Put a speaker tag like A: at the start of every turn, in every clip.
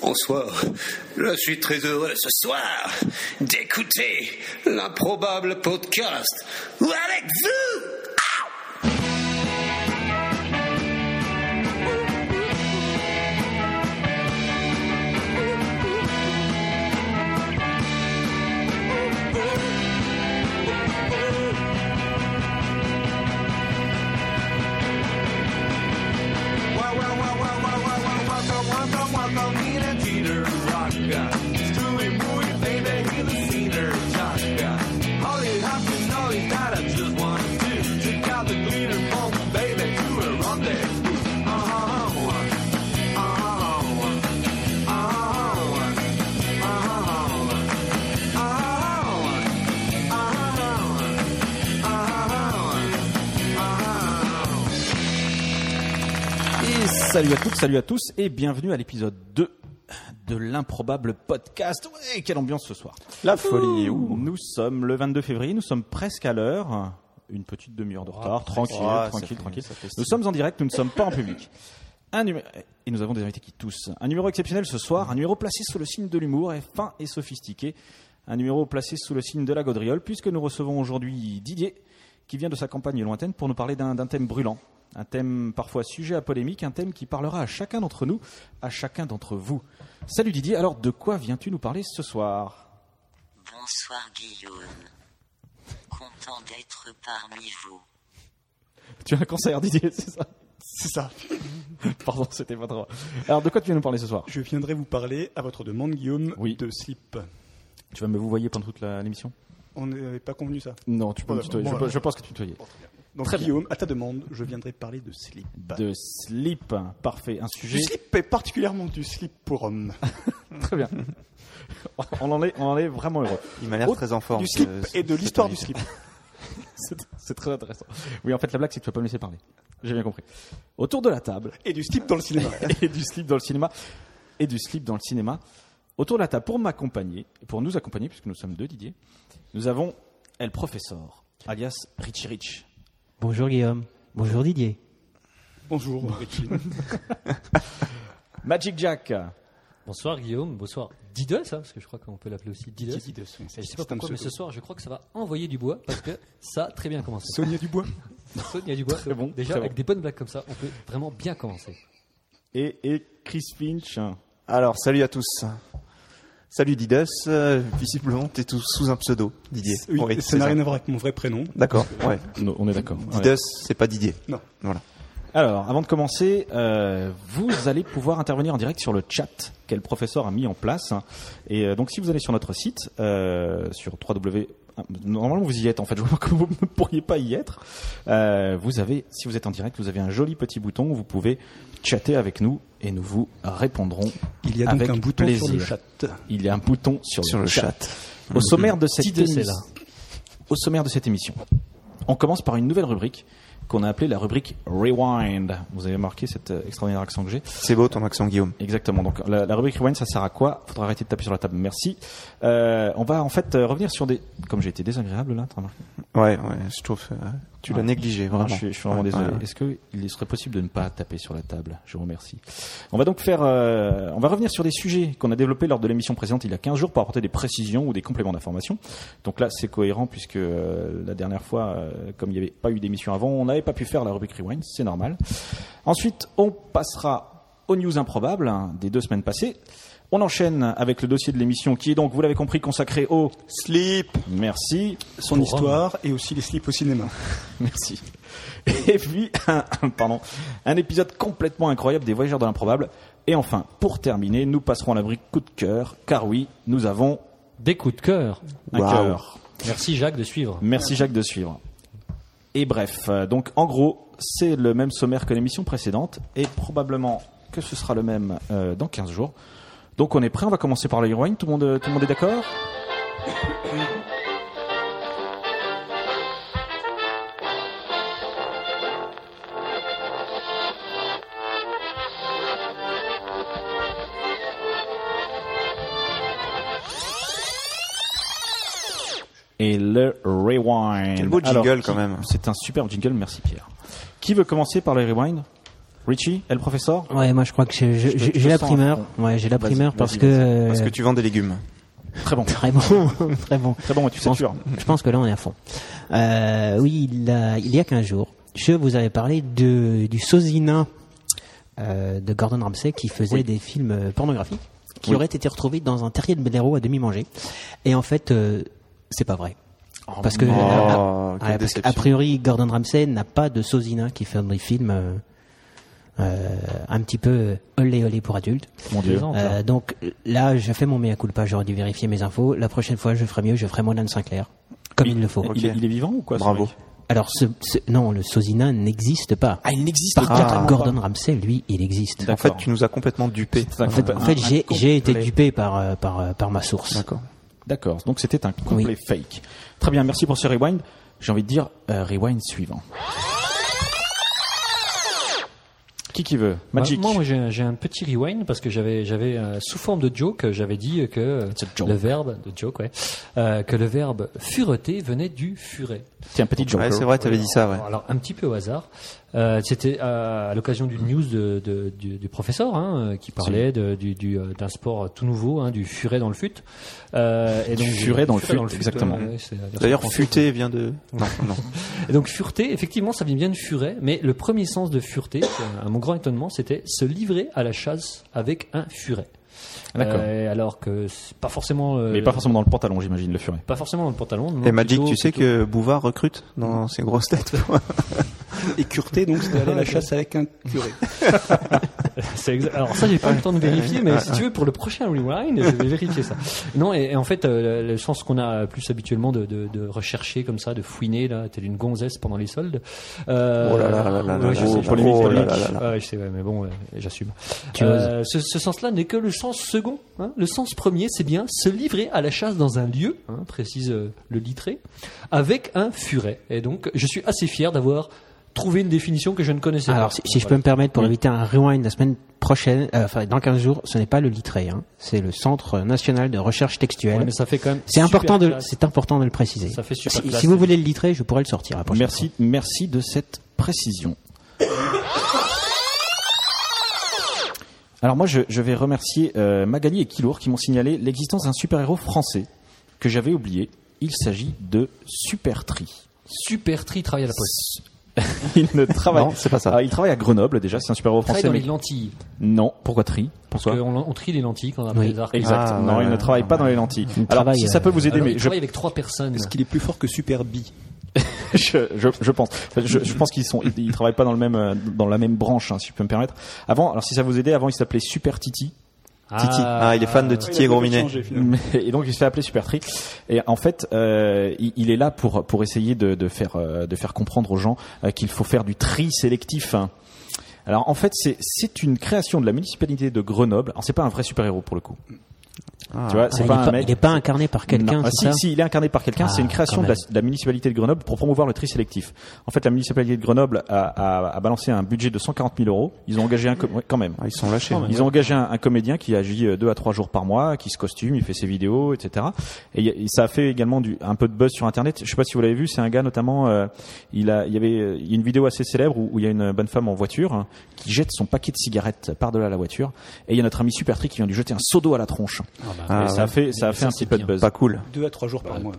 A: Bonsoir. Je suis très heureux ce soir d'écouter l'improbable podcast Où avec vous.
B: Salut à toutes, salut à tous et bienvenue à l'épisode 2 de l'improbable podcast. Ouais, quelle ambiance ce soir.
C: La folie. ouh.
B: Nous sommes le 22 février, nous sommes presque à l'heure. Une petite demi-heure de retard, tranquille,
C: Ah, ça
B: tranquille,
C: fait-
B: tranquille.
C: ça fait
B: Nous sommes en direct, nous ne sommes pas en public. Un numé- et nous avons des invités qui toussent. Un numéro exceptionnel ce soir, un numéro placé sous le signe de l'humour, et fin et sophistiqué. Un numéro placé sous le signe de la gaudriole, puisque nous recevons aujourd'hui Didier, qui vient de sa campagne lointaine pour nous parler d'un d'un thème brûlant. Un thème parfois sujet à polémique, un thème qui parlera à chacun d'entre nous, à chacun d'entre vous. Salut Didier, alors de quoi viens-tu nous parler ce soir
D: Bonsoir Guillaume. Content d'être parmi vous.
B: Tu as un concert Didier, c'est ça
E: C'est ça.
B: Pardon, c'était pas trop. Alors de quoi tu viens nous parler ce soir
E: Je viendrai vous parler, à votre demande, Guillaume,
B: Oui.
E: de slip.
B: Tu vas me vous voyez pendant toute la- l'émission
E: On n'avait pas convenu ça.
B: Non, tu peux
E: Bon,
B: me tutoyer.
E: bon,
B: Je-
E: alors.
B: je, pense que tu tutoyais.
E: Donc,
B: Très bien.
E: Guillaume, à ta demande, je viendrai parler de slip.
B: De slip, parfait. Un
E: Du
B: sujet
E: slip, et particulièrement du slip pour hommes.
B: très bien. on en est, on en est vraiment heureux.
C: Il m'a l'air
B: Autre-
C: très en forme.
E: Du slip
C: euh, ce-
E: et de
C: cet
E: l'histoire du
C: horizon.
E: slip.
B: C'est c'est très intéressant. Oui, en fait, la blague c'est que tu vas pas me laisser parler. J'ai bien compris. Autour de la table
E: Et du slip dans le cinéma.
B: et du slip dans le cinéma et du slip dans le cinéma. Autour de la table pour m'accompagner, pour nous accompagner puisque nous sommes deux Didier. Nous avons El Professor, alias Richie Rich.
F: Bonjour Guillaume. Bonjour Didier.
E: Bonjour, Richie.
B: Magic Jack.
G: Bonsoir Guillaume, bonsoir Didos, hein, parce que je crois qu'on peut l'appeler aussi Didos.
E: Qui dit de son-
G: Je sais
E: c'est
G: pas
E: un
G: pourquoi, mais
E: pseudo.
G: ce soir, je crois que ça va envoyer du bois parce que ça a très bien commencé.
E: Sonia Dubois.
G: Sonia du bois,
B: Très bon,
G: déjà
B: très
G: avec
B: bon.
G: des bonnes blagues comme ça, on peut vraiment bien commencer.
B: et, et Chris Finch.
C: Alors, salut à tous. Salut Didus. Euh, visiblement, t'es tous sous un pseudo, Didier.
E: Oui,
C: Ouais,
E: ça
C: c'est
E: n'a rien à voir avec mon vrai prénom. euh,
C: D'accord, ouais.
B: on est d'accord.
C: Didus, c'est pas Didier.
E: Non.
C: Voilà.
B: Alors, avant de commencer, euh, vous allez pouvoir intervenir en direct sur le chat qu'El Professeur a mis en place. Et euh, donc, si vous allez sur notre site, euh, sur www. ah, Normalement, vous y êtes en fait. Je vois pas comment vous ne pourriez pas y être. Euh, vous avez, si vous êtes en direct, vous avez un joli petit bouton où vous pouvez chatter avec nous et nous vous répondrons.
E: Il y a donc
B: avec
E: un bouton
B: plaisir.
E: sur le chat.
B: Il y a un bouton sur,
C: Sur le chat.
B: Au sommaire de cette
G: Didier, c'est
B: émission,
G: là.
B: au sommaire de cette émission, on commence par une nouvelle rubrique qu'on a appelée la rubrique Rewind. Vous avez marqué cet euh, extraordinaire accent que j'ai.
C: C'est beau ton accent, Guillaume.
B: Exactement. Donc la, la rubrique rewind, ça sert à quoi Faudra arrêter de taper sur la table. Merci. Euh, on va en fait euh, revenir sur des. Comme j'ai été désagréable là, t'as remarqué
C: Ouais, ouais, je trouve. euh, tu l'as
B: Ouais.
C: négligé, vraiment.
B: Ah, je, suis, je suis vraiment
C: Ouais,
B: désolé.
C: ouais, ouais.
B: Est-ce que il serait possible de ne pas taper sur la table Je vous remercie. On va donc faire. euh, on va revenir sur des sujets qu'on a développés lors de l'émission précédente il y a 15 jours pour apporter des précisions ou des compléments d'information. Donc là, c'est cohérent puisque euh, la dernière fois, euh, comme il n'y avait pas eu d'émission avant, on n'avait pas pu faire la rubrique rewind. C'est normal. Ensuite, on passera aux news improbables hein, des deux semaines passées. On enchaîne avec le dossier de l'émission qui est donc, vous l'avez compris, consacré au
C: Slip
B: merci,
E: Son
G: Pour
E: histoire et aussi les slips au cinéma.
B: merci. Et puis, un, pardon, un épisode complètement incroyable des Voyageurs de l'improbable. Et enfin, pour terminer, nous passerons à l'abri coup de cœur, car oui, nous avons
G: Des coups de cœur.
B: un
C: Waouh.
B: cœur.
G: Merci Jacques de suivre.
B: Merci Jacques de suivre. Et bref, euh, donc en gros, c'est le même sommaire que l'émission précédente et probablement que ce sera le même euh, dans 15 jours. Donc on est prêt, on va commencer par l'héroïne, tout le monde, tout le monde est d'accord Et le rewind.
C: Quel beau jingle,
B: Alors, qui-
C: quand même.
B: C'est un super jingle, merci Pierre. Qui veut commencer par le rewind Richie, elle professeur
F: Ouais, moi je crois que j'ai- j'ai
B: te- je
F: j'ai
B: te
F: la
B: sens à
F: primeur.
B: fond.
F: Ouais, j'ai la
B: Vas-y,
F: primeur
B: vas-y,
F: parce
B: vas-y.
F: que. euh,
C: Parce que tu vends des légumes.
B: Très bon.
F: Très bon, très bon.
B: Très bon, et tu
F: Je
B: sais
F: pense,
B: sûr.
F: je pense que là on est à fond. Euh, oui, il, a- il y a 15 jours, je vous avais parlé de, du sosie nain, euh, de Gordon Ramsay qui faisait des films euh, pornographiques qui auraient été retrouvés dans un terrier de Bédéro à demi mangé. Et en fait, euh, c'est pas vrai. Parce que, euh,
C: non.
F: a- a-
C: Oh Quelle
F: ouais, parce
C: déception.
F: qu'a priori, Gordon Ramsay n'a pas de sosie nain qui fait des films euh, euh, un petit peu euh, olé olé pour adultes.
B: Mon Dieu.
G: Plaisante,
F: Euh,
G: là.
F: donc là, j'ai fait mon mea culpa, j'aurais dû vérifier mes infos. La prochaine fois, je ferai mieux, je ferai mon Anne Sinclair, comme il, le faut.
B: Il, est, il est vivant ou quoi ce
C: Bravo.
B: mec
F: Alors, ce, ce- non, le Sosina n'existe pas.
B: Ah, il n'existe
F: Par
B: pas.
F: contre, Gordon Ramsay, lui, il existe.
C: En fait,
B: D'accord.
C: tu nous as complètement dupé.
B: C'est un
F: En fait,
B: complet-
F: en fait,
B: un- un
F: j'ai j'ai été
B: complet-
F: dupé par, euh, par, euh, par ma source.
C: D'accord.
B: D'accord, donc c'était un complet fake. Très bien, merci pour ce rewind. J'ai envie de dire euh, rewind suivant. Qui qui veut
G: Bah,
B: Magic.
G: moi, moi, j'ai un- j'ai un petit rewind parce que j'avais, j'avais euh, sous forme de joke, j'avais dit que euh,
B: It's a joke.
G: le verbe de joke, ouais, euh, que le verbe fureter venait du furet.
B: Tiens, petit joker.
C: Ouais, c'est vrai, t'avais dit ça, ouais.
G: Alors, alors, un petit peu au hasard, Euh, c'était euh, à l'occasion d'une news de, de- du, du professeur hein, euh, qui parlait de- du- du, euh, d'un sport tout nouveau, hein, du furet dans le fut. Euh, et
B: Du furet dans le fut, exactement.
G: ouais, c'est la version
C: D'ailleurs,
G: française.
C: futé vient de. Non, non.
G: Et donc fureter, effectivement, ça vient bien de furet, mais le premier sens de fureter, c'est un- à mon grand étonnement, c'était se livrer à la chasse avec un furet.
B: D'accord.
G: Euh, alors que c'est pas forcément. euh,
B: Mais pas forcément dans le pantalon, j'imagine, le furet.
G: Pas forcément dans le pantalon. non,
C: Et Magic,
G: plutôt-
C: tu sais
G: plutôt-
C: que Bouvard recrute dans ses grosses têtes.
E: Et Curté, donc, c'était aller à la chasse avec un curé.
G: c'est exa- Alors ça, j'ai pas eu le temps de vérifier, mais si tu veux, pour le prochain rewind, je vais vérifier ça. Non, et, et en fait, euh, le sens qu'on a plus habituellement de, de- de rechercher comme ça, de fouiner là, telle une gonzesse pendant les soldes. Euh,
C: Oh là là là là là
G: ouais, je
C: là,
G: sais,
C: oh,
G: je-
C: polémique,
G: oh là
C: polémique.
G: là là là. Ouais, je sais, ouais, mais bon, ouais, j'assume.
F: Tu
G: Euh, ce, ce sens-là n'est que le sens second. hein. Le sens premier, c'est bien se livrer à la chasse dans un lieu, hein, précise euh, le littré, avec un furet. Et donc, je suis assez fier d'avoir trouvé une définition que je ne connaissais pas.
F: Alors, si, si je peux me permettre, pour éviter un rewind la semaine prochaine, euh, enfin, dans 15 jours, ce n'est pas le Litré, hein, c'est le Centre National de Recherche Textuelle.
G: Ouais, mais ça fait quand même.
F: C'est
G: super
F: important de,
G: classe.
F: c'est important de le préciser.
G: Ça fait super
F: Si,
G: classe.
F: si vous voulez le litrer, je pourrais le sortir. la prochaine
B: Merci, merci de cette précision. Alors moi, je, je vais remercier euh, Magali et Kilour qui m'ont signalé l'existence d'un super-héros français que j'avais oublié. Il s'agit de Super Tri.
G: Super tri travaille à la poste.
B: il ne travaille.
C: Non, c'est pas ça.
B: Ah, il travaille à Grenoble déjà. C'est un super héros
G: Travaille
B: français.
G: dans les
B: mais-
G: lentilles.
B: Non, pourquoi tri
G: Parce
B: Pourquoi
G: qu'on on trie les lentilles quand on appelle
F: Oui.
G: les arcs.
B: Exact.
C: Ah,
B: non,
C: ouais,
B: il ne
C: ouais,
B: travaille
C: ouais.
B: pas dans les lentilles. Alors,
F: travaille,
B: si ça peut vous aider,
G: Alors,
B: mais
G: il
B: je,
G: travaille avec trois personnes.
E: Est-ce qu'il est plus fort que Super B
B: je, je, je pense, Enfin, je, je pense qu'ils sont, ils, ils travaillent pas dans le même, euh, dans la même branche, hein, si je peux me permettre. Avant, alors si ça vous aidait, avant il s'appelait Super Titi.
C: Titi. Ah, il est fan de Titi et Gros Minet.
B: Mais- Et donc il se fait appeler Super Tri. Et en fait, euh, il, il est là pour pour essayer de, de faire euh, de faire comprendre aux gens euh, qu'il faut faire du tri sélectif. hein. Alors en fait, c'est c'est une création de la municipalité de Grenoble. Alors c'est pas un vrai super héros pour le coup. Tu vois,
F: fois.
B: c'est
F: Ah,
B: pas
F: il
B: un
F: n'est pas,
B: mec.
F: il est pas incarné par quelqu'un,
B: Non. Ah,
F: c'est ça
B: si, si, il est incarné par quelqu'un.
F: Ah,
B: c'est une création de
F: quand
B: la,
F: même.
B: de la municipalité de Grenoble pour promouvoir le tri sélectif. En fait, la municipalité de Grenoble a, a- a balancé un budget de 140 000 euros. Ils ont engagé un com- ouais, quand même.
C: Ah, ils sont lâchés.
B: Ils ont engagé un, un comédien qui agit euh, deux à trois jours par mois, qui se costume, il fait ses vidéos, etc. Et, y a- et ça a fait également du, un peu de buzz sur Internet. Je sais pas si vous l'avez vu, c'est un gars notamment. euh, il a, il y avait euh, il y a une vidéo assez célèbre où où il y a une bonne femme en voiture hein, qui jette son paquet de cigarettes par delà la voiture, et il y a notre ami Supertrick qui vient lui jeter un seau d'eau à la tronche.
C: Ah,
B: et ça a fait, ça a
G: Mais
B: fait
G: ça,
B: un petit
G: c'est
B: peu de
G: bien.
B: buzz.
C: Pas cool.
E: Deux à trois jours par mois.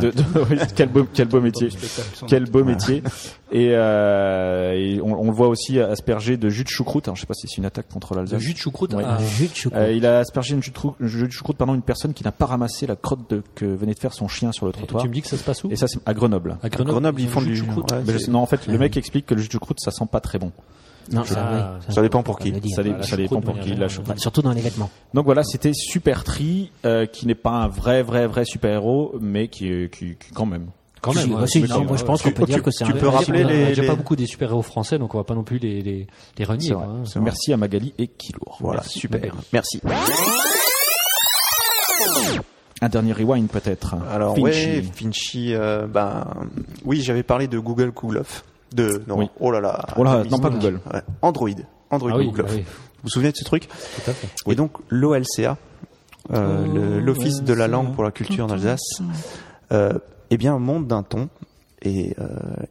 B: De- de- oui, quel, beau, quel beau métier.
E: spectacle, sans
B: Quel beau métier. Et, euh, et on, on le voit aussi asperger de jus de choucroute. Alors, je sais pas si c'est une attaque contre
G: Le
B: l'Alsace.
G: jus de choucroute.
B: Ouais.
G: ah.
F: Un jus de choucroute.
B: Euh, il a aspergé une jus de trou- un jus de choucroute pardon, une personne qui n'a pas ramassé la crotte de, que venait de faire son chien sur le
G: Et
B: trottoir.
G: Tu me dis que ça se passe où Ah,
B: Et ça, c'est à Grenoble.
G: À
C: Grenoble, ils font
G: le
C: du
G: jus de choucroute.
C: ouais,
B: Mais je-
C: c'est-
B: non, en fait, le mec explique que le jus de choucroute, ça sent pas très bon.
F: non, ça,
G: Ah,
F: oui,
C: ça dépend pour
F: faut
C: qui.
F: le dire.
B: Ça, dé-
G: la
B: ça dépend
G: choucroute,
B: pour
G: de
B: qui
G: manière
B: la
G: générale.
B: choucroute.
F: Bah, surtout dans les vêtements.
B: Donc voilà, c'était Super Tri, euh, qui n'est pas un vrai, vrai, vrai super héros, mais qui, est- qui, qui quand même.
G: Quand
F: Si,
G: même.
F: moi,
G: ouais,
F: si,
G: mais
F: non,
G: quand
F: moi, je
G: même,
F: pense
G: ouais.
F: qu'on peut
C: tu-
F: dire que
C: tu
F: c'est un.
C: peux
G: On peut
C: rappeler
G: dire qu'on a-
C: les-
G: Il n'y a
C: les-
G: pas beaucoup des super-héros français, donc on va pas non plus les, les, les renier.
B: C'est
G: quoi,
B: vrai.
G: hein.
B: Merci à Magali et Kilour.
C: Voilà,
B: Merci.
C: super. Merci.
B: Un dernier rewind peut-être.
C: Alors
B: Finchy.
C: ouais, Finchy, euh, ben oui, j'avais parlé de Google Google Off. De non,
B: Oui.
C: oh là là,
B: Oh là,
C: Amazing.
B: non, pas Google.
C: Ouais, Android, Android
G: Ah oui,
C: Google Off.
G: ah oui,
C: Vous vous souvenez de ce truc
G: tout à fait.
C: Et donc l'OLCA, euh, le- l'Office de la langue pour la culture en Alsace, euh, eh bien monte d'un ton Et euh,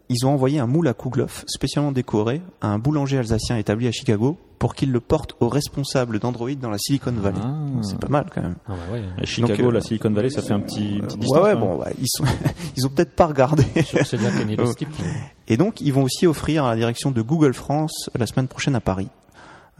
C: ils ont envoyé un moule à Kouglof, spécialement décoré, à un boulanger alsacien établi à Chicago, pour qu'il le porte aux responsables d'Android dans la Silicon Valley.
B: Ah.
C: C'est pas mal quand même.
G: Ah bah ouais.
B: À Chicago,
C: Donc, euh,
B: la Silicon Valley, ça fait un petit,
C: Euh,
B: petit
C: ouais,
B: distance.
C: ouais,
B: hein.
C: bon, ouais, ils, sont, ils ont peut-être pas regardé.
G: Sûr que C'est de la cannibalistique.
C: Et donc, ils vont aussi offrir à la direction de Google France la semaine prochaine à Paris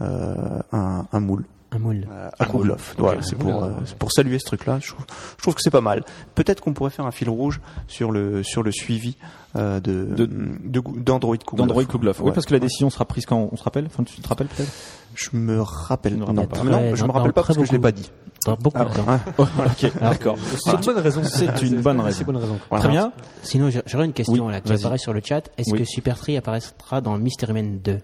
C: euh, un, un moule
F: Un moule.
C: euh, à Kouglof. Voilà, c'est pour,
G: moule,
C: euh, c'est pour saluer ce truc-là. Je trouve, je trouve que c'est pas mal. Peut-être qu'on pourrait faire un fil rouge sur le sur le suivi euh, de
B: De-
C: de Gou- d'Android Kouglof.
B: D'Android Kouglof. Oui,
C: Ouais.
B: parce que la décision sera prise quand on se rappelle. Enfin, tu te rappelles peut-être
C: Je me rappelle.
B: Tu ne
C: Non,
B: me
C: bah, non,
B: rappelles
F: pas. Ouais,
C: je
F: non,
C: me rappelle
F: non,
C: pas
F: très
C: parce que je l'ai
F: beaucoup.
C: pas dit. Ah.
F: Dans beaucoup de temps.
B: Ok, d'accord.
G: C'est une bonne raison.
B: C'est une bonne raison.
G: C'est une bonne raison.
C: Voilà.
B: Très bien.
F: Sinon, j'ai- j'aurais une question
B: Oui,
F: là qui
B: vas-y.
F: apparaît sur le chat. Est-ce
B: Oui.
F: que Super Tree apparaîtra dans Mystery Man 2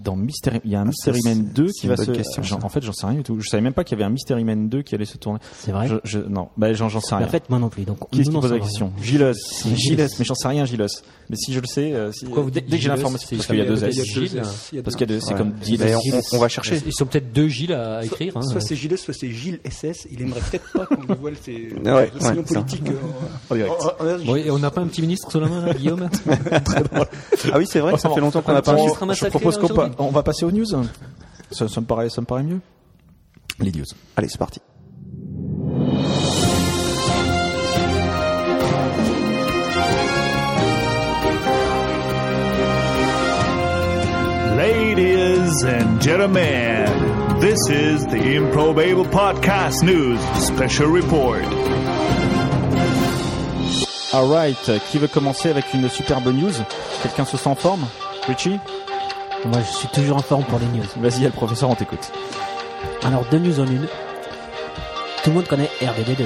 B: Dans Mystery, il y a un
C: ça,
B: Mystery Man
C: c'est-
B: 2
C: c'est
B: Ah, qui
C: une
B: va
C: bonne
B: se.
C: question,
B: j'en-
C: ça.
B: en fait, j'en sais rien du tout. Je savais même pas qu'il y avait un Mystery Man 2 qui allait se tourner.
F: C'est vrai
B: Je, je- non, bah, j'en j'en sais
F: En
B: rien.
F: fait, moi non plus. Donc,
B: Qui est-ce
F: nous
B: qui
F: n'en
B: pose la
F: savons
B: question
F: rien.
B: Gilles.
F: Gilles.
B: Gilles, mais j'en sais rien, Gilles. Mais si je le sais, euh, si-
G: Pourquoi vous
B: dès
G: dites
B: dès que j'ai
G: Gilles,
B: l'information,
G: c'est
B: parce qu'il y a deux S.
G: Gilles.
B: Parce qu'il y a deux, c'est
C: Ouais.
B: comme Gilles.
C: Mais on, on va chercher.
G: Ils sont peut-être deux Gilles à écrire. hein.
E: Soit c'est Gilles, soit c'est Gilles SS. Il aimerait peut-être pas qu'on dévoile ses
C: ouais,
E: opinions
C: ça.
E: politiques. euh,
C: En direct.
E: en- en- en-
G: Bon, et on n'a pas un petit ministre sous la main, là, Guillaume
C: Ah oui, c'est vrai. que Ça fait longtemps qu'on
B: On-
C: n'a pas.
G: ministre
B: je
G: massacré,
B: propose
G: là,
B: qu'on pa-
G: aujourd'hui.
B: on va passer aux news. Ça, ça me paraît, ça me paraît mieux. Les news.
C: Allez, c'est parti.
H: Ladies and gentlemen, this is the Improbable Podcast News Special Report.
B: Alright, qui veut commencer avec une superbe news Quelqu'un se sent en forme Richie
F: Moi, je suis toujours en forme pour les news.
B: Vas-y, le professeur, on t'écoute.
F: Alors, deux news en une. Tout le monde connaît RDD2.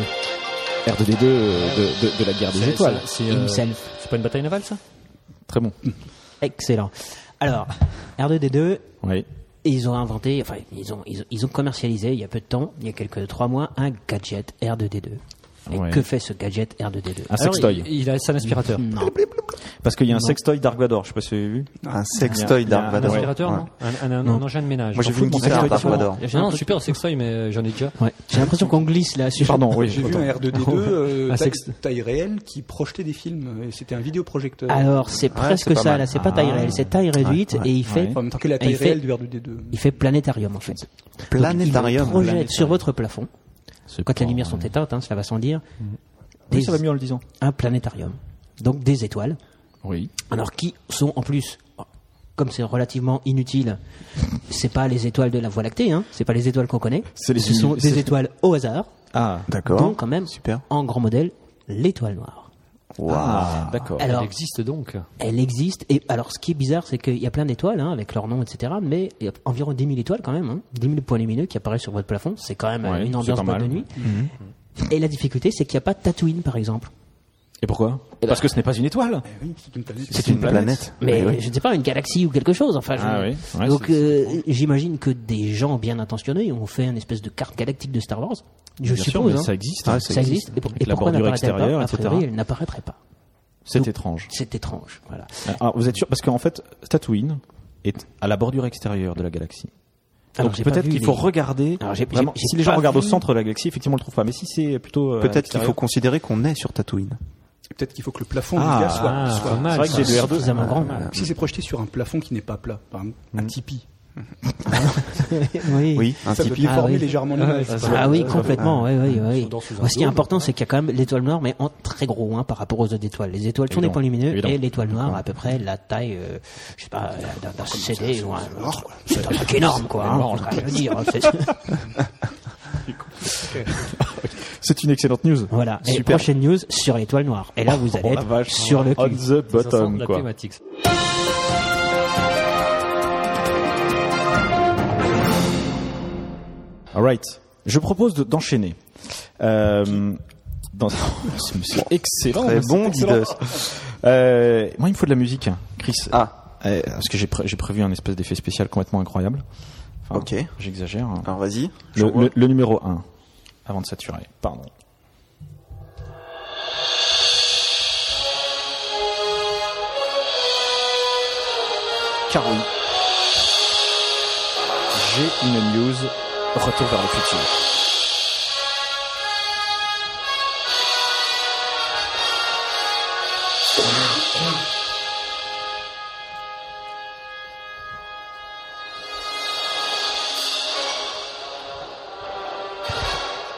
B: R2D2 euh, de, de- de la guerre des
G: C'est-
B: étoiles.
G: c'est- c'est, euh,
F: Himself.
G: C'est pas une bataille navale, ça
B: Très bon.
F: Excellent. Alors, R2D2,
B: Oui.
F: ils ont inventé, enfin, ils ont, ils, ont- ils ont commercialisé il y a peu de temps, il y a quelques trois mois, un gadget R2D2. Et
B: Ouais.
F: que fait ce gadget R2D2
B: Un
G: Alors,
B: sextoy.
G: Il, il a un aspirateur.
F: Non.
B: Parce qu'il y a un sextoy Dark Vador, je sais pas si vous avez vu.
C: Un
B: Il
C: sextoy
B: y a- il y a
C: d'Arc
B: un
G: Un
C: Vador.
G: aspirateur,
C: Ouais.
G: non un, un- un engin de ménage.
C: Moi, j'ai
G: T'en
C: vu une
G: fous de mon
C: guitare d'Arc
G: sextoy,
C: Vador.
G: sûrement. Non, super sextoy, mais j'en ai déjà.
F: Ouais. J'ai l'impression qu'on glisse là sur.
B: Pardon, oui.
E: J'ai vu
B: autant.
E: un R2D2 euh,
G: Un
E: taille,
G: sexe-
E: taille réelle qui projetait des films. et C'était un vidéoprojecteur.
F: Alors, c'est presque
C: c'est pas
F: ça,
C: mal.
F: là, c'est pas taille
B: Ah.
F: réelle, c'est taille réduite, et il fait,
E: Enfin, en même temps, quelle est la
F: Et il
E: taille réelle
F: fait-
E: du R2D2
F: il fait planétarium en fait.
C: Planétarium.
F: Projette sur votre plafond,
B: C'est
F: quand
B: pas-
F: les lumières sont éteintes, hein, cela va sans dire,
B: Oui,
F: des-
B: ça va mieux en le disant.
F: un planétarium. Donc des étoiles.
B: Oui.
F: Alors qui sont en plus, comme c'est relativement inutile, c'est pas les étoiles de la Voie lactée, hein, c'est pas les étoiles qu'on connaît.
B: C'est les
F: Ce sont
B: uni- c'est-
F: des étoiles au hasard,
B: Ah,
C: D'accord.
F: donc quand même,
C: Oh, Super.
F: en grand modèle, l'étoile noire.
C: Waouh.
B: d'accord.
G: Elle
F: Alors,
G: existe donc.
F: elle existe. Et alors, ce qui est bizarre, c'est qu'il y a plein d'étoiles, hein, avec leur nom, etc. Mais il y a environ 10 000 étoiles quand même, hein, 10 000 points lumineux qui apparaissent sur votre plafond. C'est quand même euh,
B: Ouais,
F: une
B: c'est
F: ambiance
B: pas
F: boîte de
B: mal. Mhm.
F: nuit. Et la difficulté, c'est qu'il n'y a pas Tatooine, par exemple.
B: Et pourquoi Parce que ce n'est pas une étoile.
E: Oui, c'est une planète.
C: C'est une planète.
F: Mais
C: Eh oui.
F: je ne sais pas, une galaxie ou quelque chose. Enfin, je-
B: Ah oui, ouais,
F: donc
B: c'est-
F: euh, j'imagine que des gens bien intentionnés ont fait une espèce de carte galactique de Star Wars. Je
B: Bien sûr,
F: suppose.
B: mais
F: hein.
B: ça existe.
C: Ah,
F: Ça existe. Et, pour-
B: Avec
F: et
B: la
F: pourquoi
B: bordure
F: n'apparaît-elle pas
B: extérieure,
F: A
B: etc.
F: priori, elle n'apparaîtrait pas.
B: C'est
F: Donc-
B: étrange.
F: C'est étrange. Voilà.
B: Alors, Ah, vous êtes sûr Parce qu'en fait, Tatooine est à la bordure extérieure de la galaxie.
F: Alors,
B: Donc
F: Ah, j'ai pas
B: peut-être
F: vu
B: qu'il
F: les-
B: faut regarder.
F: Alors, j'ai- j'ai-
B: vraiment,
F: j'ai
B: si les gens
F: pas
B: regardent au
F: vu.
B: centre de la galaxie, effectivement, on le trouve pas. Mais si c'est plutôt. euh, à
C: Peut-être qu'il
B: l'extérieur.
C: faut considérer qu'on est sur Tatooine.
E: Peut-être qu'il faut que le plafond
B: Ah,
E: du gars soit.
G: Ah,
E: soit-
G: pas mal.
B: C'est vrai que c'est
G: ça.
B: de R2.
F: Suffisamment grand.
E: Si c'est projeté sur un plafond qui n'est pas plat, par exemple,
B: Mm.
E: un tipi,
F: oui.
C: Oui, un
E: ça
C: Tipeee.
E: peut
F: Ah,
E: déformer
F: oui.
E: légèrement
G: ouais,
E: l'image.
G: c'est
F: Ah oui, complètement, oui, oui, oui.
G: sont dans sous un
F: Moi, Ce qui est
G: dôme.
F: important, c'est qu'il y a quand même l'étoile noire, mais en très gros, hein, par rapport aux autres étoiles. Les étoiles sont des
B: Évident.
F: points lumineux
B: Évident.
F: et l'étoile noire a à peu près la taille, euh, je sais pas, euh, d'un- d'un CD ou un... C'est un truc énorme, quoi. hein, faut quand même le dire, hein, c'est-
B: C'est une excellente news.
F: voilà. Et
B: Super.
F: prochaine news sur l'étoile noire. Et là, vous allez
B: Oh, la
F: être
B: vache.
F: sur le
B: On
F: cul.
B: the
G: Ça sent
B: bottom,
G: la
B: quoi.
G: thématique.
B: Alright. Je propose de- d'enchaîner. Euh, dans... C'est monsieur excellent.
C: Très
B: mais
C: bon,
B: c'est excellent.
C: Didos.
B: Euh, moi, il me faut de la musique, hein, Chris.
C: Ah,
B: Euh, parce que j'ai pré- j'ai prévu un espèce d'effet spécial complètement incroyable. Enfin,
C: Ok. Ah.
B: J'exagère. hein.
C: alors vas-y.
B: Le,
C: J'envoie.
B: le- le numéro 1. Avant de saturer. Pardon. Car oui. J'ai une news. Retour vers le futur.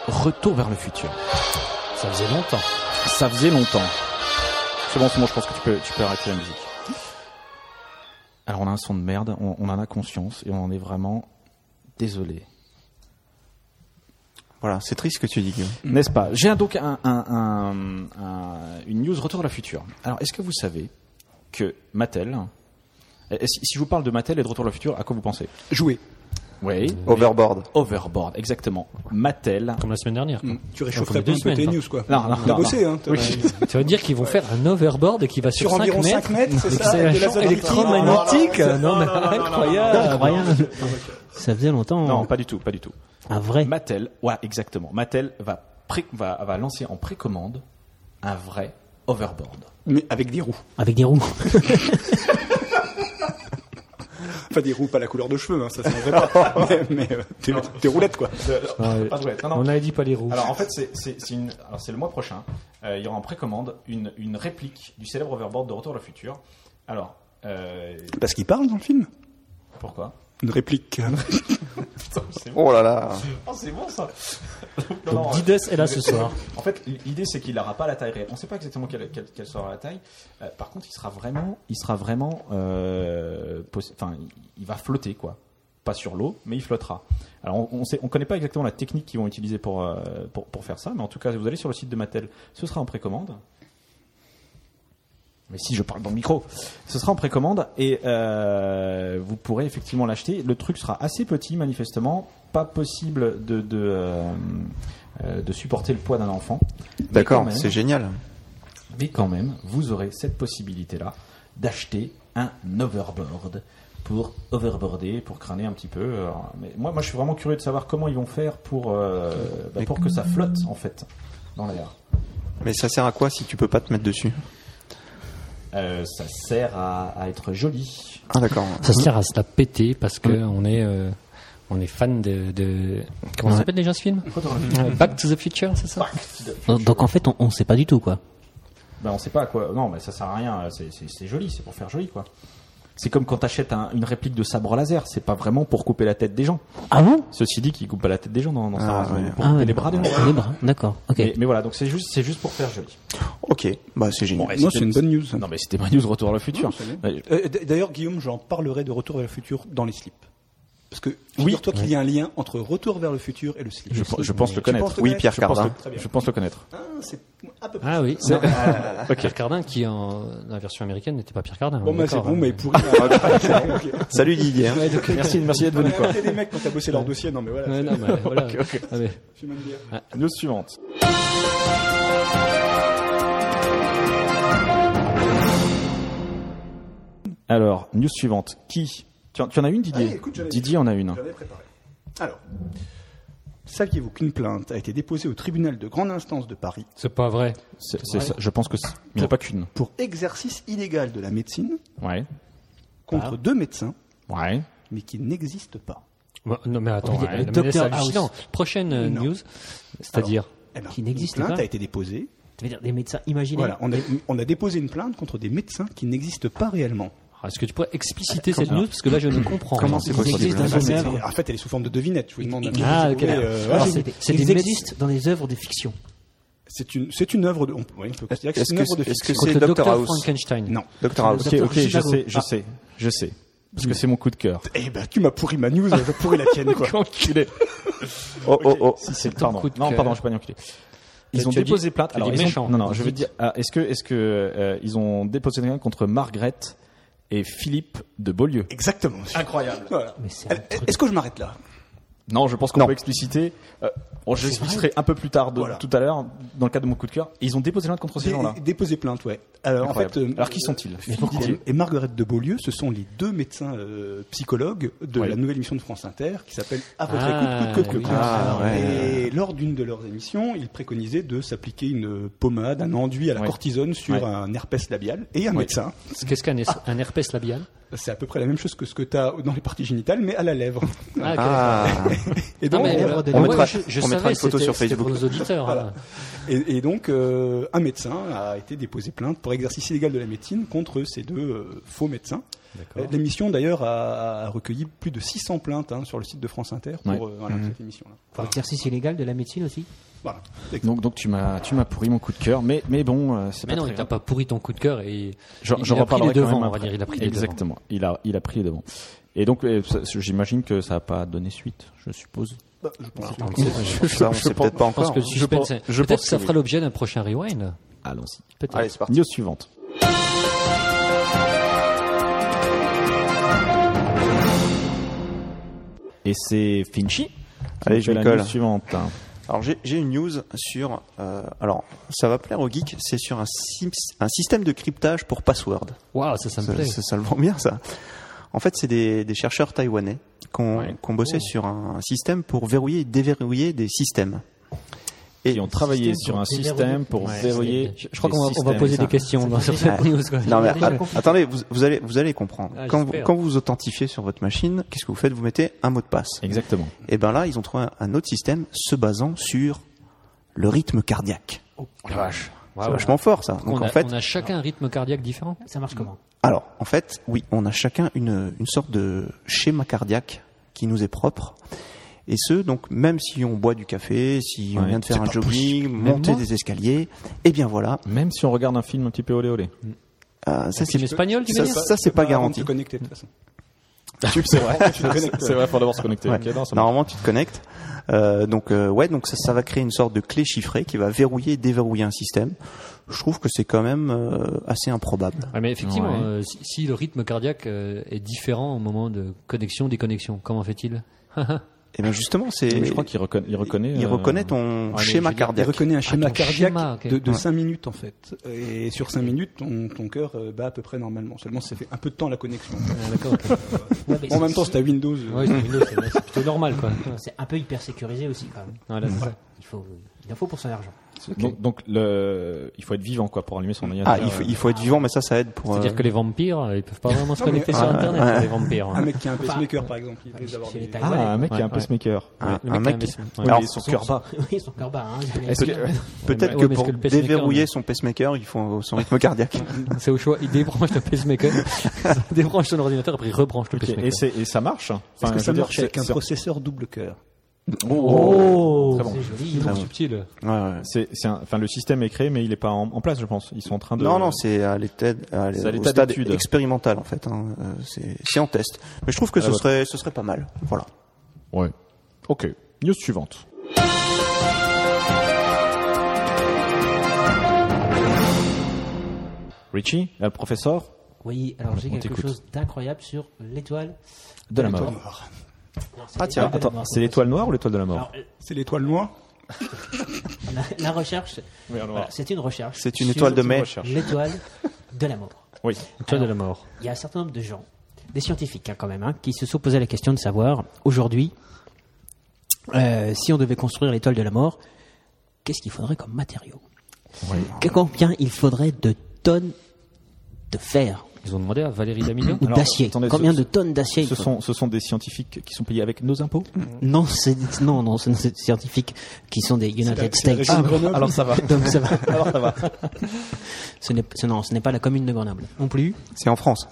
B: Retour vers le futur.
G: Ça faisait longtemps.
B: Ça faisait longtemps. C'est bon, c'est bon, je pense que tu peux, tu peux arrêter la musique. Alors on a un son de merde, on, on en a conscience et on en est vraiment désolé.
C: Voilà, c'est triste ce que tu dis, Guillaume.
B: N'est-ce pas J'ai un- donc un- un- un- un- une news retour à la future. Alors, est-ce que vous savez que Mattel, eh, si si je vous parle de Mattel et de retour à la future, à quoi vous pensez
E: Jouer.
B: Oui,
C: Overboard.
B: Overboard, exactement. Mattel.
G: Comme la semaine dernière. quoi.
E: Tu
G: Comme
E: réchaufferais pas
G: deux
E: un peu
G: semaines,
E: tes
G: quoi.
E: news, quoi.
B: Non, non,
E: T'as
B: non,
E: bossé,
B: non.
E: hein. t'as-
B: Oui.
G: Tu vas dire qu'ils vont faire un overboard qui va sur,
E: Sur
G: 5
E: environ
G: mètres.
E: 5 mètres, c'est ça,
G: C'est
E: avec de
G: un
E: la
G: champ
E: zone
G: électromagnétique.
E: électromagnétique.
G: Non, mais incroyable.
F: Incroyable. Ça faisait longtemps.
B: Non, pas du tout, pas du tout.
F: Un vrai.
B: Mattel, ouais, exactement. Mattel va, pré- va, va lancer en précommande un vrai Overboard.
E: Mais avec des roues.
F: Avec des roues.
E: Enfin, des roues, pas la couleur de cheveux, hein, ça c'est vrai pas. mais mais, euh, des, des roulettes, quoi.
B: Euh,
G: Ouais.
B: Pas de ouais, non, non.
G: On a dit pas les roues.
B: Alors en fait, c'est- c'est c'est une- alors, c'est le mois prochain. Euh, il y aura en précommande une, une réplique du célèbre overboard de Retour à le futur. Alors, euh,
E: Parce qu'ils parlent dans le film.
B: pourquoi
E: Une réplique.
C: Oh là là.
B: Oh, c'est bon ça Non, non,
G: Donc Dides est là ce soir.
B: En fait, l'idée c'est qu'il n'aura pas la taille réelle. On ne sait pas exactement quelle, quelle- quelle sera la taille. Euh, par contre, il sera vraiment, il sera vraiment, euh, possi- enfin, il- il va flotter quoi. Pas sur l'eau, mais il flottera. Alors, on- on ne on connaît pas exactement la technique qu'ils vont utiliser pour, euh, pour pour faire ça, mais en tout cas, vous allez sur le site de Mattel. Ce sera en précommande. Mais si je parle dans le micro, ce sera en précommande et euh, vous pourrez effectivement l'acheter. Le truc sera assez petit, manifestement, pas possible de de, euh, euh, de supporter le poids d'un enfant. Mais quand
C: D'accord,
B: même-
C: c'est génial.
B: Mais quand même, vous aurez cette possibilité-là d'acheter un overboard pour overboarder, pour crâner un petit peu. Euh, Mais moi, moi, je suis vraiment curieux de savoir comment ils vont faire pour euh, bah, pour que ça flotte en fait dans l'air.
C: Mais ça sert à quoi si tu peux pas te mettre dessus
B: Euh, ça sert à, à être joli.
C: Ah d'accord.
G: Ça sert à se la péter parce que on est euh, on est fan de, de- comment ça s'appelle déjà ce film Euh, Back to the Future, c'est ça
F: Donc en fait, on, on sait pas du tout quoi.
B: Ben, on sait pas à quoi. Non, mais ça sert à rien. C'est- C'est c'est joli, c'est pour faire joli, quoi. C'est comme quand t'achètes un- une réplique de sabre laser. C'est pas vraiment pour couper la tête des gens.
F: Ah bon
B: Ceci dit, qu'ils coupent pas la tête des gens dans, dans Star Wars,
C: ouais.
B: mais Pour
F: Ah
B: couper
F: ouais,
B: les bras des gens.
F: Les bras, d'accord. Ok.
B: Mais, mais voilà, donc c'est juste, c'est juste pour faire joli.
C: Ok, bah c'est génial.
B: et
E: Moi,
B: c'était-
E: c'est une bonne news.
B: Non, mais c'était pas news retour à le futur. Euh,
E: Euh, d- D'ailleurs, Guillaume, j'en parlerai de Retour vers le futur dans les slips. Parce que oui, toi qu'il y a un lien entre Retour vers le futur et le slip.
B: Je,
E: Le slip.
B: je pense le
E: Tu
B: connaître.
E: penses le
C: Oui,
E: connaître
C: Pierre
B: Je pense,
C: Cardin.
E: Très
B: le,
E: bien.
B: je pense le connaître.
E: Ah, c'est à peu près.
G: Ah oui, c'est Pierre Cardin qui en la version américaine n'était pas Pierre Cardin.
E: Bon,
G: on est
E: bah, c'est
G: d'accord,
E: bon,
G: hein.
E: mais pourri. Ok.
C: Salut Didier. hein.
B: Merci, merci d'être
E: On
B: venu.
E: a appelé des mecs quand t'as bossé leur dossier. Non, mais voilà.
G: Ouais,
E: c'est-
G: non, mais voilà. Ah, mais-
E: je suis même bien.
B: News suivante. Alors, news suivante. Qui tu en, tu en as une, Didier
E: Ah, écoute, j'en ai-
B: Didier en a une. hein.
E: J'avais préparé. Alors, saviez-vous qu'une plainte a été déposée au tribunal de grande instance de Paris
G: C'est pas vrai.
B: C'est- c'est ça, je pense que c'est- il n'y en a pas qu'une.
E: pour exercice illégal de la médecine
B: Ouais.
E: contre deux médecins,
B: Ouais.
E: mais qui n'existent pas
G: Bah, non mais attends,
F: Ouais,
G: euh, mais
F: Dr.
G: c'est
F: House.
G: hallucinant. Prochaine euh,
E: Non.
G: news, c'est-à-dire
E: Eh ben,
F: Qui n'existent
E: Une plainte
F: pas.
E: a été déposée.
F: Ça veut dire des médecins
E: Voilà,
F: imaginaires.
E: on a, on a déposé une plainte contre des médecins qui n'existent pas réellement.
G: Ah, est-ce que tu pourrais expliciter cette news parce que là je ne comprends
C: Comment
G: rien.
C: c'est
F: Ils
C: possible
F: existent dans
E: Enfin,
F: une
E: c'est-
F: œuvre.
E: en fait, elle est sous forme de devinette. Je vous demande un petit
G: Ah,
E: peu si
G: ok,
E: vous voulez,
G: d'accord.
E: euh,
F: Ah,
E: voilà.
F: c'est des- c'est des
E: Ils existent.
F: médistes dans les œuvres de fiction.
E: C'est une, c'est une œuvre de. On, oui, on peut considérer que
C: Est-ce
E: c'est une
C: que
E: œuvre de
C: est-ce que
E: fiction.
G: Contre
C: c'est
G: le
C: Dr
G: Dr
C: House
G: Frankenstein.
E: Non.
C: Dr House.
B: Ok,
F: Docteur
B: ok, je
F: Chivago.
B: sais,
G: Ah.
B: je sais, je sais. Parce que c'est mon coup de cœur.
E: Eh ben, tu m'as pourri ma news, je pourris la tienne, quoi.
C: Oh oh oh.
B: Si c'est pardon.
G: coup de
B: non,
G: cœur.
B: pardon, je suis pas enculé. Ils
G: Tu
B: ont
G: as dit-
B: déposé plainte.
G: tu as dit
B: ils ont-
G: méchant.
B: non, non, je
G: Vous
B: veux
G: dites-
B: dire, ah, est-ce que, est-ce que euh, ils ont déposé une plainte contre Margaret et Philippe de Beaulieu
E: Exactement. Incroyable.
F: Mais c'est un truc.
E: Est-ce que je m'arrête là
B: Non, je pense qu'on
C: Non.
B: peut expliciter. Euh, bon, je l'expliquerai un peu plus tard, de-
E: Voilà.
B: tout à l'heure, dans le cadre de mon coup de cœur. Ils ont déposé plainte contre ces gens-là.
E: Dé- Déposer plainte, ouais. Alors, en
B: Incroyable.
E: fait, euh,
B: Alors, qui sont-ils
E: Philippe Didier et Margaret de Beaulieu, ce sont les deux médecins euh, psychologues de la nouvelle émission de France Inter qui s'appelle À votre
G: Ah,
E: écoute, coûte que
G: oui.
E: coûte.
C: Ah, ouais.
E: Et lors d'une de leurs émissions, ils préconisaient de s'appliquer une pommade, un enduit à la
B: Ouais.
E: cortisone sur
B: Ouais.
E: un herpès labial et un médecin.
G: Qu'est-ce qu'un es- un herpès labial
E: C'est à peu près la même chose que ce que tu as dans les parties génitales, mais à la lèvre.
G: Ah, ok,
C: Ah.
E: Et
G: Non,
E: donc,
G: mais, euh,
E: on-
C: on
G: ouais,
C: mettra-
G: je, je
C: on mettra
G: savais,
C: une photo
G: c'était-
C: sur
G: c'était pour
C: Facebook.
G: nos auditeurs.
E: Voilà.
G: hein.
E: Et, et donc, euh, un médecin a été déposé plainte pour exercice illégal de la médecine contre ces deux euh, faux médecins. Euh, L'émission d'ailleurs a, a recueilli plus de 600 plaintes hein, sur le site de France Inter pour
B: Ouais.
E: euh, voilà, cette émission-là.
F: Pour l'exercice illégal de la médecine aussi
E: Voilà. Exact.
B: Donc, donc tu m'as, tu m'as pourri mon coup de cœur, mais, mais bon, euh, c'est
G: Mais
B: pas
G: non,
B: très
G: il t'a
B: grave.
G: pas pourri ton coup de cœur et
B: Je,
G: il
B: je
G: a pris
B: reparlerai
G: les
B: quand même
G: devants, on va
B: après.
G: dire, il a pris les devants.
B: Exactement. Il a, il a pris les devants. Et donc, euh, ça- j'imagine que ça n'a pas donné suite, je suppose.
E: Bah, je pense que-
C: Ça, on sait peut-être pas
G: je pense
C: encore.
G: que le suspense.
B: pense-
G: est-
B: je
G: Peut-être
B: pense
G: que ça
B: que
G: fera l'objet d'un prochain rewind.
B: Allons-y.
G: Peut-être.
C: Allez, c'est parti.
B: News suivante. Et c'est Finchy. qui
C: Allez,
B: nous
C: je
B: fait la
C: colle.
B: news suivante.
C: Alors j'ai j'ai une news sur. euh, alors ça va plaire aux geeks, c'est sur un, sym- un système de cryptage pour password.
G: Waouh, ça, ça me
C: Ça,
G: plaît.
C: ça- ça le vend bien ça. En fait, c'est des, des chercheurs taïwanais qui ont
B: Ouais.
C: qui ont bossé
G: Oh.
C: sur un système pour verrouiller et déverrouiller des systèmes.
B: Et on travaillait sur un système pour verrouiller.
G: Je, je crois
B: les
G: qu'on va, on va
B: systèmes.
G: poser des questions dans sur cette
C: Ouais.
G: news. quoi.
C: Non mais att- attendez, vous, vous allez vous allez comprendre.
G: Ah,
C: quand, vous,
G: j'espère.
C: quand vous vous authentifiez sur votre machine, qu'est-ce que vous faites Vous mettez un mot de passe.
B: Exactement.
C: Et ben là, ils ont trouvé un, un autre système se basant sur le rythme cardiaque. C'est vachement fort ça. Donc
G: on,
C: en
G: a,
C: fait,
G: on a chacun un rythme cardiaque différent.
F: Ça marche comment
C: Alors, en fait, oui, on a chacun une, une sorte de schéma cardiaque qui nous est propre. Et ce, donc, même si on boit du café, si on
B: Ouais,
C: vient de faire
B: c'est
C: un
B: pas
C: jogging,
B: possible. Même
C: monter
B: moi
C: des escaliers, eh bien voilà,
B: Même si on regarde un film un petit peu olé olé.
C: euh, ça c'est
G: Film espagnol, tu
C: ça,
G: veux dire
C: ça, c'est pas
E: Tu
C: garanti.
E: peux connecter, de toute façon.
B: C'est vrai.
E: Tu te connectes.
B: C'est vrai, faut d'abord se connecter.
C: Ouais.
B: Ok, non, ça marche.
C: Normalement, tu te connectes. Euh, donc, euh, ouais, donc ça, ça va créer une sorte de clé chiffrée qui va verrouiller et déverrouiller un système. Je trouve que c'est quand même euh, assez improbable.
G: Ouais, mais effectivement,
B: Ouais.
G: euh, si, si le rythme cardiaque euh, est différent au moment de connexion, déconnexion, comment fait-il
C: Et Eh bien justement, c'est
B: Je crois qu'il reconnaît. Il reconnaît,
C: il
B: euh,
C: reconnaît ton
B: mais je
C: schéma
B: veux dire,
E: Il
C: cardiaque.
E: reconnaît un schéma
G: ton
E: cardiaque
G: schéma, ok.
E: de, de
C: Ouais.
E: 5 minutes en fait. Et sur 5 minutes, ton, ton cœur euh, bat à peu près normalement. Seulement, ça fait un peu de temps la connexion.
G: D'accord.
E: en même temps, c'est à Windows. euh,
G: Ouais, c'est Windows, c'est c'est plutôt normal, quoi.
F: C'est un peu hyper sécurisé aussi quand même.
G: Ouais, là, c'est ça.
F: Il, faut, il en faut pour son argent.
B: Donc, donc le... il faut être vivant quoi pour allumer son
C: Ah,
B: ordinateur.
C: il faut, il faut être vivant, mais ça, ça aide pour.
G: C'est-à-dire
C: euh,
G: que les vampires, euh, ils peuvent pas vraiment se
E: mais-
G: connecter sur
C: Ah,
G: Internet,
C: ouais.
G: hein, les vampires.
E: Un
G: hein.
E: mec qui a un pacemaker, par exemple, il peut les avoir.
F: c'est
E: des-
F: les tailles.
B: Ah,
F: Ouais,
B: un mec qui est un
G: ouais.
B: pacemaker.
C: un,
G: Le
C: un
G: mec
C: mec.
G: qui a un
B: Oui,
C: Alors,
B: mais son cœur bas.
F: oui, son cœur bas. Hein,
G: Est-ce que-
C: Peut-être
G: Ouais,
C: que
G: mais est-ce
C: pour
G: que le pacemaker,
C: déverrouiller
G: non
C: son pacemaker, il faut son rythme cardiaque.
G: euh, C'est au choix. Il débranche le pacemaker, il débranche son ordinateur, après il rebranche le
B: Ok,
G: pacemaker.
B: Et, c'est- et ça marche hein.
E: Est-ce
B: Enfin,
E: que
B: je
E: ça
B: veux dire,
E: marche
B: c'est-
E: avec un
B: c'est-
E: processeur double cœur
F: Oh,
B: Très bon.
F: c'est joli.
G: Ah
C: Très bon.
G: subtil.
C: Ouais, ouais.
B: c'est- c'est un- Enfin, le système est créé, mais il n'est pas en, en place, je pense. Ils sont en train de.
C: Non, non, c'est à l'état, à
B: C'est à
C: l'é- au
B: l'état
C: stade
B: d'étude.
C: expérimental en fait. Hein. Euh, C'est c'est en test, mais je trouve que
B: Ah,
C: ce
B: ouais.
C: serait, ce serait pas mal. Voilà.
B: Ouais. Ok. News suivante. Richie, euh, professeur
F: Oui, alors j'ai
B: On
F: quelque
B: t'écoute.
F: chose d'incroyable sur l'étoile.
B: de la mort.
F: Non, c'est
C: Ah, tiens,
F: l'étoile de la
B: Attends,
F: mort.
B: c'est l'étoile noire ou l'étoile de la mort
F: Alors,
E: C'est l'étoile noire.
F: la, la recherche, voilà, c'est une recherche.
C: C'est une
F: sur
C: étoile de
B: une
C: mai.
B: recherche.
F: L'étoile de la mort.
C: Ah.
B: Oui.
G: Toi de la mort.
F: Il y a un certain nombre de gens, des scientifiques hein, quand même, hein, qui se sont posés la question de savoir aujourd'hui euh, si on devait construire l'étoile de la mort, qu'est-ce qu'il faudrait comme matériaux Que- Combien il faudrait de tonnes de fer
G: Ils ont demandé à Valérie Damido.
F: ou
B: Alors,
F: d'acier
B: attendez,
F: Combien
B: ce-
F: de tonnes d'acier il
B: Ce
F: faudrait
B: sont, ce sont des scientifiques qui sont payés avec nos impôts
F: Non, c'est non, non, c'est des scientifiques qui sont des United
E: c'est la
F: States.
E: région de Grenoble.
B: Alors ça va.
F: Donc ça va.
B: Alors ça va.
F: Ce n'est ce- non, ce n'est pas la commune de Grenoble non plus.
C: C'est en France.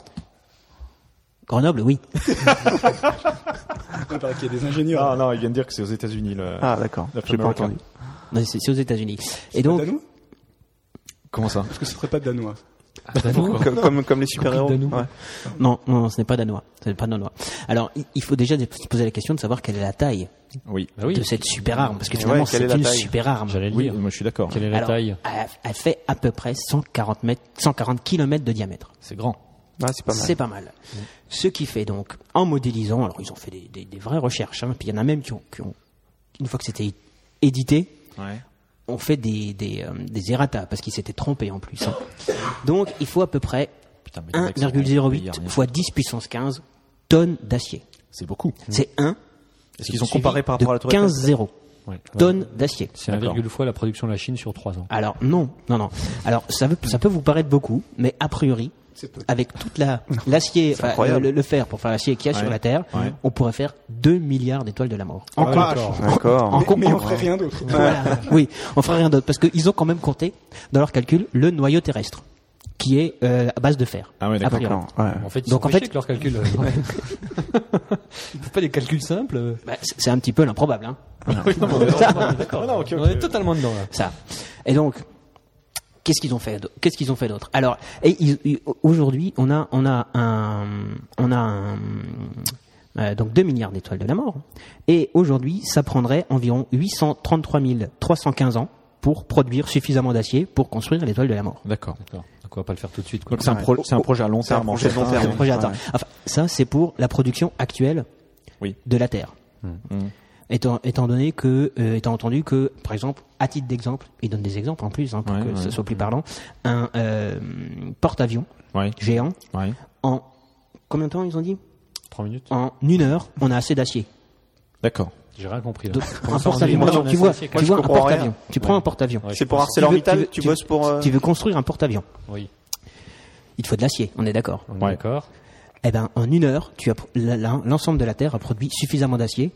F: Grenoble, oui.
E: Il paraît qu'il y a des ingénieurs.
B: Ah, Non, non, il vient de dire que c'est aux États-Unis. le-
C: Ah d'accord.
B: La
C: J'ai pas
B: America.
C: entendu.
F: Non, C'est c'est aux États-Unis. Et donc,
E: Danois
B: Comment ça
E: Parce que ce serait pas danois.
C: Comme, comme, comme les super héros.
G: Danou.
F: non, non, non, ce n'est pas danois. Ce n'est pas danois. Alors, il- il faut déjà se poser la question de savoir quelle est la taille
B: Ah Oui.
G: Bah oui.
F: de cette super arme, parce que
C: Ouais,
F: finalement,
C: quelle est
F: c'est
C: la
F: une
C: taille
F: super arme.
G: J'allais le
B: Oui,
G: dire.
B: moi je suis d'accord.
G: Quelle est la
F: Alors,
G: taille
F: elle, elle fait à peu près 140 mètres, 140 km de diamètre.
B: C'est grand.
C: Ouais, c'est pas mal.
F: C'est pas mal. Ce qui fait donc, en modélisant, alors ils ont fait des, des- des vraies recherches, hein, puis il y en a même qui ont, qui ont- une fois que c'était édité,
B: Ouais.
F: ont fait des, des, euh, des errata, parce qu'ils s'étaient trompés en plus. hein. Donc il faut à peu près
B: Putain, mais les mecs sont payés à
F: 1,08
B: rien.
F: fois 10 puissance 15 tonnes d'acier.
B: C'est beaucoup.
F: C'est 1
B: Mm. Est-ce qu'ils ont comparé par
F: de
B: rapport à la tour
F: 15 zéro
G: Ouais.
F: tonnes d'acier.
G: C'est 1,1 fois la production de la Chine sur 3 ans.
F: Alors non, non, non. Alors ça, veut- ça peut vous paraître beaucoup, mais a priori, avec toute la l'acier, enfin, le,
C: incroyable.
F: le- le fer pour faire l'acier qu'il y a sur la Terre,
B: Ouais.
F: on pourrait faire 2 milliards d'étoiles de la mort.
E: Ah,
F: En compte-
E: d'accord.
C: D'accord.
F: en compte-
E: Mais
F: en-
E: on ferait rien d'autre.
F: voilà. oui, on ferait rien d'autre parce qu'ils ont quand même compté dans leur calcul le noyau terrestre qui est euh, à base de fer.
B: Ah ouais,
F: a
B: d'accord.
F: priori.
C: D'accord, ouais.
G: En fait, ils
F: Donc,
G: sont
F: en fait-
G: fichés avec leurs calculs. ils font pas des calculs simples.
F: Bah, c'est c'est un petit peu l'improbable, hein,
G: D'accord. On est totalement dedans là.
F: ça. Et donc, qu'est-ce qu'ils ont fait d'au- Qu'est-ce qu'ils ont fait d'autre Alors, et ils- ils- aujourd'hui, on a, on a un, on a un, euh, donc 2 milliards d'étoiles de la mort. hein. Et aujourd'hui, ça prendrait environ 833 315 ans pour produire suffisamment d'acier pour construire l'étoile de la mort.
B: D'accord.
G: Donc on va pas le faire tout de suite. Quoi.
B: Donc c'est un, pro- c'est un projet à long
C: C'est un
B: terme. en
C: projet
B: fait. hein.
C: long terme.
F: C'est un projet à terme.
C: Ouais.
F: Enfin, ça, c'est pour la production actuelle
B: Oui.
F: de la Terre.
C: Hmm.
F: Étant, étant donné que, euh, étant entendu que, par exemple, à titre d'exemple, il donne des exemples en plus hein, pour
B: Ouais,
F: que ce
B: ouais.
F: soit plus parlant, un euh, porte-avions
B: Ouais.
F: géant
B: Ouais.
F: en combien de temps ils ont dit
G: 3 minutes.
F: En une heure, on a assez d'acier.
B: D'accord.
G: J'ai rien compris. Là.
F: Donc,
G: Pour
F: un
G: ça, on est-
F: porte-avions,
G: moi,
F: tu-
G: on est
F: tu vois,
G: associé,
F: tu
G: quoi.
C: je
F: vois un
C: comprends rien.
F: porte-avions. Tu prends un porte-avions.
G: Ouais,
C: C'est
G: je
C: pour
G: pense-
F: veux-
C: ArcelorMittal,
F: veux-
C: tu bosses pour. euh,
F: Tu veux construire un porte-avions.
G: Oui.
F: Il te faut de l'acier, on est d'accord.
G: On est
B: Ouais.
G: D'accord.
F: Eh ben, en une heure, tu as pro- la- la- l'ensemble de la Terre a produit suffisamment d'acier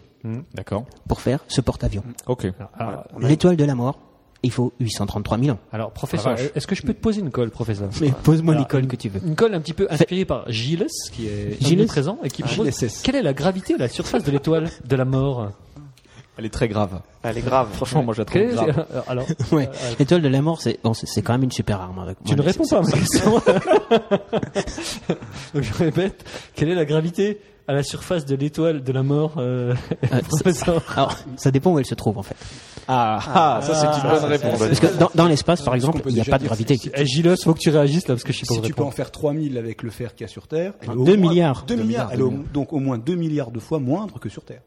B: D'accord.
F: pour faire ce porte-avions.
B: Ok.
G: Alors,
F: L'étoile de la mort, il faut 833 000 ans.
G: alors, professeur, est-ce que je peux te poser une colle, professeur
F: Mais pose-moi
G: Alors,
F: l'école que tu veux.
G: Une colle un petit peu inspirée par Gilles, qui est
F: Gilles
G: présent et qui propose
E: JLSS.
G: quelle est la gravité ou la surface de l'étoile de la mort
B: Elle est très grave.
C: Ah, Elle est grave.
B: Franchement, moi je la trouve
G: Quelle est- euh,
B: grave.
G: Alors,
F: Ouais. L'étoile de la mort, c'est bon, c'est- c'est quand même une super arme. hein, Avec
G: tu ne réponds pas à ma question. Donc, je répète, quelle est la gravité à la surface de l'étoile de la mort euh,
F: Euh,
G: professeur
F: Alors, ça dépend où elle se trouve en fait.
B: Ah, ah, ça c'est une bonne réponse.
F: Parce que dans, dans l'espace, par exemple,
E: peut
F: il n'y a
E: déjà
F: pas de
E: dire,
F: gravité.
G: Eh, Gilles, faut que tu réagisses là parce que je sais pas
E: Si
G: vous
E: tu peux en
G: répondre.
E: faire 3000 avec le fer qu'il y a sur Terre, elle est
F: Enfin,
E: au
F: 2
E: moins-
F: milliards.
E: 2
F: 2
E: milliards,
F: milliards,
E: elle est au-
F: 2 milliards.
E: donc au moins 2 milliards de fois moindre que sur Terre.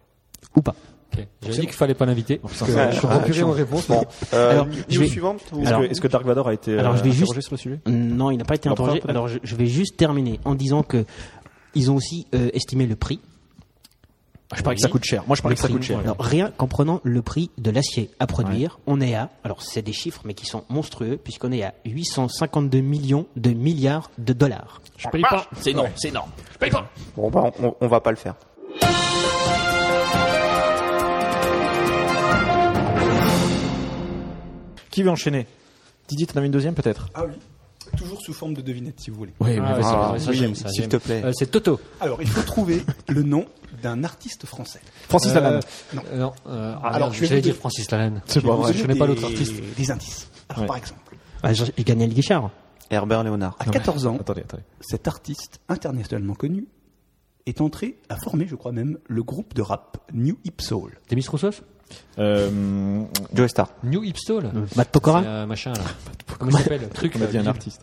F: Ou pas.
G: Ok. J'avais dit qu'il fallait pas l'inviter. parce que Je suis repuré en réponse.
C: Bon, euh,
F: Alors,
C: news
F: je vais-
C: suivante ou-
B: Est-ce
F: Alors-
B: que, est-ce que Dark Vador a été
F: Alors, je vais
B: euh,
F: juste-
B: interrogé sur le sujet
F: Non, il n'a pas été
B: L'empereur,
F: interrogé.
B: peut-être
F: Alors, je, je vais juste terminer en disant que ils ont aussi euh, estimé le prix.
B: Je parie que ça coûte cher. Moi je parie que ça
F: prix.
B: coûte cher.
F: Alors, rien qu'en prenant le prix de l'acier à produire, on est à. Alors, c'est des chiffres, mais qui sont monstrueux, puisqu'on est à 852 millions de milliards de dollars.
G: Je paye pas.
B: Ah, C'est énorme, c'est énorme.
C: Bon, bah, on, on va pas le faire.
B: Qui veut enchaîner Didier, t'en avais une deuxième peut-être
E: Ah oui. Toujours sous forme de devinette, si vous voulez.
B: Oui,
G: Ah,
C: vas-y,
G: ça,
C: vas-y,
G: ça, j'aime ça,
C: s'il
G: j'aime.
C: te plaît.
G: Euh, c'est Toto.
E: Alors, il faut trouver le nom d'un artiste français.
B: Francis
G: Euh,
B: Lalanne.
E: Non.
G: euh, non, euh, ah,
E: Alors,
G: merde,
E: je vais
G: j'allais
E: vous
G: dire
E: dire-
G: Francis Lalanne.
B: C'est pas
E: Vous
B: vrai.
E: avez
G: je connais pas
E: des-
G: l'autre artiste.
E: Des indices. Alors,
B: Ouais.
E: par exemple,
F: Ah, je- J'ai gagné le Guichard.
C: Herbert Léonard.
E: à 14 ans,
B: Attendez, attendez.
E: cet artiste internationalement connu est entré à former, je crois même, le groupe de rap New Hip Soul.
G: Demis Rousseff
B: Euh,
C: Joe Star.
G: New Hip Soul
F: Matt
G: C'est
F: Pokora
G: euh, machin là. Comment il s'appelle le Truc.
B: on a dit
G: euh,
B: un artiste.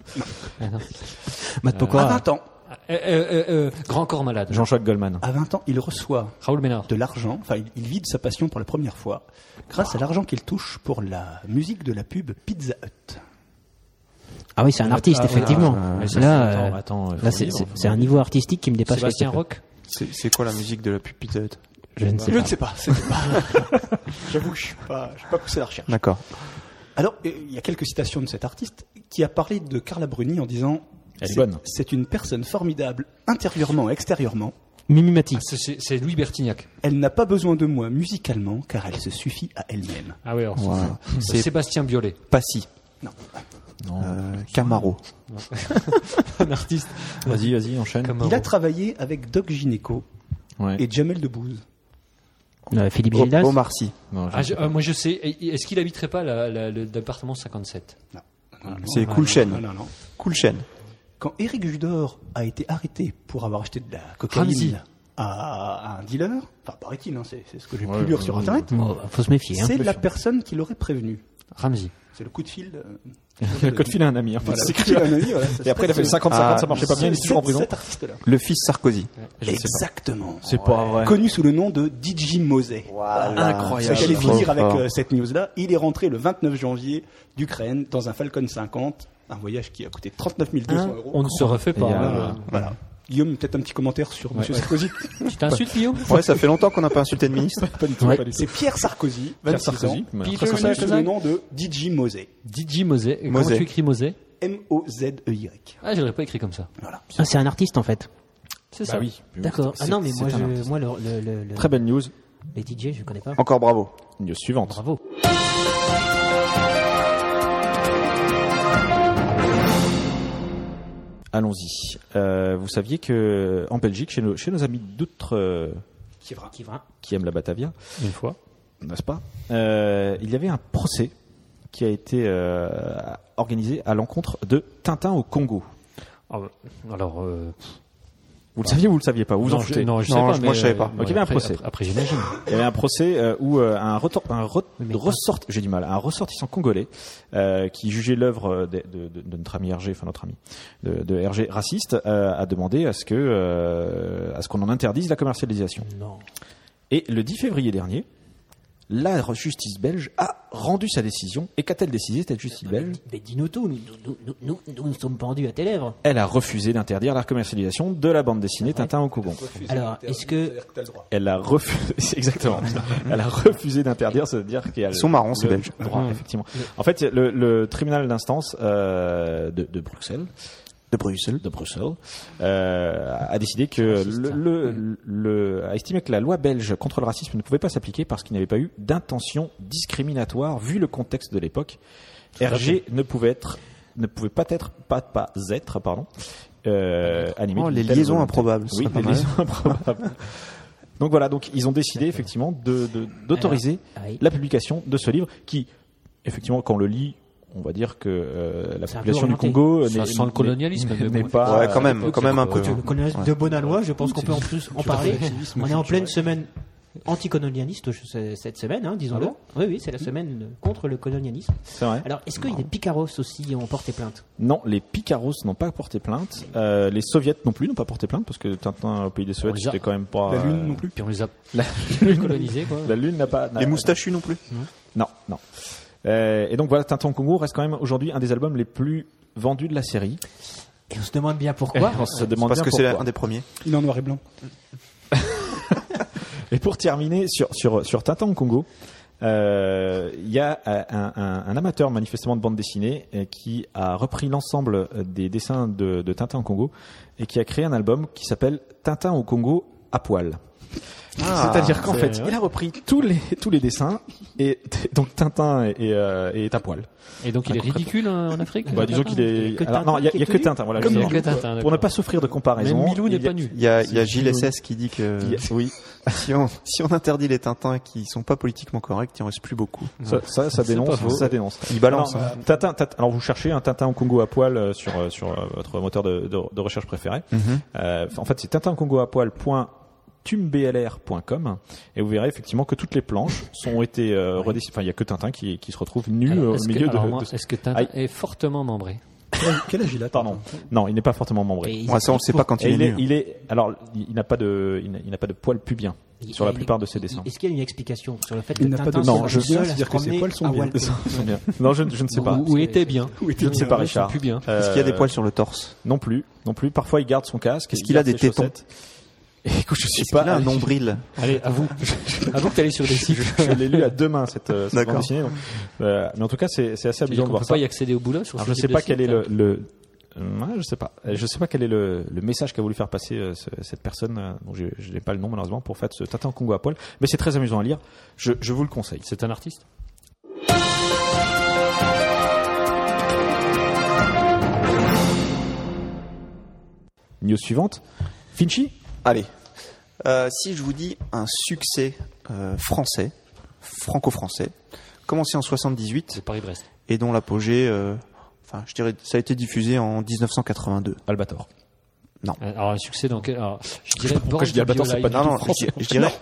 F: Matt
E: À
F: Pokora.
E: 20 ans,
G: Euh, euh, euh, euh, grand corps malade.
B: Jean-Jacques Goldman.
E: à 20 ans, il reçoit
G: Raoul Ménard.
E: de l'argent, enfin, il- il vide sa passion pour la première fois, grâce à l'argent qu'il touche pour la musique de la pub Pizza Hut.
F: Ah oui, c'est un artiste,
G: Ah, ouais,
F: effectivement.
G: ouais, ouais.
F: Là,
G: Attends,
F: euh,
G: attends, euh, faut
F: là, c'est-
G: le dire,
F: c'est
G: faut
F: c'est un niveau artistique qui me dépasse.
G: Sébastien
F: les steppes.
G: Rock.
C: C'est c'est quoi la musique de la pub Pizza Hut
F: Je ne sais
E: Je
F: pas.
E: ne sais pas, c'est pas. J'avoue que je suis pas, je suis pas poussé à la recherche.
C: D'accord.
E: Alors, euh, il y a quelques citations de cet artiste qui a parlé de Carla Bruni en disant
B: Elle est
E: C'est-
B: bonne.
E: C'est une personne formidable intérieurement et extérieurement.
F: Mimimati.
G: Ah, c'est- c'est c'est Louis Bertignac.
E: Elle n'a pas besoin de moi musicalement car elle se suffit à elle-même.
G: Ah oui, alors, ça,
C: Voilà.
G: c'est
C: C'est
G: Sébastien Biolay.
C: Passy.
E: Non.
C: Euh, Camaro.
G: un artiste.
B: Vas-y, vas-y, enchaîne.
G: Comme
E: Il a travaillé avec Doc Gineco
B: Ouais.
E: et Jamel Debbouze.
F: Euh, Philippe
C: O-
F: Gildas.
C: Omar Sy.
B: Non, je-
G: Ah, je- euh, moi je sais. Et- et- Est-ce qu'il habiterait pas la- la- le l'appartement 57
E: Non. Non, non,
C: C'est
E: non,
C: Cool
E: non,
C: Chain.
E: non, non, non.
C: Cool chaîne.
E: Quand Eric Judor a été arrêté pour avoir acheté de la cocaïne
G: Ramsey.
E: à, à un dealer, enfin paraît-il, hein, c'est c'est ce que j'ai
B: Ouais,
E: pu lire
B: ouais,
E: sur
B: ouais,
E: Internet,
F: Bon, faut se méfier. Hein.
E: c'est la personne qui l'aurait prévenu.
G: Ramsey.
E: C'est le coup de fil. euh,
B: Le code fil à un ami. en fait.
E: Voilà,
B: C'est
E: le coup de
B: clair.
E: fil à un ami, voilà, ça
B: Et
E: se
B: après, il a fait
E: passe-
B: 50-50,
C: Ah,
B: ça marchait pas bien, il est toujours en prison.
E: Cet artiste-là.
C: Le fils Sarkozy.
E: Exactement.
B: C'est pas vrai.
E: Connu sous le nom de DJ Mosey.
B: Incroyable.
E: J'allais
C: Trop
E: finir avec
C: fort.
E: euh, cette news-là. Il est rentré le 29 janvier d'Ukraine dans un Falcon 50, un voyage qui a coûté 39 200 euros. Euh,
G: On ne se refait pas.
B: Et,
G: hein.
E: Voilà. Guillaume, peut-être un petit commentaire sur Monsieur Sarkozy.
G: Tu t'insultes, Guillaume
C: Ouais, ça fait longtemps qu'on n'a pas insulté de ministre.
F: Ouais.
E: C'est Pierre Sarkozy, 26
B: Sarkozy,
E: ans,
B: Pierre
E: connu
G: Sarkozy.
E: sous le nom de DJ Mosey.
G: DJ Mosé. Comment
C: Mosey.
G: tu écris Mosé
E: M-O-Z-E-Y.
G: Ah, je l'aurais pas écrit comme ça.
E: Voilà.
F: Ah, c'est un artiste en fait.
G: C'est ça.
B: Bah oui.
F: D'accord. Ah
B: C'est-
F: non, mais
B: c'est
F: moi,
B: un
F: je,
B: artiste.
F: moi le, le, le- le-
B: Très belle news.
F: les DJ, je connais pas.
C: Encore bravo.
B: News suivante.
G: Bravo.
B: Allons-y. Euh, vous saviez que en Belgique, chez nos, chez nos amis d'outre euh,
F: Kivra.
B: qui aiment la Batavia,
G: Une fois.
B: n'est-ce pas Euh, Il y avait un procès qui a été euh, organisé à l'encontre de Tintin au Congo.
G: Ah ouais. Alors, euh,
B: Vous le saviez ou vous le saviez pas Vous vous en
G: non, je,
B: foutez
G: non, je sais
C: Non,
G: pas.
C: je-
G: mais,
C: moi, je savais pas.
G: euh,
B: Donc, il y avait un
G: après-
B: procès.
G: Après, j'imagine.
B: Il y avait un procès euh, où euh, un, retor- un re- ressort- j'ai du mal, un ressortissant congolais euh, qui jugeait l'œuvre euh, de, de- de- de notre ami Hergé, enfin notre ami de, de Hergé raciste, euh, a demandé à ce que euh, à ce qu'on en interdise la commercialisation.
F: Non.
B: Et le 10 février dernier, la re- justice belge a rendu sa décision. Et qu'a-t-elle décidé cette justice belge
F: Mais dis-nous tout, nous, nous, nous, nous, nous ne sommes pendus à tes lèvres.
B: Elle a refusé d'interdire la commercialisation de la bande dessinée Tintin au Coubon.
F: Alors, est-ce que-
E: T'as le droit.
B: Elle a refusé, exactement. Elle a refusé d'interdire, ça veut dire qu'il y a
C: Mhm. Ils sont marrants, ces
B: le
C: Belges. Mhm.
B: droit, effectivement. En fait, le, le tribunal d'instance euh, de, de Bruxelles,
C: De Bruxelles.
B: de Bruxelles, euh, a décidé que le, le, le- a estimé que la loi belge contre le racisme ne pouvait pas s'appliquer parce qu'il n'y avait pas eu d'intention discriminatoire vu le contexte de l'époque. RG ne pouvait être, ne pouvait pas être, pas pas être, pardon. Euh, animé
C: Oh,
B: d'une
C: les
B: telle
C: liaisons
B: volonté.
C: improbables, ce
B: Oui,
C: serait pas
B: les
C: mal.
B: liaisons improbables. Donc voilà, donc ils ont décidé effectivement de- de- d'autoriser
C: ah
F: Alors, oui.
B: la publication de ce livre qui, effectivement, quand on le lit, on va dire que euh, la
F: C'est un
B: population
F: peu
B: du
F: orienté.
B: Congo
G: Ça
B: n'est-
G: sent le
B: n'est-
G: colonialisme, mais
B: n'est
G: bon.
B: pas
C: Ouais, quand même,
G: l'époque,
C: quand même un
G: c'est
C: peu.
F: Tu le connais de Bonalois, je pense qu'on peut en plus en parler. On est en pleine semaine anticolonialiste je sais, cette semaine, hein, disons-le. oui, oui, c'est la semaine euh, contre le colonialisme.
B: C'est vrai.
F: Alors, est-ce que les Picaros aussi ont porté plainte
B: Non, les Picaros n'ont pas porté plainte. Euh, les Soviets non plus n'ont pas porté plainte parce que Tintin au pays des
G: On
B: Soviets
G: les a-
B: c'était quand même pas.
E: La
B: euh,
E: lune non plus.
G: Puis on les a
B: La,
G: colonisés, quoi.
B: la lune n'a pas. n'a-
C: Les moustachus non plus.
B: Non, non. Euh, et donc voilà, Tintin au Congo reste quand même aujourd'hui un des albums les plus vendus de la série.
F: Et on se demande bien pourquoi.
B: On se
C: C'est
B: demande
C: Parce
B: bien
C: que c'est
B: pourquoi.
C: un des premiers.
E: Il est en noir et blanc.
B: Et pour terminer sur, sur, sur Tintin au Congo, euh, il y a euh, un, un- un amateur manifestement de bande dessinée euh, qui a repris l'ensemble euh, des dessins de, de Tintin au Congo et qui a créé un album qui s'appelle Tintin au Congo à poil.
C: Ah.
B: C'est-à-dire qu'en fait, il a repris tous les, tous les dessins et donc Tintin est, est, euh, est à poil.
G: Et donc, il est ridicule hein, en Afrique
B: Bah, disons qu'il
F: Il y a
B: est.
F: que
B: alors, non, il y a,
F: Tintin
B: il y a
F: qui est
B: que
F: nu.
B: Tintin, voilà.
G: Comme
B: je
G: il
B: veux
G: y a
B: dire.
G: que Tintin,
B: Pour ne
G: d'accord.
B: pas souffrir de comparaison.
G: Même Milou
B: il y
G: n'est
B: a-
G: pas nu.
C: Il y a, il y a
B: C'est
C: Gilles SS qui dit que
B: il y a- Oui,
C: si, on, si on interdit les Tintins qui sont pas politiquement corrects, il en reste plus beaucoup.
B: ça, ça, ça dénonce.
G: faux.
B: Ça dénonce.
C: Ils balancent.
B: Non,
C: hein.
B: euh, Tintin, Tintin- alors vous cherchez un Tintin au Congo à poil euh, sur euh, sur euh, votre moteur de, de, de recherche préféré.
C: Mhm.
B: Euh, en fait, c'est tintincongoapoil.tumblr.com et vous verrez effectivement que toutes les planches sont été euh, redessinées. Enfin, il y a que Tintin qui, qui se retrouve nu
G: Alors,
B: euh, au
G: est-ce que-
B: milieu de,
G: alors, moi,
B: de-
G: Est-ce que Tintin
B: Aïe.
G: est fortement membré
E: Quel âge il a
B: Pardon. Non, il n'est pas fortement membré.
F: Et ils-
C: Ouais, ça, on le sait pas quand
B: Et
C: euh, il
B: il
C: est
B: est,
C: nu.
B: il est, alors, il il n'a pas de, il n'a- il n'a pas de poil pubien
F: ils-
B: sur la
F: ils-
B: plupart de ses dessins.
F: Est-ce qu'il y a une explication sur le fait que
E: Il n'a pas
F: Tintin
E: de
B: Non,
F: soit
B: je-
F: le seul à
E: c'est-à-dire
F: se
E: que ses
F: promener
E: poils sont
F: à
E: bien.
F: Walpole
B: Non, je, je ne sais pas.
G: Ou- Ou était bien
B: Je ne sais pas,
G: Ils sont
B: Richard.
G: plus bien.
C: Est-ce qu'il y a des
B: Euh,
C: poils sur le torse
B: Non plus, non plus. Parfois, il garde son casque.
C: Est-ce
B: il
C: qu'il a
B: garde
C: des
B: ses
C: tétons
B: chaussettes. Écoute, je suis
C: Est-ce
B: pas
C: qu'il a un
B: allé-
C: nombril
G: Allez, à vous. À vous que t'allais sur des sites.
B: je l'ai lu à deux mains cette, euh, cette
C: D'accord.
B: bande dessinée. donc, euh, mais en tout cas, c'est c'est assez
G: Tu dis
B: amusant de
G: qu'on
B: voir
G: peut
B: ça.
G: pas y accéder au boulot sur
B: Alors,
G: ce
B: je
G: type
B: sais
G: de
B: pas
G: site,
B: quel est
G: hein.
B: le, le- Euh, ouais, je sais pas. Euh, Je sais pas quel est le, le message qu'a voulu faire passer euh, ce- cette personne. euh, bon, j'ai- je n'ai pas le nom malheureusement pour faire ce Tintin au Congo à poil, mais c'est très amusant à lire. Je, je vous le conseille.
G: C'est un artiste
B: News suivante. Finchi,
C: Allez. Euh, si je vous dis un succès euh, français, franco-français, commencé en 78
G: C'est Paris-Brest.
C: et dont l'apogée, euh, enfin, je dirais, ça a été diffusé en 1982.
G: Ah,
B: Albator.
G: Alors, un succès dans quel. Alors, je dirais.
B: pourquoi je dis Albator, c'est pas
C: Non, non, je, dirais- je dirais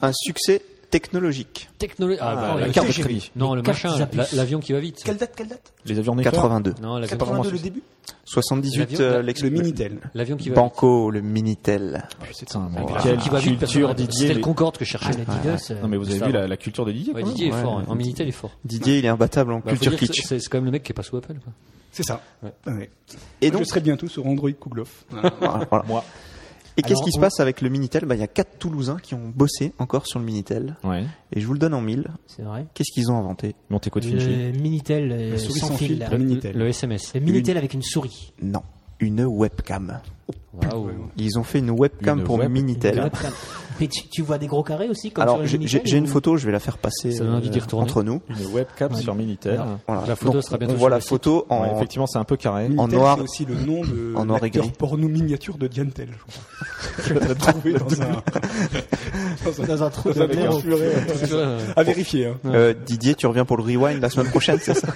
C: un succès technologique.
G: Technologie. Ah, bah,
B: la
G: le
B: carte de
G: TGV.
B: crédit.
G: Non, le
F: Les cartes
G: machin,
F: qui
G: la-
F: appuient.
G: l'avion qui va vite.
E: Quelle date, quelle date
B: Les avions de
C: 82.
G: Non, l'avion
E: 82 le début
C: 78,
G: L'avion,
C: euh,
G: la-
C: l'ex-
E: Le Minitel.
G: L'avion oh, qui va vite.
C: Banco, le Minitel.
B: Ah, Putain, mais
G: L'avion
B: quelle
G: qui va vite,
B: culture
G: personne-
B: Didier.
G: C'était
B: les-
G: le Concorde que je cherchais.
F: Ah, la Didos, euh,
B: Non mais vous avez
G: Ça
B: vu
G: va.
B: la, la culture de Didier.
G: Ouais,
B: quand même.
G: Didier est
C: ouais,
G: fort. hein.
C: ouais.
G: En Minitel, il est fort.
C: Didier, il est imbattable en
G: Bah, faut
C: culture
G: dire que
C: kitsch.
G: C'est c'est quand même le mec qui est pas sous Apple. quoi.
E: C'est ça.
G: Ouais.
E: Ouais.
C: Et
E: je
C: donc,
E: serai bientôt sur Android Kougloff.
C: voilà, voilà.
B: Moi.
C: Et qu'est-ce
G: Alors,
C: qui se
G: on-
C: passe avec le Minitel Bah, Il y a quatre Toulousains qui ont bossé encore sur le Minitel.
B: Ouais.
C: Et je vous le donne en mille.
F: C'est vrai.
C: Qu'est-ce qu'ils ont inventé
B: Mais on t'écoute Finchi.
F: Le Minitel euh,
E: souris
F: sans
E: sans
F: fil.
E: fil
F: là.
E: pour
F: Le
E: Minitel.
G: Le SMS.
F: Minitel avec une souris.
C: Non. une webcam.
G: Waouh.
C: Ils ont fait une webcam
B: Une
C: pour
B: web-
C: Minitel.
F: Ah, putain. Mais tu, tu vois des gros carrés aussi comme
C: Alors
F: sur
C: j'ai- j'ai
F: Minitel,
C: j'ai
F: ou-
C: une photo, je vais la faire passer
G: Ça donne envie d'y
C: euh,
G: retourner.
C: entre nous.
B: Une webcam sur Minitel.
C: Voilà.
G: La photo
C: Donc,
G: sera
C: on
G: bientôt
C: voit
G: sur
C: la
G: le site.
C: photo en
B: Ouais, effectivement, c'est un peu carré.
E: Minitel,
C: noir-
E: C'est aussi le nom de
C: en noir et
E: l'acteur
C: gris.
E: porno miniature de Diantel. Je l'ai trouvé dans un dans un-
F: dans un trou
E: dans
F: de
E: un trou
F: merde.
E: purée.
G: Tu vois, euh,
E: À vérifier. hein.
C: Euh, Didier, tu reviens pour le rewind la semaine prochaine, c'est ça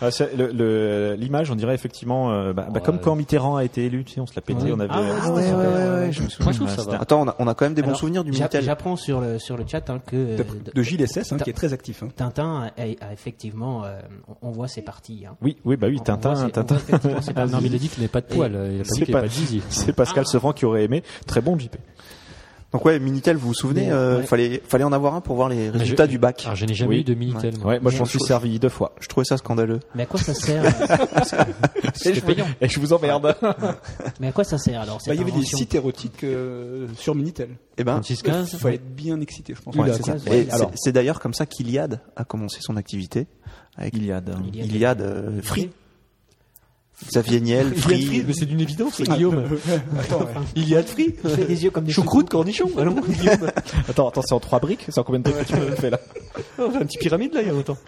B: Ah, c'est- le- le- L'image, on dirait effectivement, euh, bah, bah,
G: Ouais.
B: comme quand Mitterrand a été élu, tu sais, on se l'a pété,
G: Ouais.
B: on avait. euh,
F: Ah ouais, ouais, ouais, ouais, je me
G: Moi, je trouve ça va.
C: Attends, on a, on a quand même des bons
F: Alors,
C: souvenirs du
F: j'a-
C: Minitel.
F: J'apprends sur le sur le chat hein, que euh,
E: De- De JLSS, hein, qui est très actif. hein.
F: Tintin a, a- a effectivement, euh, on on voit ses parties. hein.
B: Oui, oui, bah oui,
F: On- on voit
B: Tintin,
F: ses-
B: Tintin.
F: on voit effectivement ses
G: Ah,
F: parties.
G: non, mais il a dit qu'il n'avait pas de poil. Il a pas dit
B: C'est
G: qu'il n'avait
B: pas-
G: pas de zizi.
B: C'est Pascal Sevran qui aurait aimé. Très bon JP.
C: Donc ouais, Minitel, vous vous souvenez,
F: Mais,
C: euh,
F: ouais.
C: fallait, fallait en avoir un pour voir les
G: Mais je-
C: résultats du bac.
G: Alors, je n'ai jamais
B: Oui.
G: eu de Minitel. moi.
B: Ouais, moi je
C: Mais
B: m'en
C: je
B: suis
C: trouve-
B: servi deux fois.
C: Je trouvais ça scandaleux.
F: Mais à quoi ça sert euh,
G: C'était payant.
B: Et je vous emmerde.
F: Mais à quoi ça sert alors
E: Bah,
F: cette
E: Il y avait des
F: invention
E: sites érotiques euh, sur Minitel.
C: Eh ben,
G: 6-15.
E: Il fallait être bien excité, je pense.
C: ouais,
F: la
C: c'est ça.
F: case,
C: Et
F: ouais.
C: c'est- c'est d'ailleurs comme ça qu'Iliade a commencé son activité avec
B: Iliade. hein.
F: Il y a des-
C: Iliade euh, Free, Xavier Niel
G: Iliade
C: Free.
G: mais c'est d'une évidence, Guillaume.
E: Attends, ouais.
G: Iliade Free.
F: Je fais des yeux comme des
G: Choucroute, cornichon. Allons, Guillaume.
B: Attends, attends, c'est en trois briques C'est en combien de briques que tu me le fais là
G: On fait un petit pyramide, là, il y a longtemps.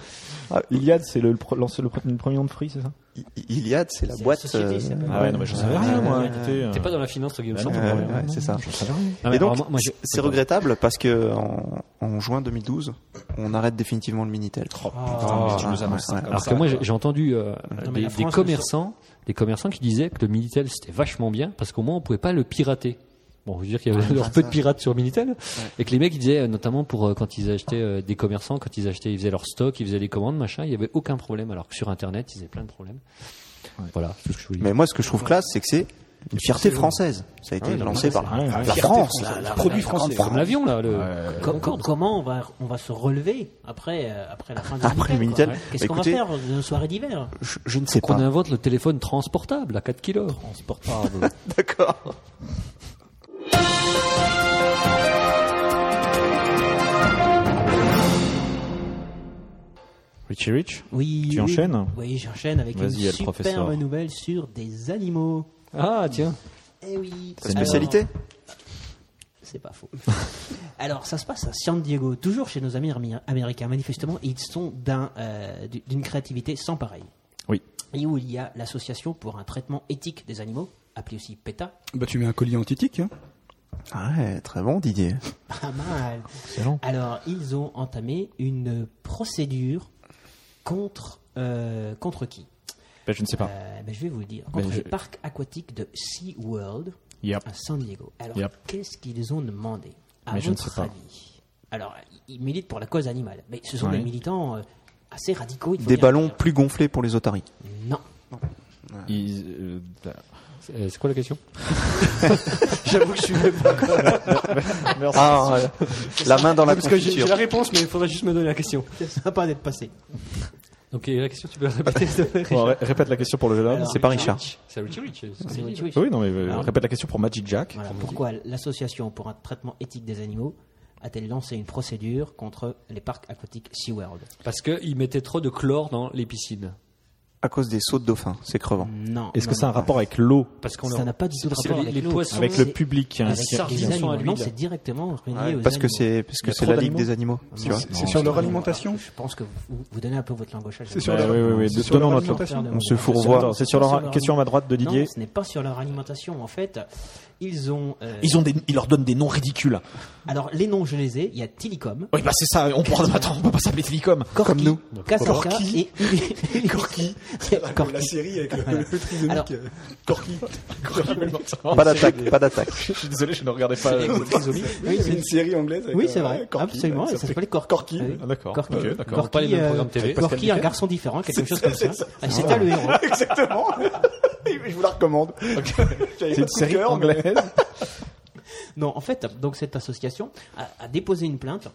B: Iliade, c'est le, le, pro- lance- le pro- le premier nom de Free, c'est ça
C: I- I- Iliade, c'est la
F: C'est la
C: boîte. euh,
F: société, ça s'appelle.
B: Ah ouais, non, mais j'en savais rien, moi. Écoutez, euh,
G: T'es pas dans la finance, toi, Guillaume.
B: Bah
G: ça,
B: non,
G: t'en
C: euh,
G: comprends rien.
C: ouais, c'est ça.
B: j'en savais rien.
G: Ah, mais
C: Et donc,
G: alors, moi, moi, je-
C: c'est regrettable parce que en, en juin 2012, on arrête définitivement le Minitel.
B: mais tu nous annonces ça
C: ouais.
B: comme
G: Alors que moi, j'ai- j'ai entendu euh,
F: mais
G: des,
F: la
G: des
F: France,
G: commerçants, des commerçants qui disaient que le Minitel c'était vachement bien parce qu'au moins on pouvait pas le pirater. Bon, je veux dire qu'il y avait alors peu de pirates sur Minitel et que les mecs ils disaient euh, notamment pour euh, quand ils achetaient euh, des commerçants, quand ils achetaient, ils faisaient leur stock, ils faisaient les commandes, machin, il y avait aucun problème. Alors que sur Internet, ils avaient plein de problèmes. Voilà, c'est tout ce que je voulais dire.
C: Mais moi, ce que je trouve classe, c'est que c'est une fierté française. Ça a été lancé par
B: ouais, ouais.
C: la
B: Fierté
C: France,
E: française,
C: la- la-
E: produit
C: la grande
E: français.
C: France.
G: Comme l'avion là, le...
F: Com- com- comment on va, on va se relever après, euh, après la fin du
C: Après le
F: Minitel,
C: Minitel.
F: quoi Qu'est-ce
C: Bah,
F: qu'on
C: écoutez-
F: va faire de nos soirées d'hiver
C: Je, je ne sais
G: qu'on
C: pas.
G: invente le téléphone transportable à 4 kilos. Transportable.
C: D'accord.
B: Richie Rich
F: Oui,
B: Tu
F: oui.
B: enchaînes
F: Oui, j'enchaîne avec une
B: Vas-y, elle,
F: superbe
B: professeur.
F: nouvelle sur des animaux.
G: ah tiens,
F: Eh oui.
C: Ta spécialité
F: C'est pas faux. Alors, ça se passe à San Diego, toujours chez nos amis ami- américains. Manifestement, ils sont d'un, euh, du- d'une créativité sans pareille.
B: Oui.
F: Et où il y a l'association pour un traitement éthique des animaux, appelée aussi PETA.
E: Bah, tu mets un collier antitique. Hein.
C: Ah ouais, très bon Didier.
F: Pas mal. Alors, ils ont entamé une procédure contre, euh, contre qui
B: Ben, Je ne sais pas.
F: Euh, ben, Je vais vous le dire. Contre
B: je-
F: le parc aquatique de SeaWorld
B: Yep.
F: à San Diego. Alors,
B: Yep.
F: qu'est-ce qu'ils ont demandé à
B: Mais je ne
F: votre
B: sais pas.
F: avis Alors, ils militent pour la cause animale, mais ce sont
B: Ouais.
F: des militants euh, assez radicaux. il faut
C: Des
F: bien
C: ballons
F: le dire.
C: plus gonflés pour les otaries.
F: Non.
B: Ils, euh,
G: c'est euh, c'est quoi la question
C: J'avoue que je suis même pas Ah, euh, la main dans la confiture.
G: réponse, mais il faudrait juste me donner la question.
F: C'est sympa d'être passé.
G: Donc et la question, tu peux la répéter
B: bon, ré- répète la question pour le jeune homme.
F: Alors,
C: C'est pas Richard.
G: C'est Richie Rich. Ah, c'est ce que
F: C'est
G: je dis.
F: Rich Rich.
B: Oui, non, mais euh, répète la question pour Magic Jack.
F: Voilà, pourquoi l'association pour un traitement éthique des animaux a-t-elle lancé une procédure contre les parcs aquatiques SeaWorld
G: Parce qu'ils mettaient trop de chlore dans les piscines.
C: À cause des sauts de dauphins, c'est crevant.
F: Non.
B: Est-ce que
F: non,
B: c'est un
F: non.
B: rapport avec l'eau,
G: Parce qu'on
F: Ça
G: leur-
F: n'a pas du tout de
G: parce que
F: rapport
G: les,
F: avec
G: les
F: l'eau.
G: poissons.
B: avec le public hein,
F: Les
B: qui-
G: sardines
B: qui-
G: sont
F: animaux,
G: à
F: Non,
G: l'huile.
F: c'est directement relié aux
C: Parce que
F: animaux.
C: c'est parce
B: Il y
C: que
B: a
C: c'est
B: trop
C: la ligue
B: d'animaux
C: des animaux.
F: Ah,
C: tu vois.
E: C'est sur leur alimentation
F: Je pense que vous, vous donnez un peu votre langage.
E: C'est sur
B: Ouais,
E: leur
B: oui, oui, oui.
E: c'est sur
B: Donnons
E: leur
B: notre-
E: alimentation.
C: On se fout
B: Attends,
C: revoir.
B: C'est sur
F: Sur
B: leur
F: leur-
B: question à ma droite de Didier.
F: Non, ce n'est pas sur leur alimentation. En fait, ils ont. euh,
B: ont des, ils leur donnent des noms ridicules.
F: Alors, les noms, je les ai. Il y a Tilicom,
B: Oui, bah c'est ça. On prend, attends, on peut pas s'appeler Télécom.
F: Corky,
C: nous.
F: Casablanca
E: Corky.
F: et Corky. Corky.
E: La série avec le,
F: Voilà.
E: le trisomique,
F: Alors-
E: euh, Corky.
C: Pas d'attaque, pas d'attaque.
B: Je suis désolé, je ne regardais pas. euh,
E: Oui, c'est une série anglaise. avec,
F: Oui, c'est
E: euh,
F: vrai.
E: Corky.
F: Absolument.
E: Ouais, ça
F: Ça
E: fait-
F: s'appelait Corky.
E: Corky.
F: Ah oui.
B: Ah, d'accord.
F: Corky.
B: Ok, d'accord.
F: Corky,
G: Pas les mêmes
F: euh,
G: programmes TV.
F: Corky, un garçon différent, quelque chose comme ça. Ah, C'était le héros.
E: Exactement. Je vous la recommande.
B: C'est une série anglaise.
F: Non, en fait, donc cette association a, a déposé une plainte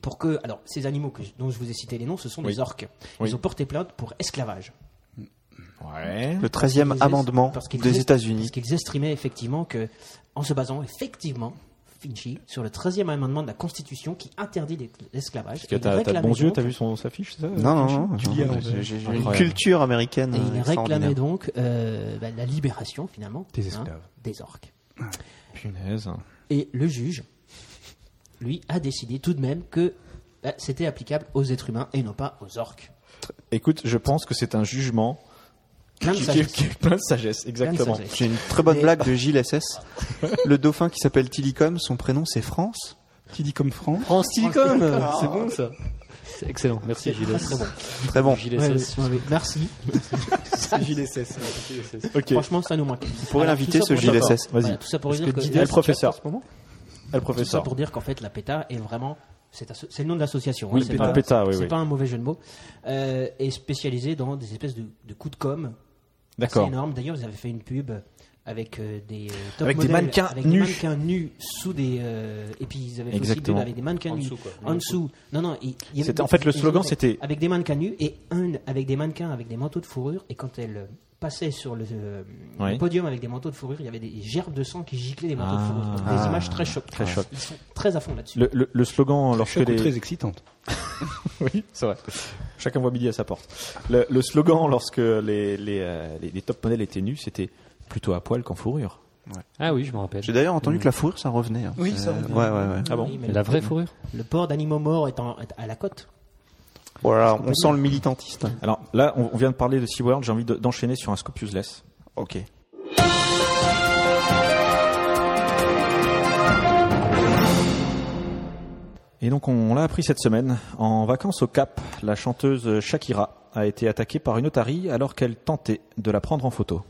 F: pour que, alors, ces animaux que je- dont je vous ai cité les noms, ce sont
B: Oui.
F: des orques.
B: Oui.
F: Ils ont porté plainte pour esclavage.
B: Ouais.
C: Le 13e
F: Ils-
C: amendement
F: parce qu'ils-
C: des
F: parce
C: États-Unis.
F: qu'ils estimaient effectivement que, en se basant effectivement Finchi sur le 13e amendement de la Constitution qui interdit l'esclavage.
B: Parce que t'as t'as de bons yeux, t'as vu son, sa fiche, c'est ça
C: Non, non, non.
E: Tu lis Euh, à
C: non,
E: l'envers.
C: j'ai- j'ai- j'ai une
B: Incroyable.
C: culture américaine.
F: Et
C: euh,
F: il réclamait
C: extraordinaire.
F: donc euh, bah, la libération finalement
E: Des
F: hein,
E: esclaves.
F: des orques.
B: Punaise.
F: Et le juge, lui, a décidé tout de même que bah, c'était applicable aux êtres humains et non pas aux orques.
B: Écoute, je pense que c'est un jugement
F: Plein de
B: qui,
F: sagesse.
B: qui- qui est plein de sagesse,
F: Plein de
B: exactement.
F: sagesse.
C: J'ai une très bonne
F: Et-
C: blague de Gilles SS. le dauphin qui s'appelle Tillicum, son prénom c'est France.
E: Qui dit comme France
G: France Telecom, c'est bon ça. C'est excellent, merci Gilles. Très bon.
C: Très bon.
G: Gilles
F: Ouais,
G: SS.
F: ouais, ouais, Merci.
E: JDSS.
B: Ok.
F: Franchement, ça nous manque. Vous
C: pourrez l'inviter, ce Gilles
B: D'accord,
C: SS.
B: Vas-y.
F: Voilà, tout ça pour
B: Parce
F: dire que-
B: Didier est le professeur. Elle le
F: Tout ça
B: professeur.
F: pour dire qu'en fait, la PETA est vraiment. C'est asso- c'est le nom de l'association. hein,
B: Oui,
F: c'est
B: la
F: pas-
B: PETA, oui,
F: C'est
B: oui.
F: pas un mauvais jeu de mots. Euh, est spécialisée dans des espèces de, de coups de com. Bah, C'est
B: D'accord.
F: énorme. D'ailleurs, ils avaient fait une pub avec euh, des euh, top
B: Avec des
F: modèles,
B: mannequins
F: avec
B: nus.
F: des mannequins nus sous des. euh, et puis ils avaient fait aussi une pub
B: Exactement.
F: avec des mannequins
G: En
F: nus
G: dessous, quoi.
F: en dessous. Non, non. il- il y avait-
B: C'était- en fait, le
F: ils
B: slogan,
F: avaient-
B: c'était-
F: avec des mannequins nus et un avec des mannequins avec des manteaux de fourrure. Et quand elle passait sur le, euh,
B: Ouais.
F: le podium avec des manteaux de fourrure, il y avait des gerbes de sang qui giclaient des manteaux de fourrure. Donc, Des
B: Ah.
F: images très chocs.
B: Très choc.
F: Ils sont très à fond là-dessus.
B: Le, le- le slogan lorsque
E: Choc ou
B: les
E: très excitante.
B: oui c'est vrai chacun voit midi à sa porte le, le slogan lorsque les les, euh, les- les top modèles étaient nus c'était plutôt à poil qu'en fourrure
G: Ah oui, je me rappelle.
C: J'ai d'ailleurs entendu que la fourrure ça revenait. hein.
E: Oui, ça
C: Euh,
E: revient.
C: Ouais, ouais, ouais.
B: Ah bon
F: Oui, mais
G: La
F: le-
G: vraie fourrure
F: Le port d'animaux morts est, en- est à la côte.
C: Voilà, on sent le militantiste.
B: alors là on, on vient de parler de SeaWorld j'ai envie de- d'enchaîner sur un scope useless
C: Ok.
B: Et donc on, on l'a appris cette semaine, en vacances au Cap, la chanteuse Shakira a été attaquée par une otarie alors qu'elle tentait de la prendre en photo.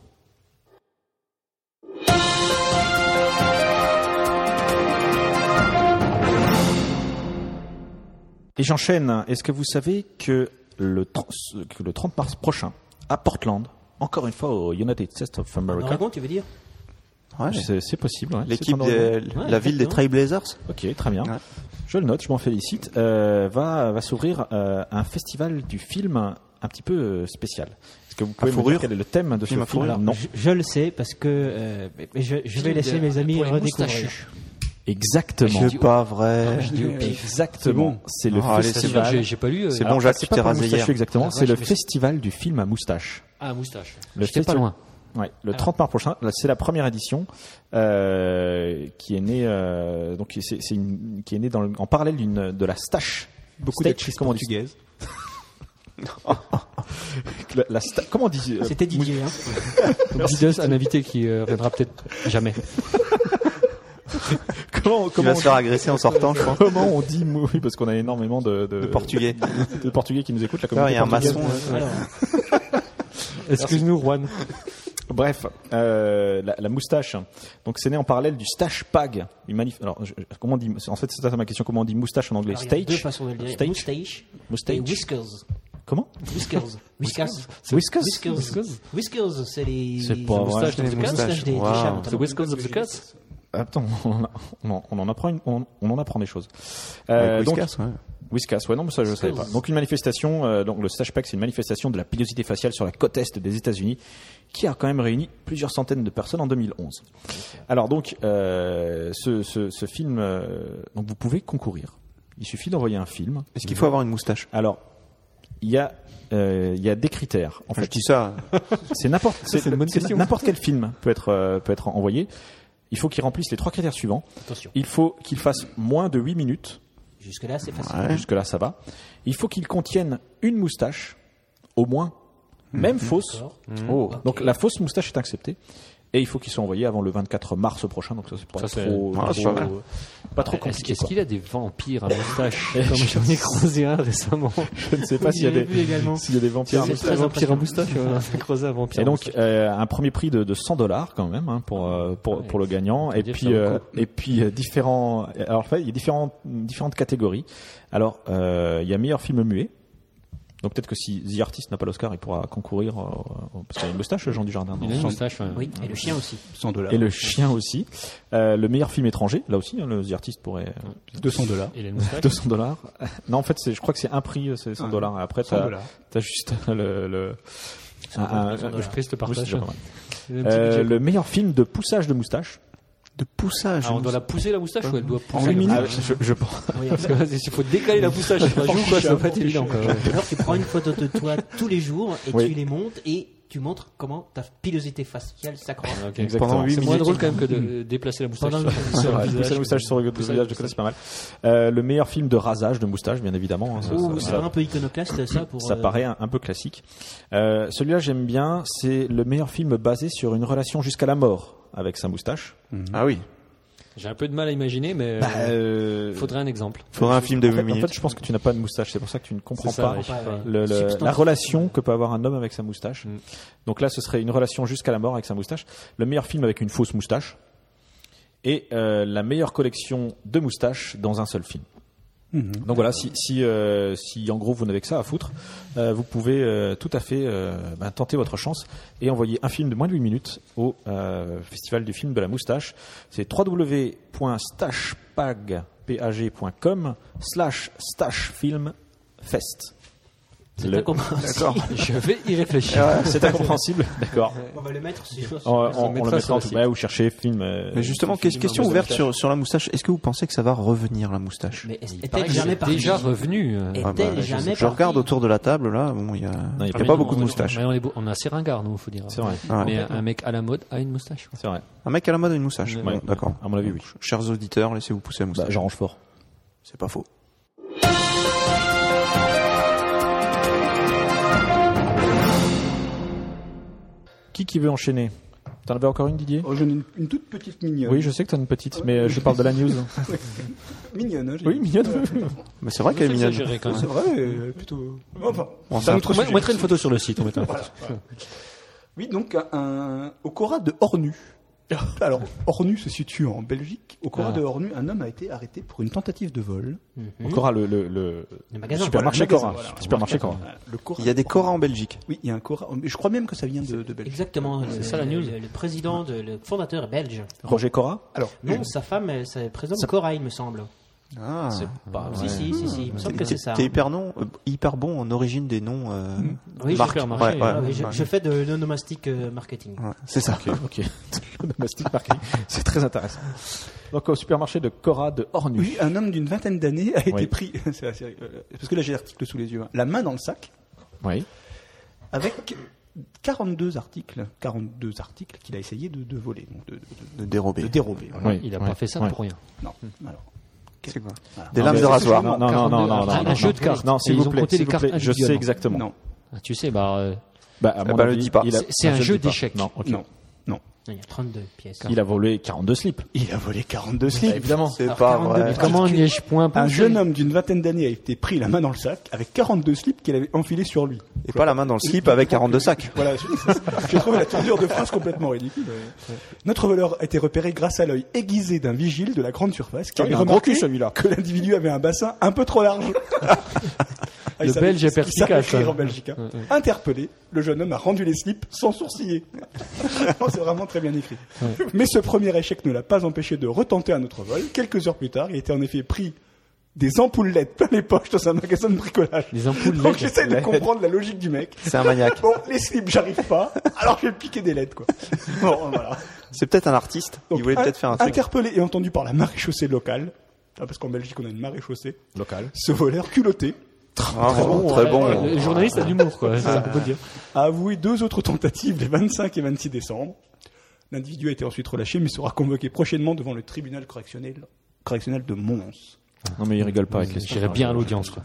B: Et j'enchaîne, est-ce que vous savez que le, tr- que le 30 mars prochain, à Portland, encore une fois au United States of
F: En
B: America,
F: Oregon, tu veux dire
C: Ouais.
B: Ah, c'est c'est possible, ouais, c'est
C: L'équipe,
B: en Oregon.
C: des-
F: Ouais,
C: la ville des
F: exactement.
C: Trailblazers.
B: Ok, très bien.
C: Ouais.
B: Je le note, je m'en félicite. Euh, va va s'ouvrir euh, un festival du film un petit peu euh, spécial. Est-ce que vous pouvez me dire
C: fourrure
B: quel est le thème de ce
C: Film à
B: film
C: fourrure.
B: Non.
F: Je, je le sais parce que euh, mais- mais je, je vais laisser mes
G: euh,
F: amis
G: Pour les
F: redécouvrir.
G: moustachus.
B: Exactement.
C: C'est pas vrai.
B: Exactement. C'est le
C: Ah, allez, c'est
G: C'est bien,
B: festival.
G: j'ai- J'ai pas lu. euh,
C: C'est
B: Alors,
C: bon, Jacques,
B: c'est
C: tu
B: pas
C: t'es
B: pour
C: rasé
B: moustachu
C: hier.
B: exactement.
G: Ah,
B: C'est
G: vache,
B: le
G: mais-
B: festival du film à moustache.
G: Ah, moustache.
B: Le
G: J'étais pas
B: festival-
G: loin.
B: Ouais, le
G: Ah.
B: 30 mars prochain, là, c'est la première édition euh, qui est née euh, donc c'est c'est une- qui est née dans le- en parallèle d'une de la stache.
E: Beaucoup
B: Stage,
E: d'actrices
B: comment on dit
E: portugaises.
B: La, la sta- comment on dit euh,
F: C'était Didier. Hein.
G: Didos, un invité qui euh, reviendra peut-être jamais.
B: comment
C: Tu
B: comment
C: vas
B: on
C: se faire agresser en sortant, je crois.
B: Comment on dit mou- oui parce qu'on a énormément de, de,
C: De portugais.
B: de portugais qui nous écoutent la
C: Ah,
B: communauté
C: Il y a un
B: portugaise.
C: maçon. euh,
F: Alors,
G: Excuse-nous, Juan.
B: Bref, euh, la, la moustache. Donc c'est né en parallèle du stash pag. Une manif- Alors je- je- comment on dit En fait, c'est ça ma question. Comment on dit moustache en anglais
F: alors, il y a deux
B: Stage.
F: façons de le dire.
B: Stage.
F: Moustache.
B: Moustache.
F: Et whiskers.
B: Comment
F: Whiskers. Whiskers.
B: Whiskers.
F: Whiskers. Whiskers, c'est les.
B: C'est pas
F: les
B: vrai.
F: moustaches des
C: Les moustaches.
F: moustaches des des
C: Wow.
F: chats.
G: The
F: notamment.
G: Wisconsin of the Cuts
B: Attends, on, en a- on en- on en apprend, une- on, on en apprend des choses. Euh,
C: avec
B: donc-
C: Whiskas, ouais.
B: Whiskas, ouais, non, mais ça je ne savais pas. Donc une manifestation, euh, donc le Stash Pack, c'est une manifestation de la pilosité faciale sur la côte est des États-Unis, qui a quand même réuni plusieurs centaines de personnes en 2011. Alors donc euh, ce, ce, ce film, euh, donc vous pouvez concourir. Il suffit d'envoyer un film.
C: Est-ce qu'il faut avoir une moustache
B: Alors il y a euh, il y a des critères. En
C: Enfin,
B: fait,
C: Ah, Je dis ça.
B: c'est n'importe c'est-
G: une bonne
B: c'est
G: question.
B: n'importe quel film peut être euh, peut être envoyé. Il faut qu'il remplisse les trois critères suivants.
F: Attention.
B: Il faut qu'il fasse moins de 8 minutes.
F: Jusque-là, c'est facile.
C: Ouais.
B: Jusque-là, ça va. Il faut qu'il contienne une moustache, au moins, même fausse.
F: D'accord.
C: Oh.
B: Donc la fausse moustache est acceptée. Et il faut qu'il soit envoyé avant le 24 mars prochain, donc ça c'est pas
G: Ça, c'est-
B: trop,
C: Ah, c'est
B: trop- euh,
C: pas mal.
B: pas trop
G: Est-ce
B: compliqué.
G: est-ce
B: quoi.
G: qu'il a des vampires à moustache Comme j'en ai croisé un récemment.
B: Je ne sais pas s'il y, a
F: J'ai
B: des-
F: vu également.
B: s'il y a des vampires.
G: C'est très vampire à moustache. ouais, On a croisé un vampire.
B: Et
G: à
B: donc
G: moustache.
B: euh, un premier prix de, de 100 dollars quand même hein, pour euh, pour, pour le gagnant
G: Ça
B: et
G: veut dire
B: puis
G: que ça
B: euh,
G: vaut
B: et puis euh, différents alors en fait il y a différentes différentes catégories alors euh, il y a meilleur film muet donc peut-être que si The Artist n'a pas l'Oscar il pourra concourir euh, au- parce qu'il a une moustache Jean du Jardin
G: Il a une moustache, ouais.
F: Oui, et le chien aussi.
E: 100 dollars.
B: et le chien aussi Euh, le meilleur film étranger là aussi hein, le The Artist pourrait
E: 200 dollars.
G: Il a une moustache.
B: 200 dollars non en fait c'est je crois que c'est un prix euh, c'est 100 dollars après
E: 100
B: t'as
E: dollars.
B: t'as juste le, le un- un-
G: Je prise
B: Oui,
G: te
B: c'est
G: partage.
B: déjà pas mal.
G: C'est un petit
B: Euh,
G: budget.
B: le meilleur film de poussage de moustache.
C: de poussage.
G: Alors, Ah, on doit la pousser la moustache ou elle doit pousser
E: une
G: la
E: minute
B: Ah,
G: moustache
B: je, je pense.
F: Oui,
G: Parce que vas-y, il faut décaler la moustache. Je joue quoi, ça va pas être évident. quoi.
F: Alors tu prends une photo de toi tous les jours et
B: Oui.
F: tu les montes et tu montres comment ta pilosité faciale s'accroît.
B: Exactement.
C: Pendant huit
G: C'est moins
C: minutes.
G: drôle quand même que de euh, déplacer la moustache.
F: Pendant-
G: sur-
B: Sur
G: sur le
B: le
G: visage.
B: moustache sur le
G: Pousser la
B: visage de côté, c'est pas mal. Euh, le meilleur film de rasage de moustache, bien évidemment. hein, ça-
F: Ouh,
B: ça-
F: c'est pas un peu iconoclaste ça pour.
B: Ça
F: euh,
B: paraît un, un peu classique. Euh, Celui-là, j'aime bien. C'est le meilleur film basé sur une relation jusqu'à la mort avec sa moustache.
C: Ah oui.
G: J'ai un peu de mal à imaginer, mais euh,
B: Euh,
G: faudrait un exemple.
C: Faudrait un film de
B: en,
C: 8
B: fait, en
C: minutes.
B: fait, je pense que tu n'as pas de moustache. C'est pour ça que tu ne comprends
G: C'est Mm. ça,
B: pas
G: ouais, je sais pas.
B: le- le- la
F: Substantif.
B: relation que peut avoir un homme avec sa moustache. Donc là, ce serait une relation jusqu'à la mort avec sa moustache. Le meilleur film avec une fausse moustache. Et euh, la meilleure collection de moustaches dans un seul film. Donc voilà, si, si, euh, si en gros vous n'avez que ça à foutre, euh, vous pouvez euh, tout à fait euh, ben, tenter votre chance et envoyer un film de moins de 8 minutes au euh, Festival du film de la moustache. C'est www.stashpag.com slash stashfilmfest.
F: C'est
B: Le-
F: incompréhensible.
G: Je vais y réfléchir.
B: Ah, C'est incompréhensible, d'accord.
F: On va le mettre sur.
B: On, on-
G: ça
B: on le mettra
G: mettra
B: en
G: sur le
B: tout cas, ou chercher film. euh,
C: Mais justement,
B: film,
C: que- question
B: euh,
C: ouverte sur, sur la moustache. Est-ce que vous pensez que ça va revenir la moustache
F: Mais est-
G: Pareil,
F: est-elle
G: c'est
F: jamais partie
G: déjà revenu. euh.
F: Est-elle
C: Ah bah, je,
F: jamais
C: je regarde
F: partie
C: autour de la table là. Bon, il y
B: il y
C: a, il y a
B: a
G: Ah,
C: pas
G: Mais
C: beaucoup
G: non,
C: de
G: on-
C: moustaches.
G: mais On est, beau- on est assez ringard, nous, faut dire.
B: C'est vrai,
C: Ah,
G: Mais un mec à la mode a une moustache. quoi.
B: c'est vrai.
C: Un mec à la mode a une moustache.
G: Ouais.
C: Bon, D'accord.
B: À mon avis, oui.
C: Chers auditeurs, laissez-vous pousser la
B: Bah,
C: moustache.
B: Jean Rochefort.
C: C'est pas faux.
B: Qui qui veut enchaîner T'en avais encore une, Didier
E: Oh, J'en ai une, une toute petite mignonne.
B: Oui, je sais que t'as une petite, mais euh, je parle de la news.
E: Mignonne, hein, j'ai
B: Oui,
E: dit.
C: Euh,
B: mignonne.
C: Mais c'est vrai qu'elle est
G: Ça,
C: mignonne.
G: j'aurais quand même.
E: C'est vrai, euh, plutôt. Enfin,
C: Bon,
E: c'est
C: ça-
E: un autre
G: On
E: sujet.
G: mettrait une photo sur le site. On mettra une photo.
E: Oui, donc un, au Cora de Hornu. Alors, Hornu se situe en Belgique. Au Cora
G: Ah.
E: de Hornu, un homme a été arrêté pour une tentative de vol.
B: Cora, le, le, le-
F: Le magasin,
B: supermarché
E: voilà, le
B: Cora.
E: magasin, voilà.
B: Supermarché Cora.
E: Voilà, Le Cora.
C: Ah, Il y a des Coras en Belgique.
E: Oui, il y a un Cora. Je crois même que ça vient de, de Belgique.
F: Exactement. C'est
G: ça, la news.
F: Le, le président, de- le fondateur est belge.
B: Roger Cora
E: Alors,
F: Non, sa femme, elle, c'est le président de Cora, il me semble.
C: Ah.
B: Bah,
F: Si, si, si, si, il me semble que
C: T'es
F: c'est ça. hein.
C: t'es hyper non, euh, hyper bon en origine des noms. euh,
F: Oui,
C: marques.
G: supermarché,
C: Ouais,
F: Ah
C: ouais,
F: oui, je,
C: ouais.
F: je fais de l'onomastique euh, marketing.
C: Ouais, C'est ça.
B: Ok, ok. Domestic marketing. C'est très intéressant. Donc, au supermarché de Cora de Ornu.
E: oui, un homme d'une vingtaine d'années a été
B: Oui.
E: pris. c'est assez- euh, parce que là, j'ai l'article sous les yeux. hein. La main dans le sac,
B: Oui.
E: avec 42 articles, 42 articles qu'il a essayé de, de voler, donc de, de- de-
C: De dérober.
E: de dérober. voilà.
B: Oui.
G: Il a
B: Ouais.
G: pas fait ça
B: Ouais.
G: pour rien.
E: Non, alors.
C: C'est quoi
E: voilà.
C: Des lames de rasoir.
B: Non, non, non, non, non, non.
G: Ah, un
B: non,
G: jeu
B: non.
G: de cartes.
B: Non,
G: Et
B: s'il
G: ils
B: vous
G: ont
B: plaît,
G: compté
B: s'il
G: les
B: vous plaît,
G: cartes
B: Je sais
G: individuellement.
B: exactement.
E: Non,
G: Ah, Tu sais, bah, euh,
B: Bah, à
C: Eh
B: mon
C: ben, le
B: avis,
C: dis pas.
B: il a-
G: C'est un
B: je
G: jeu
B: le dis pas.
G: d'échecs.
B: Non, ok.
E: non, non.
F: Il y a 32 pièces.
B: Il a volé 42 slips.
E: Il a volé 42
B: Bah,
E: slips.
B: évidemment.
C: C'est
F: Alors,
C: pas
F: 42
C: vrai.
F: mille.
G: comment n'y ai-je point pensé
E: Un jeune homme d'une vingtaine d'années a été pris la main dans le sac avec 42 slips qu'il avait enfilés sur lui.
C: Et pas la main dans le slip avec 42 sacs.
E: Voilà, je- j'ai trouvé la tournure de phrase complètement ridicule. Notre voleur a été repéré grâce à l'œil aiguisé d'un vigile de la grande surface qui
B: Ah,
E: avait
B: il a un gros
E: remarqué
B: cul, celui-là.
E: que l'individu avait un bassin un peu trop large. Ah, il
G: Le
E: savait-
G: Belge est
E: il savait
G: perspicace,
E: écrire
G: hein.
E: en Belgique, hein. Interpellé, le jeune homme a rendu les slips sans sourciller. Non, C'est vraiment très bien écrit. Mais ce premier échec ne l'a pas empêché de retenter un autre vol. Quelques heures plus tard, il était en effet pris des ampoules LED plein les poches dans un magasin de bricolage.
G: Des ampoules
E: Donc
G: LED.
E: j'essaie de comprendre la logique du mec.
C: C'est un maniaque.
E: Bon, les slips, j'arrive pas, alors je vais piquer des lettres, quoi. Bon, voilà.
C: C'est peut-être un artiste.
E: Donc,
C: Il voulait
E: in-
C: peut-être faire un truc.
E: Interpellé et entendu par la maréchaussée locale, ah, parce qu'en Belgique, on a une maréchaussée,
B: Local.
E: ce voleur culotté
C: Ah, bon, très bon.
G: Le journaliste a de l'humour, quoi. C'est ça qu'on peut dire.
E: a avoué deux autres tentatives les 25 et 26 décembre. L'individu a été ensuite relâché, mais sera convoqué prochainement devant le tribunal correctionnel, correctionnel de Mons.
B: Non, mais il rigole pas avec les
G: J'irais bien à l'audience, quoi.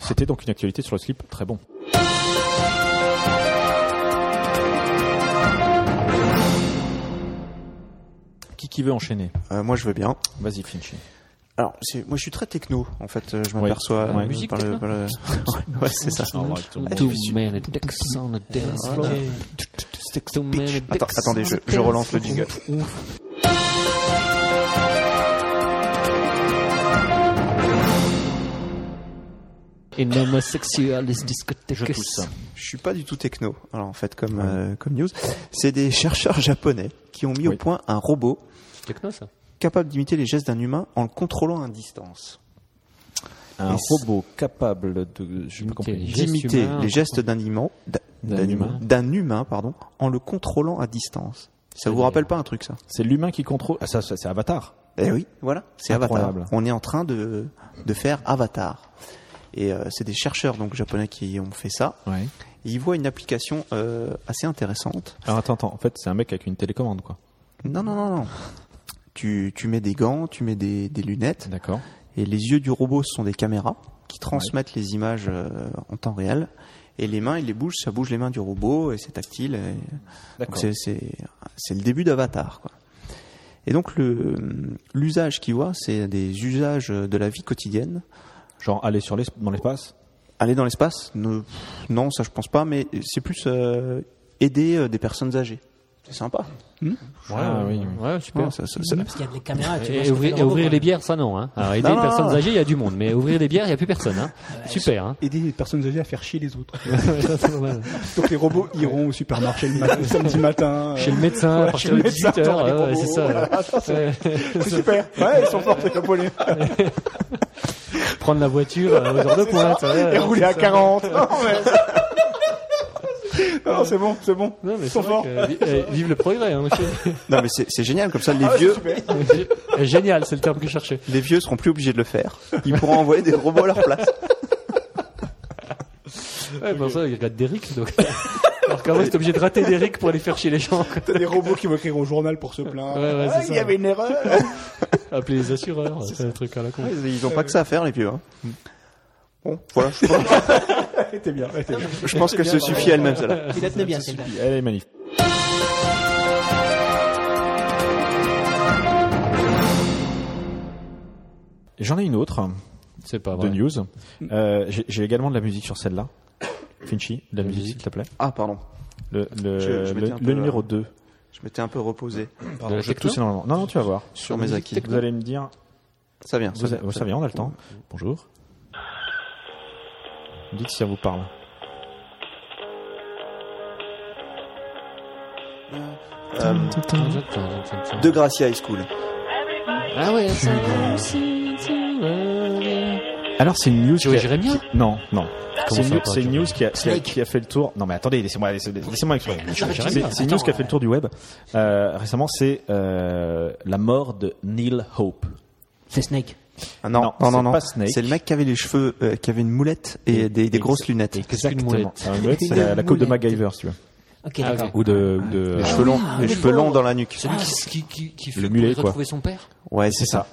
B: C'était donc une actualité sur le slip. Très bon. Qui qui veut enchaîner
C: Euh, moi, je veux bien.
B: Vas-y, Finchy.
C: Alors, c'est- moi, je suis très techno. En fait, euh, je
B: Oui.
C: m'aperçois.
B: Ouais.
C: euh,
G: Musique
C: par le-
G: techno
C: par le- Ouais, ouais, c'est ça.
G: Two men and dicks on a dance floor. Two men and dicks
C: Attends, attendez, je,
G: on a
C: je
G: dance
C: relance le
G: floor.
C: jingle.
G: In homosexualis discotheques.
C: Je suis pas du tout techno. Alors en fait, comme euh, comme news, c'est des chercheurs japonais qui ont mis au point un robot
G: Techno, ça.
C: capable d'imiter les gestes d'un humain en le contrôlant à distance.
B: Un
C: Et c'est-
B: robot capable de. Je me
G: Les
B: compris.
G: gestes
C: D'imiter
G: humains,
C: les gestes d'un humain, d'un-
B: D'un
C: d'un
B: humain.
C: humain, d'un humain, pardon, en le contrôlant à distance. Ça vous rappelle pas un truc, ça
B: C'est l'humain qui contrôle. Ah, ça, ça, c'est Avatar.
C: Eh oui, voilà, c'est Avatar.
B: Incroyable.
C: On est en train de, de faire Avatar. Et euh, c'est des chercheurs donc japonais qui ont fait ça.
B: Ouais.
C: Et ils voient une application euh, assez intéressante.
B: Alors attends, attends. En fait, c'est un mec avec une télécommande, quoi.
C: Non, non, non, non. Tu, tu mets des gants, tu mets des, des lunettes,
B: D'accord.
C: et les yeux du robot, ce sont des caméras qui transmettent les images euh, en temps réel. Et les mains, il les bouge, ça bouge les mains du robot, et c'est tactile. et- donc
B: D'accord.
C: C'est c'est- c'est le début d'Avatar. quoi. Et donc le- l'usage qu'il voit, c'est des usages de la vie quotidienne.
B: Genre aller sur l'esp- dans l'espace.
C: Aller dans l'espace ne- pff, Non, ça je pense pas, mais c'est plus euh, aider euh, des personnes âgées. C'est sympa.
B: Ah, oui, oui.
G: Ouais, super.
C: Ouais, ça- ça- ça-
F: Parce qu'il y a des caméras. Tu vois,
G: Et
F: ça
G: ouvrir, et
F: fait le robot,
G: Eh ouvrir
F: quoi.
G: les bières, ça non. Hein. Alors, aider
C: Non,
G: les
C: non,
G: personnes
C: non.
G: âgées, il y a du monde, mais ouvrir les bières, il n'y a plus personne. Hein. Super. Hein.
E: Aider les personnes âgées à faire chier les autres.
G: Ça, c'est pas mal.
E: Donc les robots iront au supermarché le, matin, le samedi matin. euh,
G: Chez le médecin, à
E: voilà,
G: partir
E: chez le
G: de
E: médecin,
G: 18h,
E: t'auras les
G: ouais, ouais,
E: robots.
G: c'est ça.
E: Voilà, ça, c'est-
G: Ouais.
E: C'est Euh, super. Ouais, ils sont forts, les japonais.
G: Prendre la voiture euh, aux heures de pointe. ouais,
E: Et
G: ouais,
E: rouler
G: c'est
E: à
G: ça.
E: 40. Non, mais- Non, c'est bon, c'est bon.
G: Non, mais
E: Ils
G: c'est
E: sont
G: vrai
E: forts.
G: que, vi- euh, vive le progrès, hein, monsieur.
C: Non, mais c'est c'est génial, comme ça les,
E: Ah ouais,
C: vieux,
E: c'est super.
G: Gé- Génial, c'est le terme que je cherchais.
C: les vieux seront plus obligés de le faire. Ils pourront envoyer des robots à leur place.
G: Ouais, pour ça, il regarde Derrick. Donc... Alors qu'avant, t'es obligé de rater Derrick pour aller faire chez les gens. quoi.
E: T'as des robots qui vont écrire au journal pour se plaindre.
G: Ouais, ouais,
E: Ah,
G: c'est
E: il
G: ça.
E: y avait une erreur.
G: Appeler les assureurs, c'est un truc à la con.
C: Ouais, Ils n'ont pas que ça à faire, les vieux. hein. Bon, voilà, je pense,
E: Elle était bien, elle était bien.
C: je pense qu'elle se suffit elle-même, celle-là.
F: Il la tenait bien, celle-là.
B: Elle est magnifique. J'en ai une autre
G: C'est pas
B: de
G: vrai.
B: news.
G: Mm.
B: Euh, J'ai j'ai également de la musique sur celle-là. Finchy, de la musique, s'il te plaît.
C: Ah, pardon,
B: Le, le,
C: Je- je
B: le-
C: m'étais un peu-
B: le numéro 2.
C: je m'étais un peu reposé
G: la
B: je
G: techno
B: tousse énormément. Non, non, tu vas voir.
C: sur mes acquis.
B: Vous allez me dire.
C: Ça Mm. vient.
B: Vous avez- ça vient, on a le temps. Bonjour. Me dites si ça vous parle.
C: Euh,
G: J'attends, j'attends, j'attends.
C: de Gracia High School.
G: Ah ouais, ça.
B: Alors, c'est une news.
G: Joey
B: qui a-
G: Jeremiah
B: qui- Non, non. C'est
G: hein ça,
B: une,
G: pas
B: c'est une
G: Joey
B: news qui a, qui, a, qui a fait le tour. Non, mais attendez, laissez-moi laissez-moi exprimer.
G: Jeremiah.
B: C'est c'est une news qui a fait le tour du web. Euh, récemment, c'est euh, la mort de Neil Hope.
F: C'est Snake.
C: Ah, non,
B: Non,
C: non,
B: c'est
C: non, non.
B: pas Snake.
C: C'est le mec qui avait les cheveux, euh, qui avait une moulette et des, des grosses lunettes.
G: Qu'est-ce qu'une
B: Exactement.
G: moulette
B: Alors, une moulette, C'est la, la coupe de
F: Moulette.
B: MacGyver, si tu veux.
F: Ok,
G: Ah,
F: d'accord.
G: ok.
B: Ou de. ou de-
C: Les cheveux longs,
F: Ah,
C: les
F: mais
C: cheveux
F: bon.
C: longs dans la nuque.
G: Celui qui, qui, qui fait
B: mulet,
G: pour
B: quoi.
G: retrouver son père
C: Ouais, c'est ça.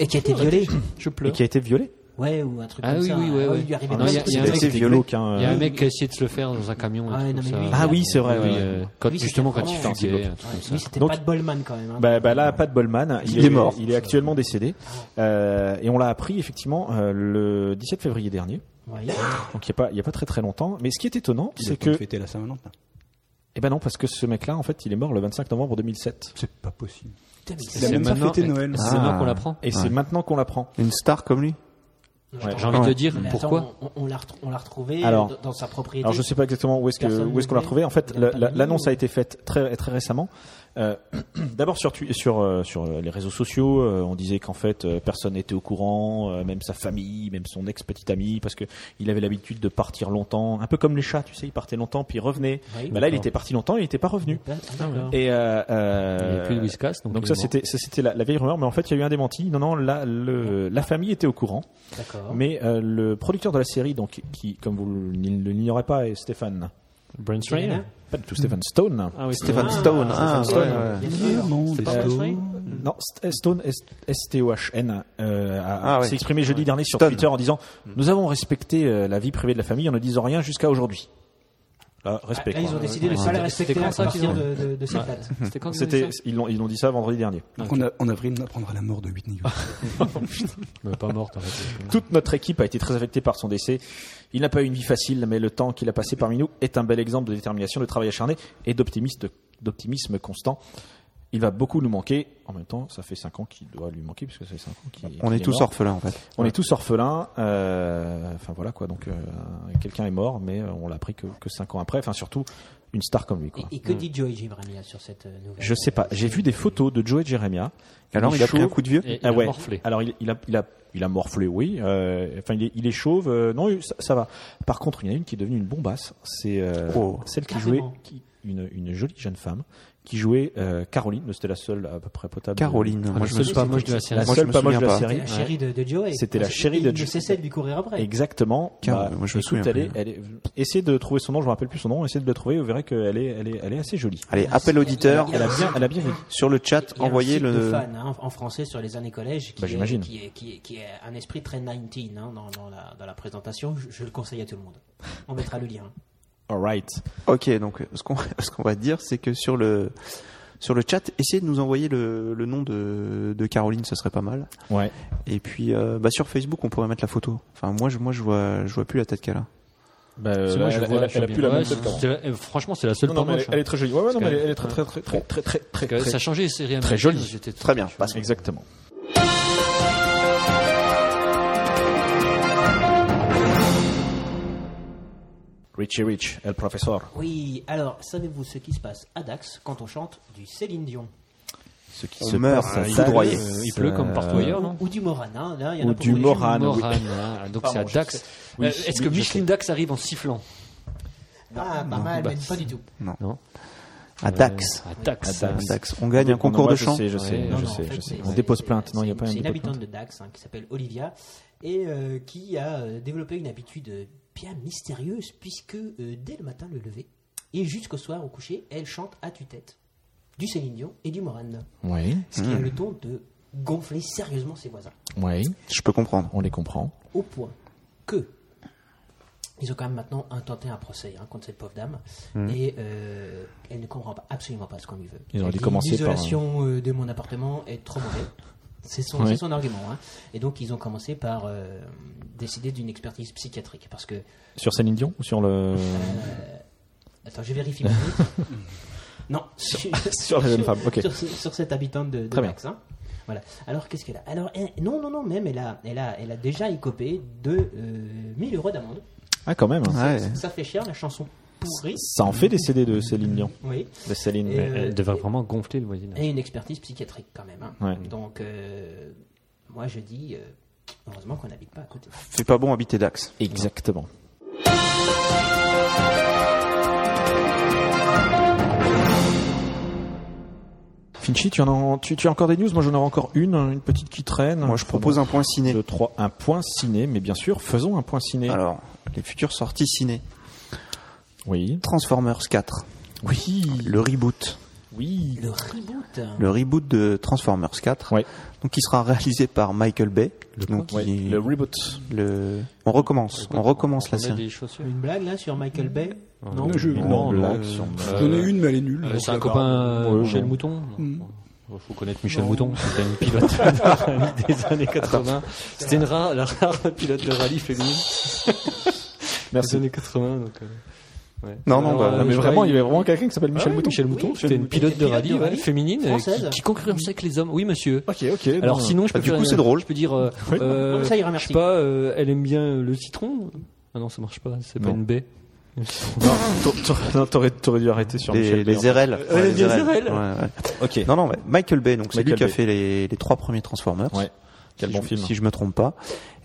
F: Et qui a été violé
G: Je
B: Et
G: pleure.
B: qui a été violé.
F: Ouais, ou un truc
G: Ah
F: comme
G: oui,
F: ça.
G: oui, ouais,
F: Ah
G: ouais.
F: Il lui arrivait
G: Non,
F: plein
G: il y
F: de
G: a-
F: trucs.
G: il y a un
B: C'était
G: mec-
B: assez violent qu'un.
G: Il y a un mec qui a essayé de se le faire dans un camion. un
F: Ah,
G: truc
F: non,
G: comme
F: mais
G: ça.
F: lui,
B: Ah oui, c'est vrai.
G: Oui,
B: ouais.
G: euh, quand-
F: Lui, c'était
G: justement quand
F: vraiment-
G: il fuyait. un truc
F: Ouais,
G: comme ça.
F: Lui, c'était
B: Donc-
F: pas de Bolman quand même. hein.
B: Bah, bah là, Pat Bollman,
C: Il est mort.
B: Il est actuellement décédé. Euh, et on l'a appris effectivement euh, le 17 février dernier.
F: Ouais.
G: bah,
B: Donc il n'y a, pas- il y a pas très très longtemps. Mais ce qui est étonnant, c'est
E: Tu
B: que.
E: fêter la Saint-Valentin.
B: Eh ben non, parce que ce mec-là, en fait, il est mort le 25 novembre 2007.
E: C'est pas possible.
F: Putain, mais
E: Il
G: bah,
E: a même pas
G: maintenant-
E: fêté Noël.
G: C'est maintenant qu'on l'apprend.
B: Et c'est maintenant qu'on l'apprend.
C: Une star comme lui.
B: Ouais,
G: J'ai envie de te dire
F: Mais attends,
G: pourquoi.
F: on, on l'a retr- on l'a retrouvé
B: Alors-
F: dans- dans sa propriété.
B: Alors je sais pas exactement où est-ce que
F: Personne
B: où est-ce qu'on
F: ne
B: l'a retrouvé. En fait,
F: Il y a
B: la-
F: pas
B: la-
F: de
B: l'annonce
F: nom.
B: a été faite très très récemment. Euh, D'abord sur tu- sur euh, sur les réseaux sociaux, euh, on disait qu'en fait euh, personne n'était au courant, euh, même sa famille, même son ex petit ami, parce que il avait l'habitude de partir longtemps, un peu comme les chats, tu sais, il partait longtemps puis il revenait.
F: Oui.
B: bah là, il était parti longtemps, et il n'était pas revenu.
F: Ah, d'accord.
B: Et euh,
G: Il n'y
B: euh,
G: avait plus de whiskas. Donc,
B: donc
G: il
B: ça
G: est mort.
B: c'était ça, c'était la, la vieille rumeur, mais en fait il y a eu un démenti. Non non, la le- la famille était au courant.
F: D'accord.
B: Mais euh, le producteur de la série, donc qui, comme vous ne l'ignorez pas, est Stéphane.
G: Brain
B: Ah
F: Stéphane,
G: Strain.
F: hein
B: Pas du tout Stéphane Stone.
G: Ah oui,
C: Stéphane Stone. Ah,
F: Stone,
C: ouais, ouais.
F: bien sûr.
E: monde
F: C'est pas Brain Strain
B: Hmm. Non, St- Stone, S- S-T-O-H-N, euh, a-
C: Ah ouais.
B: s'est exprimé jeudi dernier sur
C: Stone.
B: Twitter en disant Nous avons respecté euh, la vie privée de la famille en ne disant rien jusqu'à aujourd'hui. Là,
F: Ah,
B: respect.
F: Là,
B: quoi.
F: ils ont décidé de ne pas le respecter
G: C'était
F: à
G: quand ça qu'ils
F: partir
G: ont-
F: de, de, de cette date.
G: C'était quand
B: C'était, ils l'ont, ils l'ont dit ça vendredi dernier.
E: Donc on a- en avril, on apprendra la mort de Whitney Houston.
G: Mais pas morte en fait.
B: Toute notre équipe a été très affectée par son décès. Il n'a pas eu une vie facile, mais le temps qu'il a passé parmi nous est un bel exemple de détermination, de travail acharné et d'optimisme, d'optimisme constant. Il va beaucoup nous manquer. En même temps, ça fait 5 ans qu'il doit lui manquer, puisque c'est 5 ans qu'il
C: On
B: qu'il
C: est tous
B: mort.
C: orphelins, en fait.
B: On est tous orphelins. euh, Enfin voilà quoi. Donc euh, quelqu'un est mort, mais euh, on l'a appris que, que 5 ans après. Enfin surtout une star comme lui quoi.
F: Et, et que dit Joey Gibrania sur cette euh, nouvelle
B: Je sais pas. J'ai vu des photos de Joe et Jeremiah.
C: Alors, il a pris un coup de vieux.
G: Et il
B: Ah
G: a
B: ouais.
G: morflé.
B: Alors il, il a il a il a morflé, oui. Euh, Enfin il est il est chauve. euh, non ça, ça va. Par contre il y en a une qui est devenue une bombasse. C'est euh,
C: Oh.
B: celle qui
F: Carrément.
B: jouait qui- une, une jolie jeune femme qui jouait euh, Caroline, mais c'était la seule à peu près potable.
C: Caroline, moi je me
G: seule
C: suis-
G: Ah, pas moche de la série.
B: La
C: Moi, je
B: seule
C: me
B: pas moche de
C: souviens
B: la
C: pas.
B: série.
F: la chérie de, de Joey.
B: C'était la
F: Parce que
B: chérie de
F: Il ne
B: Joey.
F: cessait de lui courir après.
B: Exactement.
C: Tiens,
B: Bah,
C: moi, je me
B: écoute,
C: souviens
B: elle
C: plus.
B: est- elle est- essayez de trouver son nom, je me rappelle plus son nom, essayez de le trouver, vous verrez qu'elle est, elle est, elle est assez jolie.
C: Allez, appel auditeur
B: Elle a bien, elle a bien vieilli.
C: sur le chat,
F: Il y a un
C: envoyez
F: site de
C: le
F: fan hein, en français sur les années collège qui,
B: Bah,
F: est,
B: j'imagine.
F: qui, est, qui, est, qui est un esprit très 90 hein, dans, dans, la, dans la présentation. Je, je le conseille à tout le monde. On mettra le lien.
B: Alright.
C: OK, donc ce qu'on ce qu'on va dire c'est que sur le sur le chat, essayez de nous envoyer le, le nom de, de Caroline, ce serait pas mal.
B: Ouais.
C: Et puis euh, bah, sur Facebook, on pourrait mettre la photo. Enfin moi je moi je vois je vois plus la tête qu'elle a.
B: Bah,
G: Parce que
B: elle,
G: moi, je
B: elle-
G: vois,
B: elle-
G: je
B: elle a
G: suis
B: plus
G: bien.
B: la même
G: Ouais,
B: tête qu'avant.
G: c'est- c'est la- Franchement, c'est la seule
B: Non,
G: pas
B: non, mais elle,
G: moche.
B: est- elle est très jolie. Ouais, ouais, non, mais
G: Parce
B: elle,
G: qu'elle-
B: elle est très, très, très, très, très, très, très,
G: hein.
B: très,
G: Ça a changé les séries américaines.
B: jolie.
G: J'étais
C: Très bien, passons.
B: Exactement. Richie Rich, El Professor.
F: Oui, alors savez-vous ce qui se passe à Dax quand on chante du Céline Dion
B: Ce qui
C: On
B: se
C: meurt
B: passe à
C: foudroyé.
B: Dallas,
G: Euh, il pleut comme partout
B: euh,
G: ailleurs, non
F: Ou du Moran hein, là, il y en
B: Ou
F: a pour
B: du
F: tous les goûts.
B: Moran.
G: Moran,
B: oui.
G: voilà. hein. donc
B: Pardon,
G: c'est à
B: je
G: Dax.
B: sais. Oui,
G: Euh, Est-ce
B: oui,
G: que
B: je
G: Micheline
B: sais.
G: Dax arrive en sifflant
F: Ah, pas
C: Non,
F: mal,
C: bah,
F: mais pas du tout.
C: À Dax.
G: Euh, À Dax.
B: À
C: À Dax, on gagne un concours
B: Ouais,
C: de
B: je
C: chant.
B: sais, je sais,
G: Ouais,
B: je
G: non,
F: non, en
B: sais,
F: fait,
B: je sais.
F: c'est-
B: On
F: c'est-
B: dépose plainte. Non, il n'y a
F: c'est-
B: pas un
F: C'est une
B: dépôt de
F: habitante
B: plainte.
F: de Dax hein, qui s'appelle Olivia et euh, qui a euh, développé une habitude euh, bien mystérieuse puisque euh, dès le matin, le lever et jusqu'au soir, au coucher, elle chante à tue-tête du Céline Dion et du Moran.
B: Oui,
F: Ce qui a le ton de gonfler sérieusement ses voisins.
B: oui,
C: Je peux comprendre.
B: on les comprend.
F: au point que ils ont quand même maintenant intenté un procès hein, contre cette pauvre dame et euh, elle ne comprend pas, absolument pas ce qu'on lui veut.
B: Hmm. Ils auraient
F: Elle
B: dû
F: dit,
B: commencer par un-
F: L'isolation euh, de mon appartement est trop mauvaise. C'est son,
B: Oui.
F: c'est son argument. hein. Et donc ils ont commencé par euh, décider d'une expertise psychiatrique parce que
B: Sur Céline Dion ou sur le
F: attends, je vérifie. ma minute. non, sur,
B: sur la jeune femme, ok.
F: Sur, sur cette habitante de, de
B: Très bien.
F: Dax, hein. Voilà. Alors qu'est-ce qu'elle a Alors elle- non, non, non, même elle a, elle a, elle a déjà écopé de euh, 1000 euros d'amende.
B: Ah, quand même.
C: Ouais.
F: Ça fait cher la chanson pourrie.
B: Ça en fait des CD de Céline Dion.
F: Oui.
B: De Céline.
F: Et, euh,
G: Elle devrait vraiment gonfler le voisinage.
F: Et une expertise psychiatrique quand même. hein.
B: Ouais.
F: Donc euh, moi je dis euh, heureusement qu'on n'habite pas à côté.
C: C'est pas bon habiter Dax.
B: Exactement. Finchy, tu, en as, en- tu, tu as encore des news Moi, j'en aurais encore une, une petite qui traîne.
C: Moi je propose un point ciné.
B: Deux, trois, un point ciné, mais bien sûr, faisons un point ciné.
C: Alors, les futures sorties ciné.
B: Oui.
C: Transformers 4,
B: Oui.
C: le reboot.
B: Oui.
F: Le reboot. hein.
C: Le reboot de Transformers 4,
B: Ouais.
C: donc qui sera réalisé par Michael Bay. donc
B: Ouais,
C: il-
B: Le reboot.
C: le- on recommence, on recommence la
G: On met
C: série.
G: des chaussures.
F: Une blague là sur Michael Bay
E: Non, je-
B: Non,
E: non,
B: là,
E: euh,
B: sur-
E: J'en ai une, mais elle est nulle.
G: Euh,
E: donc
G: c'est
E: je
G: un
E: la
G: copain euh,
B: Ouais,
G: Michel
B: non.
G: Mouton
E: Mm.
G: Il faut connaître Michel
E: Non.
G: Mouton, c'était une pilote de rallye des années 80. C'était une rare, la rare pilote de rallye féminine des
B: Merci.
G: années 80. Donc, euh, ouais.
C: Non, non,
G: Alors,
C: bah,
G: euh,
B: Non, mais
G: je
B: vraiment,
G: crois,
B: il y avait vraiment quelqu'un qui s'appelle
G: Ah
B: Michel
G: oui,
B: Mouton.
G: Michel Mouton, c'était une
F: Mouton.
G: pilote de rallye,
F: Pilote de
G: ouais,
F: rallye
G: féminine euh, qui,
F: française.
G: qui concurrençait que les hommes. Oui, monsieur.
B: Ok, ok.
G: Alors
B: non.
G: sinon, je peux
C: Bah, du
G: faire
C: coup,
G: un-
C: c'est drôle.
G: Je peux dire, euh,
B: Oui.
G: euh,
F: Comme ça, il
G: je
F: remercie.
G: sais pas, euh, elle aime bien euh, le citron. Ah non, ça marche pas. C'est pas
B: Non.
G: une baie.
B: T'a- t'a- non, t'aurais, t'aurais dû arrêter sur
C: Les,
B: Michel Bay, en
C: les
B: fait.
C: RL.
G: Ouais, les RL.
C: Ouais, ouais.
B: Ok.
C: Non, non, mais Michael Bay, donc c'est lui
B: Michael
C: qui a
B: Bay.
C: fait les, les trois premiers Transformers.
B: Ouais. Quel
C: si
B: bon
C: je,
B: film.
C: Si je me trompe pas.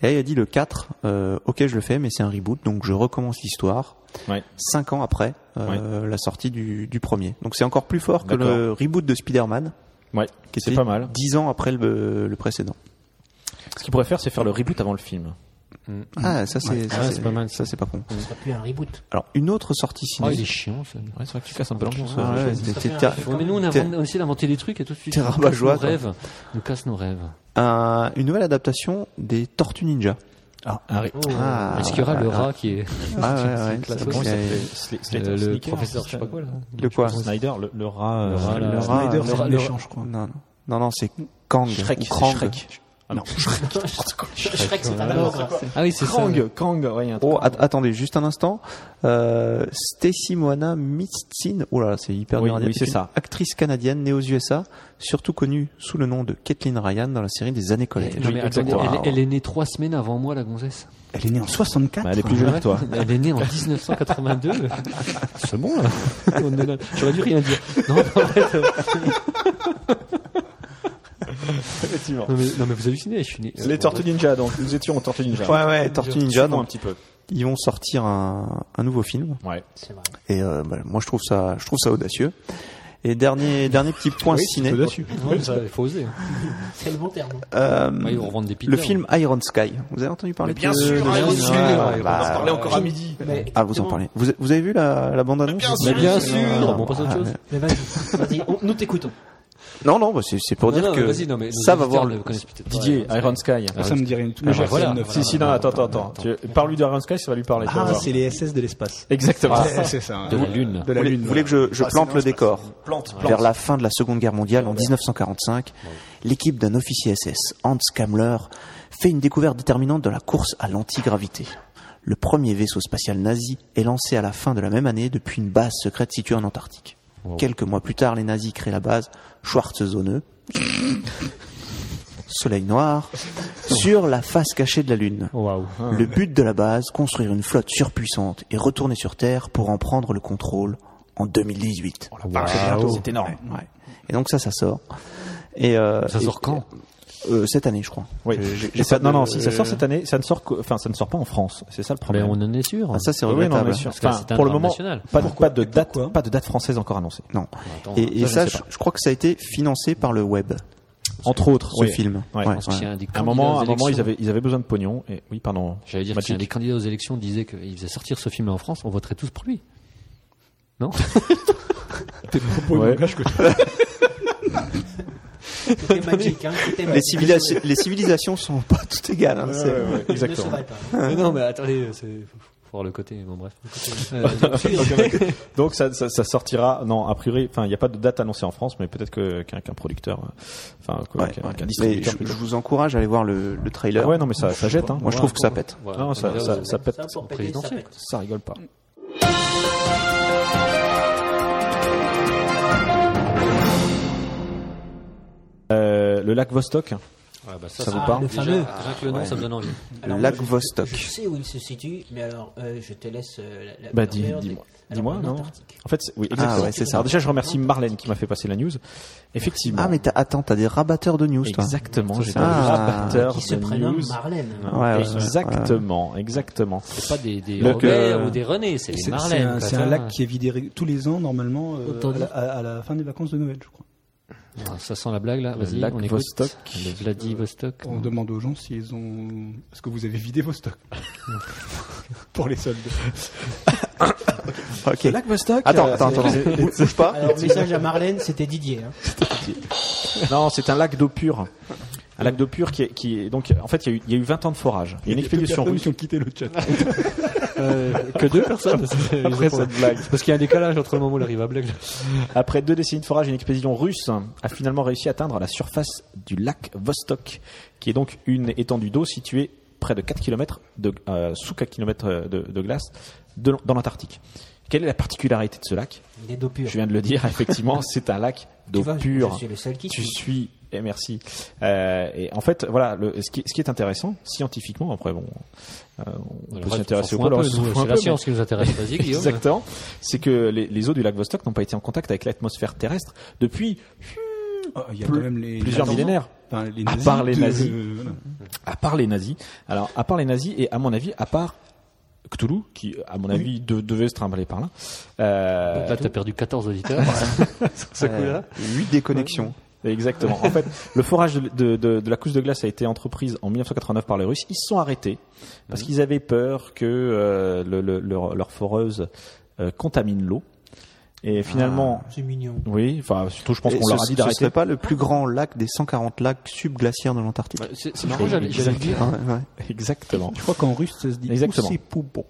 C: Et là, il a dit le 4, euh, ok, je le fais, mais c'est un reboot, donc je recommence l'histoire.
B: Ouais.
C: Cinq ans après euh, la sortie du, du premier. Donc c'est encore plus fort que
B: D'accord.
C: le reboot de Spider-Man,
B: Ouais.
C: qui
B: C'est
C: était
B: pas mal.
C: dix ans après le, le précédent.
B: Ce qu'il pourrait faire, c'est faire le reboot avant le film.
F: Mmh.
C: Ah, ça c'est ça,
G: Ouais, c'est pas mal,
C: Ça c'est pas con.
F: Ce serait plus un reboot. Ah
C: Alors une autre sortie
G: Oh,
C: ciné.
G: il est chiant, ça.
B: Ouais, c'est vrai que tu casses un peu l'ambiance.
C: Ah, ouais,
F: ça
C: t'es-
F: fait
C: t'es-
F: un-
G: Ouais, mais nous, on a,
C: T'es-
G: on a essayé d'inventer des trucs et tout de suite,
C: T'es
G: on
C: rabat
G: casse nos
C: joie, toi.
G: rêves. On casse nos rêves.
C: un- une nouvelle adaptation des Tortues Ninja.
B: Ah,
C: Ah,
G: Est-ce qu'il y aura le rat qui est
C: Ah, ouais, ouais,
G: classe.
C: ça,
G: Comment il
C: c'est-
G: euh, le professeur, je sais pas quoi là
C: Le quoi
B: Snyder, le, le rat. euh,
G: rat,
B: le
G: là.
B: rat.
E: Snyder,
G: le-
E: c'est
G: le-
E: méchant, je crois.
C: Non, non, non, non, c'est Kang.
B: Shrek,
C: ou
B: c'est
C: Krang.
B: Shrek. Ah non,
F: Shrek, c'est un ogre.
G: Ah oui, c'est ça.
B: Krang, Krang, ouais, il y a un truc.
C: Oh, at- attendez, juste un instant. Euh, Stacy Moana Mistin, oh là là, c'est hyper
B: Oui,
C: dur à dire.
B: oui, c'est
C: une
B: ça.
C: Actrice canadienne née aux USA, surtout connue sous le nom de Kathleen Ryan dans la série des années collège.
G: Non, mais attendez,
B: exactement.
G: elle, elle est née trois semaines avant moi, la gonzesse.
E: Elle est née en 64.
B: Bah, elle est plus jeune que toi.
G: Elle est née en 1982. C'est bon, là. On est là. J'aurais dû rien dire. Non, mais en fait, euh,
B: Effectivement.
G: non, mais, non, mais vous hallucinez, je suis né.
B: Les Tortues Ninja, donc nous étions aux Tortues Ninja.
C: Ouais, ouais, Tortue Ninja,
B: Suivons un
C: donc
B: petit peu.
C: Ils vont sortir un, un nouveau film.
B: Ouais.
F: C'est vrai.
C: Et euh, bah, moi, je trouve ça, je trouve ça audacieux. Et dernier, dernier petit point ciné.
G: euh, Ouais, ça, il faut oser.
F: C'est le bon terme. hein.
C: Euh,
G: Ouais, ils vont revendre des pizzas. hein. Ah,
C: le film Iron Sky. Vous avez entendu parler
A: bien
C: de,
A: sûr,
C: de
A: Iron
C: Iron
A: Sky,
C: Sky
A: on
C: Euh, Ouais, bah,
A: encore à midi.
C: Ah, vous en parlez. Vous, vous avez vu la, la bande annonce
A: bien
G: Mais bien sûr,
C: non,
G: bon, on passe à autre
C: ah,
G: chose.
F: Mais vas-y, vas-y, on- nous t'écoutons.
C: Non, non, bah, c'est c'est pour
G: Non,
C: dire
G: non,
C: que
G: vas-y, non, mais nos
C: ça va
G: auditeurs
C: voir
G: ne
C: le.
G: connaissent peut-être pas.
B: Didier, Iron Sky.
E: Ça me dit rien du tout.
G: Ah,
E: Mais j'ai
G: voilà,
E: RTL 9.
G: voilà.
B: Si, si, non, attends, attends, attends. Tu- Parle-lui d'Iron Sky, ça va lui parler. tu vas voir.
E: les SS de l'espace.
B: Exactement.
E: Ah, C'est c'est ça. hein.
G: De la lune.
E: De la
C: Vous voulez,
E: lune.
C: vous voulez que je, je
A: Ah,
C: plante
A: c'est
C: le
A: dans l'espace.
C: décor
A: Plante, plante.
C: Vers la fin de la Seconde Guerre mondiale, en 1945, l'équipe d'un officier SS, Hans Kammler, fait une découverte déterminante de la course à l'antigravité. Le premier vaisseau spatial nazi est lancé à la fin de la même année depuis une base secrète située en Antarctique. Quelques mois plus tard, les nazis créent la base Schwarzsonne, Soleil Noir, sur la face cachée de la Lune.
G: Waouh.
C: Le but de la base, construire une flotte surpuissante et retourner sur Terre pour en prendre le contrôle en 2018.
B: Ah, C'est énorme.
C: Ouais. Et donc ça, ça sort. Et euh,
G: Ça
C: et-
G: sort quand
C: euh, Cette année, je crois.
B: Oui.
C: J'ai- j'ai-
B: Et
C: j'ai
B: ça-
C: pas de-
B: non, non, si ça sort
C: euh,
B: cette année, ça ne sort, que- enfin, ça ne sort pas en France. C'est ça le
G: Mais
B: problème.
G: on en est sûr.
C: Ah, ça, c'est
B: Oh, Oui, oui, non,
C: regrettable.
B: mais sûr.
G: Parce que
B: Enfin,
G: c'est un
B: pour le
G: drame
B: moment,
G: national.
B: pas de, pas de date,
E: pourquoi
B: pas de date française encore annoncée.
C: Non.
G: Attends,
C: Et,
B: ça, je
C: et ça,
B: sais
C: je,
B: pas.
C: je crois que ça a été financé par le web,
B: Entre autres,
C: ce
B: oui.
C: film.
B: Ouais.
C: Ouais,
G: Je pense qu'il y a
C: ouais.
G: un des
B: À
G: candidats
B: un moment,
G: aux
B: à un moment, ils
G: élections-
B: avaient, ils avaient besoin de pognon. Et oui, pardon.
G: J'allais dire que
B: Magic.
G: si un des candidats aux élections disait qu'il faisait sortir ce film en France, on voterait tous pour lui. Non
B: Ouais.
F: C'était magique, hein. C'était
C: Les,
F: magique.
C: civilisations, les civilisations sont pas toutes égales. hein, c'est-
F: Ne se
B: Exactement.
F: bat pas. hein.
G: Mais Non, mais attendez, c'est faut faut voir le côté. Bon, bref.
B: Donc ça, ça, ça sortira. Non, a priori, enfin, il n'y a pas de date annoncée en France, mais peut-être que qu'un qu'un producteur, euh, enfin, que-
C: Ouais,
B: qu'un
C: ouais.
B: qu'un
C: Mais
B: distributeur.
C: je, je vous encourage à aller voir le, le trailer.
B: Ouais, non, mais ça, ça jette. Hein.
C: Moi, je trouve que ça pète.
B: Non, ça, ça, ça pète.
F: Ça, pour péter, ça
G: Présidentiel.
F: pète.
B: Ça rigole pas. Euh, le lac Vostok.
G: bah, ça,
B: vous parle
F: Ah, Le
G: Déjà,
F: fameux.
G: rien que le nom, ça me donne envie.
C: Le
F: Alors,
C: lac
F: moi, je- Je
C: Vostok.
F: sais où il se situe, mais alors euh, je te laisse euh, la, la
B: Bah,
F: la
B: dis-
F: meilleure des-
B: dis-moi.
F: Alors,
B: Dis-moi,
F: en
B: non
F: Antarctique.
B: En fait, c'est- oui, exactement.
C: Ah, ouais, c'est ça.
B: Alors déjà, je remercie Marlène qui m'a fait passer la news. Effectivement.
C: Ah, mais t'as- attends, t'as des rabatteurs de news, toi.
B: Exactement, j'ai
C: un
B: un
C: rabatteur
B: rabatteur
F: Qui se
B: Ah, de
F: prénomme
B: news.
F: Marlène.
C: Ah. Ouais, ouais, ouais.
B: exactement, exactement.
G: C'est pas des, des
B: Le-
G: Robert
B: que-
G: ou des René, c'est des
E: C'est
G: Marlène.
E: c'est un,
G: quoi,
E: c'est un
G: ça.
E: lac qui est vidé ré- tous les ans normalement euh,
F: Autant
E: à, la, à- à la fin des vacances de Noël, je crois.
G: Ah, Ça sent la blague là.
B: Le
G: Vas-y,
B: lac
G: on écoute.
B: Vostok.
G: Le Vladivostok.
E: On demande aux gens s'ils ont, est-ce que vous avez vidé vos stocks pour les soldes.
C: Ok.
B: lac Vostok. euh,
C: Attends, attends, attends. Bouge pas.
F: Alors, message à Marlène, c'était Didier. Hein.
B: Non, c'est un lac d'eau pure. Un lac d'eau pure qui est, qui est- donc en fait il y, a eu- il y a eu 20 ans de forage. Il y a une expédition
E: Personnes
B: russe. Euh,
E: qui ont quitté le chat.
G: que deux personnes.
B: Après cette blague.
G: Parce qu'il y a un décalage entre le moment où l'arrive à blague.
B: Après deux décennies de forage, une expédition russe a finalement réussi à atteindre la surface du lac Vostok, qui est donc une étendue d'eau située près de 4 km de, euh, sous 4 km de, de glace de l- dans l'Antarctique. Quelle est la particularité de ce lac
F: Des dos purs.
B: Je viens de le dire, effectivement, c'est un lac
F: Tu
B: d'eau
F: vois,
B: pure.
F: Je suis le seul qui.
B: tu suis et merci Euh, et en fait voilà le, ce, qui, ce qui est intéressant scientifiquement après bon euh, on peut s'intéresser au quoi,
G: un peu, hein.
B: alors,
G: nous,
B: on s'en fout un
G: C'est la
B: peu,
G: science qui nous intéresse. Vas-y,
B: mais-
G: Guillaume.
B: exactement c'est que les, les eaux du lac Vostok n'ont pas été en contact avec l'atmosphère terrestre depuis
E: Ah, Il y a
B: Plus-
E: quand même les
B: plusieurs
E: les-
B: millénaires.
E: enfin, les
B: À
E: nazis
B: part les
E: de-
B: nazis.
E: euh, voilà.
B: à part les nazis alors à part les nazis et à mon avis à part Cthulhu qui à mon avis de- devait se trimballer par là euh,
G: Là, t'as perdu 14 auditeurs.
B: ce coup-là
C: 8 Euh, déconnexions.
B: Exactement. En fait, le forage de, de, de, de la couche de glace a été entreprise en 1989 par les Russes. Ils se sont arrêtés parce qu'ils avaient peur que euh, le- le- leur, leur foreuse euh, contamine l'eau. Et finalement,
F: C'est mignon.
B: oui, enfin surtout, je pense
C: Ah, Et
B: qu'on leur a
C: ce,
B: dit
C: ce
B: d'arrêter.
C: serait pas le plus grand lac des 140 lacs subglaciaires de l'Antarctique.
G: Ouais, C'est c'est marrant, j'allais j'allais le dire.
C: Ah, ouais, ouais.
B: Exactement.
E: Je crois qu'en russe ça se dit.
B: Exactement.
E: poussé poubouk.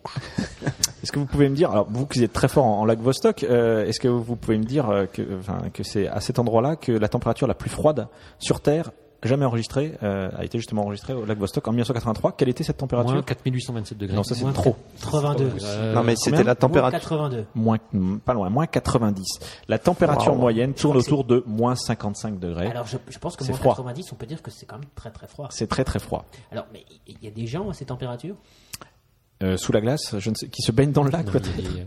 B: Est-ce que vous pouvez me dire, alors vous qui êtes très fort en, en lac Vostok, euh, est-ce que vous pouvez me dire euh, que, enfin, que c'est à cet endroit-là que la température la plus froide sur Terre jamais enregistrée euh, a été justement enregistrée au lac Vostok en 1983 Quelle était cette température
G: Moins 4827 degrés.
B: Non, ça c'est
F: Moins
B: trop.
F: 82.
G: Euh,
C: non, mais
B: combien
C: c'était la température.
F: 82.
B: moins, hmm, pas loin, moins 90. La température
C: Wow.
B: moyenne tourne
F: crois que
B: autour de moins 55 degrés.
F: Alors, je, je pense que
B: C'est
F: moins
B: froid.
F: 90, on peut dire que c'est quand même très très froid.
B: C'est très très froid.
F: Alors, mais il y a des gens à ces températures
B: euh, sous la glace, je ne sais, qui se baignent dans le lac,
G: Non,
B: peut-être.
G: il y a- euh,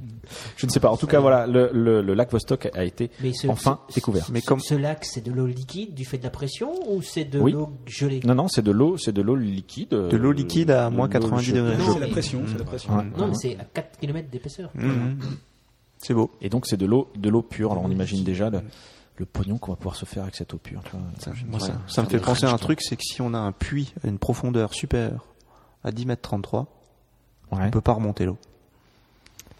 B: Je ne sais pas. En tout cas, voilà, le, le- le lac Vostok a été
F: Mais ce-
B: enfin
F: ce-
B: découvert.
C: Mais
F: Ce-
C: comme-
F: Ce lac, c'est de l'eau liquide du fait de la pression ou c'est de
B: Oui.
F: l'eau gelée
B: Non, non, c'est de l'eau, c'est de l'eau liquide. euh,
C: De l'eau liquide à
B: de
C: moins
B: l'eau
C: 90
B: gelée.
C: degrés.
E: Non,
F: Je-
E: c'est la pression, c'est la pression.
B: Ouais.
F: Non, mais c'est à 4 km d'épaisseur.
C: Mhm. C'est beau.
B: Et donc, c'est de l'eau, de l'eau pure. Alors, on imagine déjà le, le pognon qu'on va pouvoir se faire avec cette eau pure. tu vois.
C: Moi, ça,
B: Ouais.
C: ça me fait penser à un truc, c'est que si on a un puits à une profondeur supérieure à 10 mètres 33,
B: Ouais.
C: on peut pas remonter l'eau.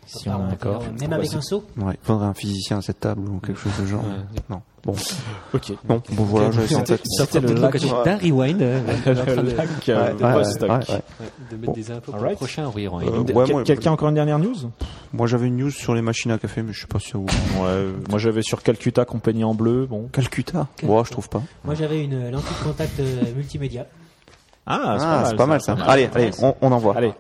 B: Si on a un corps.
F: Même avec un seau
C: Ouais. Faudrait un physicien à cette table ou quelque chose de genre. Non. Bon.
B: Ok.
C: Bon, bon voilà, j'avais ça en tête.
B: C'était le lac.
G: D'un rewind. euh, on est en train
B: Le
G: de-
B: lac euh,
C: Ouais, ouais,
B: Vostok.
C: ouais, ouais.
G: de mettre
C: Bon.
G: des impôts pour le
B: Alright.
G: prochain rewind.
C: Euh,
B: Quel-
C: ouais, moi-
B: Quelqu'un encore une dernière news
C: Moi, j'avais une news sur les machines à café, mais je sais pas si ça vous.
B: Ouais, moi j'avais sur Calcutta qu'on peignait en bleu, bon.
C: Calcutta. Ouais, je trouve pas.
F: Moi, j'avais une euh, lentille contact euh, multimédia.
B: Ah,
C: Ah, c'est pas mal ça. Allez, allez, on, on envoie.
B: Allez.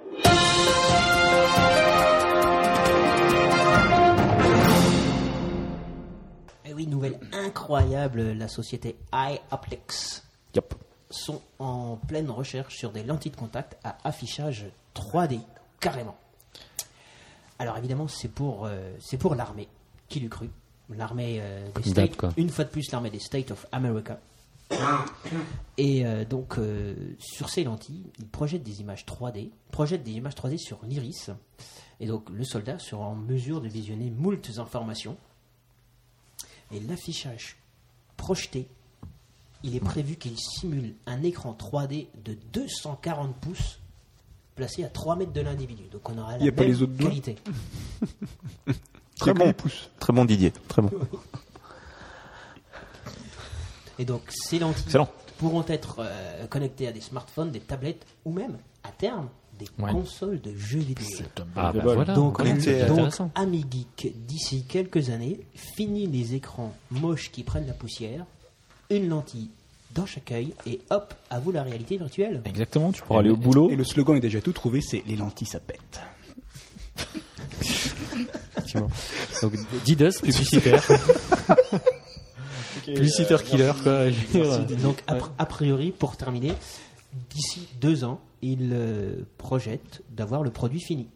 F: Et Eh oui, nouvelle incroyable, la société iAplex
B: Yep.
F: sont en pleine recherche sur des lentilles de contact à affichage 3D, carrément. Alors évidemment, c'est pour, euh, c'est pour l'armée, qui l'eût cru L'armée euh, des
G: date,
F: States,
G: quoi.
F: une fois de plus l'armée des States of America. Et euh, donc, euh, sur ces lentilles, ils projettent des images 3D, projettent des images 3D sur l'iris. Et donc, le soldat sera en mesure de visionner moultes informations. Et l'affichage projeté il est prévu qu'il simule un écran 3D de 240 pouces placé à 3 mètres de l'individu. Donc on aura la
E: Il y a
F: même
E: pas les autres doigts
F: qualité.
E: Très
C: bon.
E: bon. pouce.
C: Très bon Didier. Très bon.
F: Et donc ces lentilles
B: Excellent.
F: pourront être euh, connectées à des smartphones, des tablettes ou même, à terme, des
G: Ouais.
F: consoles de jeux vidéo.
G: Ah, bah
B: bol.
G: voilà.
F: Donc,
G: voilà, c'est
F: donc
G: intéressant.
F: Ami Geek, d'ici quelques années, fini les écrans moches qui prennent la poussière, une lentille dans chaque œil et hop, à vous la réalité virtuelle.
B: Exactement, tu pourras aller au boulot.
E: Et le slogan est déjà tout trouvé, c'est les lentilles ça pète.
G: Donc, Didas, publicitaire. publicitaire killer, quoi. je veux dire.
F: Donc, a, a priori, pour terminer, d'ici deux ans, il euh, projette d'avoir le produit fini.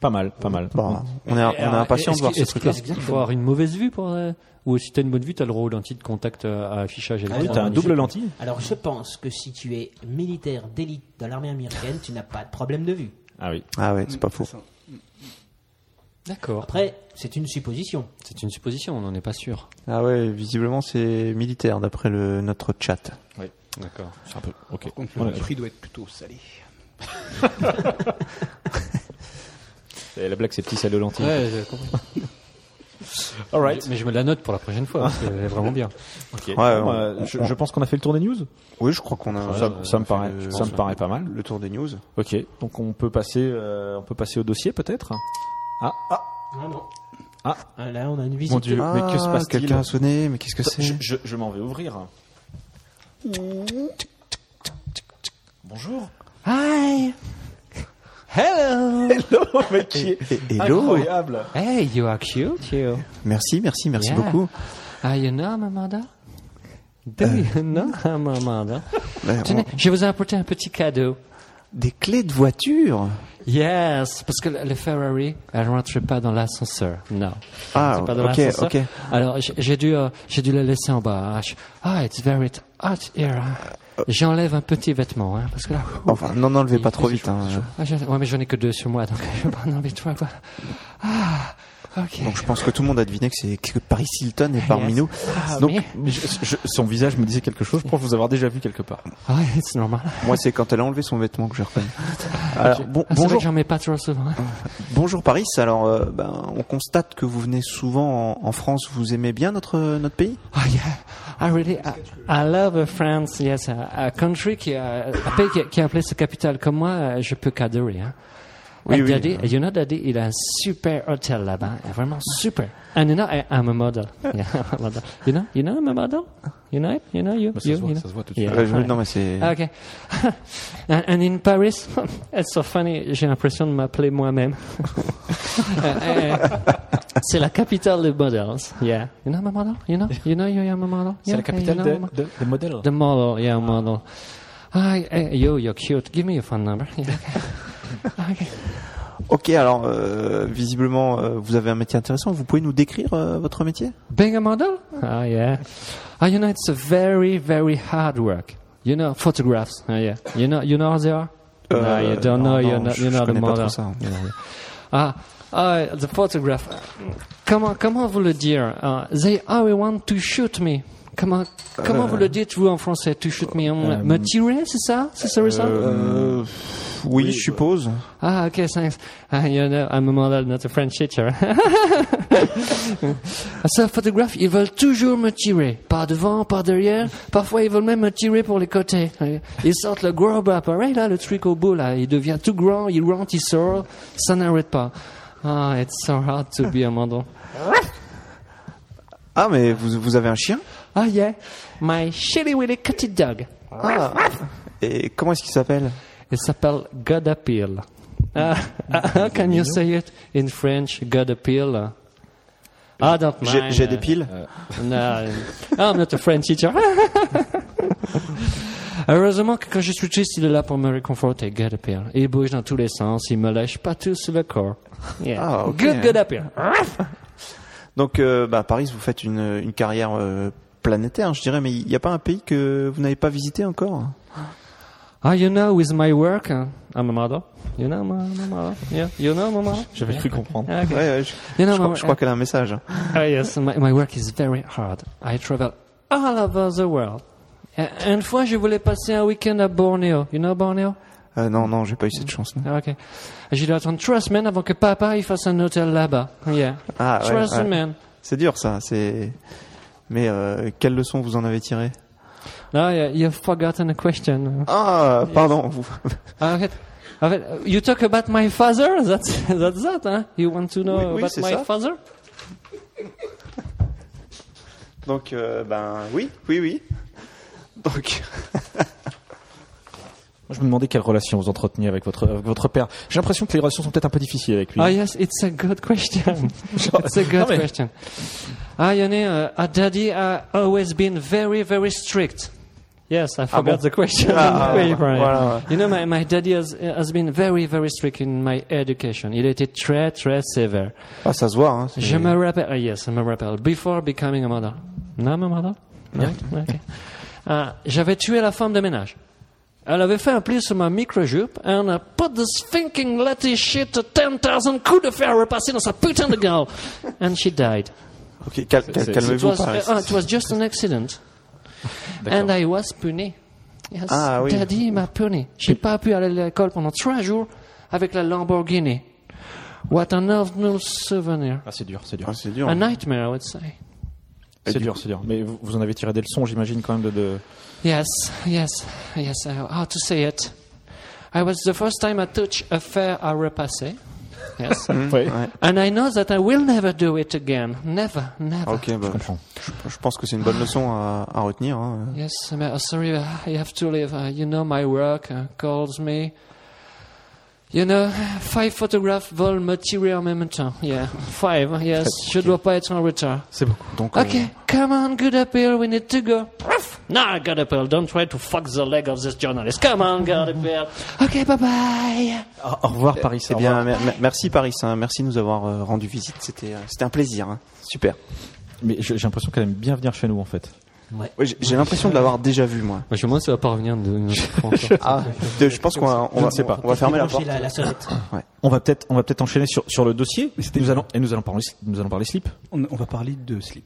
B: Pas mal, pas mal.
C: Bon, Ah, on est, on est impatient de voir ce
G: Ah, Est-ce qu'il
C: truc-là.
G: est-ce qu'il faut avoir une mauvaise vue pour. euh, Ou si t'as une bonne vue, t'as le rôle anti de contact euh, à affichage
F: Ah
B: Ah oui,
G: électronique.
B: t'as un double lentille
F: Alors, je pense que si tu es militaire d'élite de l'armée américaine, tu n'as pas de problème de vue.
B: Ah oui.
C: Ah ouais, c'est pas faux.
G: D'accord.
F: Après, c'est une supposition.
G: C'est une supposition, on n'en est pas sûr.
C: Ah ouais, visiblement c'est militaire d'après le notre chat.
G: D'accord.
B: C'est un peu. Ok.
E: Par contre,
B: Voilà.
E: le prix doit être plutôt salé.
B: Et La blague, c'est petit salé aux lentilles.
G: Ouais, j'ai compris.
B: Alright.
G: Mais je me la note pour la prochaine fois, parce qu'elle est vraiment bien.
B: Ok.
C: Ouais,
B: Bon,
C: on-
B: euh, je, je pense qu'on a fait le tour des news.
C: Oui, je crois qu'on a
B: ça, ça me paraît,
C: euh,
B: ça me paraît pas mal.
C: le tour des news.
B: Ok. Donc on peut passer, euh, on peut passer au dossier peut-être.
F: Vraiment.
B: Ah.
F: Là, on a une visite.
B: Mon Dieu, mais que se passe-t-il
C: Quelqu'un a sonné, Ah, mais qu'est-ce que c'est
B: Je, je- je m'en vais ouvrir. Bonjour.
G: Hi! Hello!
B: Mec, qui est
C: Eh, Hello.
B: incroyable.
G: Hey, you are cute, you.
C: Merci, merci, merci
G: Yeah.
C: beaucoup.
G: Ah, you know I'm Amanda? Do you know I'm Amanda?
C: Ouais,
G: Tenez,
C: on-
G: je vous ai apporté un petit cadeau.
C: Des clés de voiture.
G: Yes, parce que le le Ferrari, elle ne rentrait pas dans l'ascenseur. Non.
C: Ah,
G: C'est pas dans
C: ok,
G: l'ascenseur.
C: ok.
G: Alors, j'ai- j'ai dû, euh, j'ai dû la laisser en bas. hein. Je- Ah, it's very t- hot here. hein. J'enlève un petit vêtement, hein, parce que là. ouh,
C: Enfin, non, n'enlevez
G: il
C: pas
G: fait
C: trop
G: chaud,
C: vite. hein.
G: chaud. Ah, j'en- ouais, mais j'en ai que deux sur moi, donc j'ai pas envie de toi, quoi. Ah, ok.
C: Donc je pense que tout le monde a deviné que c'est que Paris Hilton est parmi
G: Yes.
C: nous.
G: Ah,
C: Donc
G: mais-
B: Je- je- son visage me disait quelque chose. Je pense vous avoir déjà vu quelque part.
G: Ah, it's normal.
C: moi c'est quand elle a enlevé son vêtement que je reconnais. Alors,
G: Ah,
C: bon,
G: c'est vrai que
C: bonjour,
G: J'en mets pas trop souvent. hein.
C: bonjour Paris. Alors euh, ben, on constate que vous venez souvent en, en France. Vous aimez bien notre notre pays
G: Oh yeah, I really, I, I love uh, France. Yes, a, a country qui a, un pays qui a, qui a appelé sa capitale comme moi, euh, je peux qu'adorer. Hein.
C: Oui,
G: And
C: oui.
G: Daddy, you know, Daddy, il a un super hôtel là-bas, euh, vraiment super. And you know, I, I'm a model. Yeah, I'm a model. You know, you know, I'm a model. You know it, you know you. you, you know. Yeah,
C: Euh, je-
G: alright.
C: Non mais c'est.
G: Ah, ok. and, and in Paris, it's so funny, j'ai l'impression de m'appeler moi-même. Euh, euh, c'est la capitale des models. Yeah. You know my model? You know? You know you are my model? Yeah, you know my-
B: de modèles.
G: eh, The model, yeah, model. Ah, eh, yo, you're cute. Give me your phone number. Yeah.
C: Ok, alors euh, visiblement, euh, vous avez un métier intéressant. Vous pouvez nous décrire euh, votre métier
G: Being a model? Ah, yeah. Ah, you know, it's a very, very hard work. You know, photographs. Ah, yeah. You know, you know how they are? no, you don't know.
C: Euh,
G: you're
C: non, non,
G: not,
C: Uh, je-
G: you're
C: je
G: not a
C: connais pas
G: model.
C: trop ça.
G: Ah, ah, the photograph. Comment, comment vous le dire? Ah, they always want to shoot me. Comment, comment vous le dites, vous, en français? To shoot me. on- me tirer, c'est ça? C'est ça, ça?
C: Euh, oui, je suppose.
G: Ah, ok, thanks. Ah, you know, I'm a model, not a French teacher. Ça, photographe, ils veulent toujours me tirer. Par devant, par derrière. Parfois, ils veulent même me tirer pour les côtés. Ils sortent le gros bras, pareil, là, le truc au bout, là. Il devient tout grand, il rentre, il sort. Ça n'arrête pas. Ah, it's so hard to be a model.
C: Ah, mais vous, vous avez un chien
G: Ah, yeah. My shitty willy cutty dog.
C: Ah. Et comment est-ce qu'il s'appelle
G: Il s'appelle God Appeal. Ah, how can you say it in French, God Appeal? I don't
C: J'ai-
G: mind.
C: J'ai des piles.
G: No, I'm not a French teacher. Heureusement que quand je suis triste, il est là pour me réconforter. God Appeal. Il bouge dans tous les sens, il me lâche pas tout sur le corps. Yeah.
C: Ah, ok.
G: Good God Appeal.
C: Donc, euh, bah, Paris, vous faites une, une carrière euh, planétaire, je dirais, mais il n'y a pas un pays que vous n'avez pas visité encore
G: Ah, you know, with my work, uh, I'm a mother. You know, my, my mother. Yeah, you know, my mother.
B: J'avais cru comprendre.
G: Ah, okay.
C: Ouais, ouais, je,
G: You know,
C: je crois,
G: my-
C: je crois qu'elle a un message.
G: Ah, yes, my, my work is very hard. I travel all over the world. Euh, Une fois, je voulais passer un week-end à Bornéo. You know Bornéo?
C: Euh, non, non, j'ai pas eu cette chance. non.
G: Ah, ok. J'ai dû attendre trois semaines avant que papa il fasse un hôtel là-bas. Yeah.
C: Ah, ouais,
G: trois
C: ouais.
G: semaines.
C: C'est dur, ça. C'est. Mais euh, quelle leçon vous en avez tiré
G: No, Ah, you- you've forgotten a question.
C: Ah, pardon. Vous...
G: Ah, en fait, en fait, you talk about my father? That's, that's that, hein? You want to know
C: Oui, oui,
G: about
C: c'est
G: my
C: ça.
G: father?
C: Donc, euh, ben, oui, oui, oui. Donc,
B: Je me demandais quelle relation vous entreteniez avec votre, avec votre père. J'ai l'impression que les relations sont peut-être un peu difficiles avec lui.
G: Ah, yes, it's a good question. it's a good
B: Non, mais-
G: question. Ah, you know, uh, uh, daddy uh, always been very, very strict. Yes, I forgot
C: bon?
G: the question.
C: Ah,
G: on the paper.
C: voilà.
G: You know, my, my daddy has, uh, has been very, very strict in my education. Il était très, très sévère.
C: ah, ça se voit. Hein, c'est-
G: Je me rappelle, ah, yes, I me rappelle, before becoming a mother. Non, ma mother? Non? Ok. Ah, J'avais tué la femme de ménage. Elle avait fait un pli sur ma micro-jupe and I put this thinking letty shit to 10,000 coups de fer repassés dans sa putain de gueule. And she died.
C: Ok, cal- cal-
G: it,
C: calmez-vous,
G: was,
C: Paris.
G: uh, it was just an accident. And I was puni. Yes,
C: Ah, oui.
G: Daddy m'a puni. J'ai pas pu aller à l'école pendant trois jours avec la Lamborghini. What an awful souvenir.
B: Ah, c'est dur, c'est dur.
C: Ah, c'est dur.
G: A nightmare, I would say.
B: C'est dur, c'est dur. Mais vous, vous en avez tiré des leçons, j'imagine, quand même, de, de-
G: Yes, yes, yes. I, how to say it? I was the first time I touched a fair à repasser. Yes.
B: Mmh. Ouais.
G: And I know that I will never do it again. Never, never.
C: Ok, bah,
B: comprends.
C: je, je pense que c'est une bonne leçon à, à retenir. hein.
G: Yes, I'm, uh, sorry, uh, I have to leave. Uh, you know, my work uh, calls me. You know, five photographes veulent me tirer en même temps. Yeah, five, yes. Je dois pas être en retard.
C: C'est beaucoup. Donc, euh,
G: Okay, come on, good appeal, we need to go. Ruff. No, good appeal, don't try to fuck the leg of this journalist. Come on,
F: Mmh,
G: good appeal. Okay, bye bye.
B: Au revoir, Paris.
C: eh
B: au
C: bien,
B: revoir.
C: mer- mer- merci Paris, hein, merci de nous avoir euh, rendu visite. C'était, euh, c'était un plaisir. hein. Super.
B: Mais je- j'ai l'impression qu'elle aime bien venir chez nous, en fait.
C: Ouais, j'ai, j'ai l'impression de l'avoir déjà vu, moi.
G: Je pense que ça va pas revenir de
C: Ah, de- je pense qu'on va, on va,
B: sais pas.
C: on va fermer la porte.
F: Débrancher la, la sonnette.
B: On va peut-être, on va peut-être enchaîner sur, sur le dossier. Nous allons, et nous allons parler, nous allons parler slip.
E: On, on va parler de slip.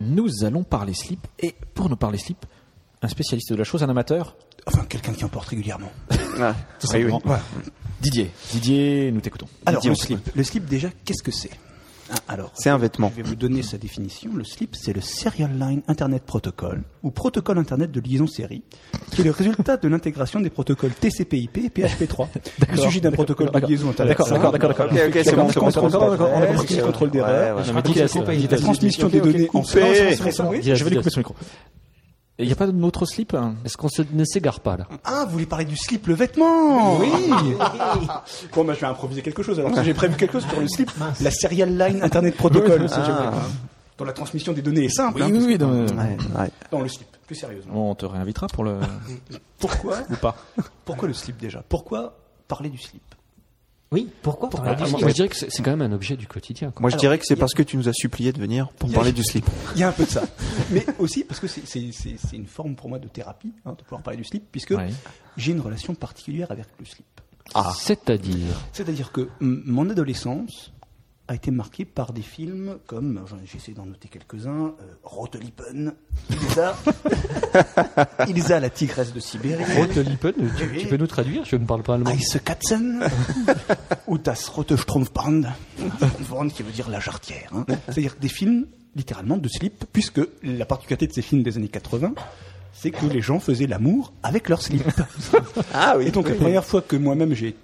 B: Nous allons parler slip. Et pour nous parler slip, un spécialiste de la chose, un amateur,
E: Enfin, quelqu'un qui en porte régulièrement.
C: Ah,
B: tout
C: oui, oui.
B: simplement. Didier. Didier, nous t'écoutons.
E: Alors,
C: Didier,
E: le
C: on
E: slip. Le slip, déjà, qu'est-ce que c'est Ah, Alors,
C: C'est un vêtement.
E: Je vais vous donner sa définition. Le slip, c'est le Serial Line Internet Protocol, ou protocole Internet de liaison série, qui est le résultat de l'intégration des protocoles TCP/IP et PHP3. Il suffit d'un protocole de liaison Internet.
B: D'accord, d'accord, d'accord, d'accord.
C: Ok, ok, c'est bon, c'est bon, c'est bon, c'est bon.
E: On a
C: Ouais,
E: compris
C: c'est-
E: le contrôle d'erreur.
C: ouais, ouais.
B: Je euh, vais
E: La transmission des données en
B: couper.
E: séquence.
B: Je vais lui couper son micro. Il n'y a pas d'autre slip hein
G: Est-ce qu'on se- ne s'égare pas là
E: Ah, vous voulez parler du slip, le
C: Oh.
E: vêtement
G: Oui
E: Bon, bah, je vais improviser quelque chose alors, parce que j'ai prévu quelque chose sur le slip, la Serial Line Internet Protocol, ça, j'ai prévu. dont la transmission des données est simple, hein, parce que-
C: Ouais, ouais.
E: dans le slip, plus sérieusement.
B: On te réinvitera pour le.
E: Pourquoi
B: ou pas.
E: Pourquoi le slip déjà Pourquoi parler du slip
F: Oui, pourquoi parler
G: Ah,
F: du
G: moi,
F: slip
G: Je dirais que c'est c'est quand même un objet du quotidien. quoi.
C: Moi, je dirais que c'est parce que tu nous as supplié de venir pour
E: y a-
C: parler du slip.
E: Il y a un peu de ça. Mais aussi parce que c'est- c'est c'est- c'est une forme pour moi de thérapie, hein, de pouvoir parler du slip, puisque
B: Ouais.
E: j'ai une relation particulière avec le slip.
G: Ah. C'est-à-dire.
E: C'est-à-dire que m- mon adolescence a été marquée par des films comme, j'en- j'essaie d'en noter quelques-uns, euh, Rotelippen, Ilsa, Ilsa la tigresse de Sibérie,
G: Rotelippen, tu,
E: Oui.
G: tu peux nous traduire Je ne parle pas allemand.
E: Ice Katzen ou Das Rote Strumpfband, Strumpfband qui veut dire la jarretière. hein. C'est-à-dire des films littéralement de slip, puisque la particularité de ces films des années 80, c'est que les gens faisaient l'amour avec leur slip.
C: Ah
E: Et donc la première fois que moi-même j'ai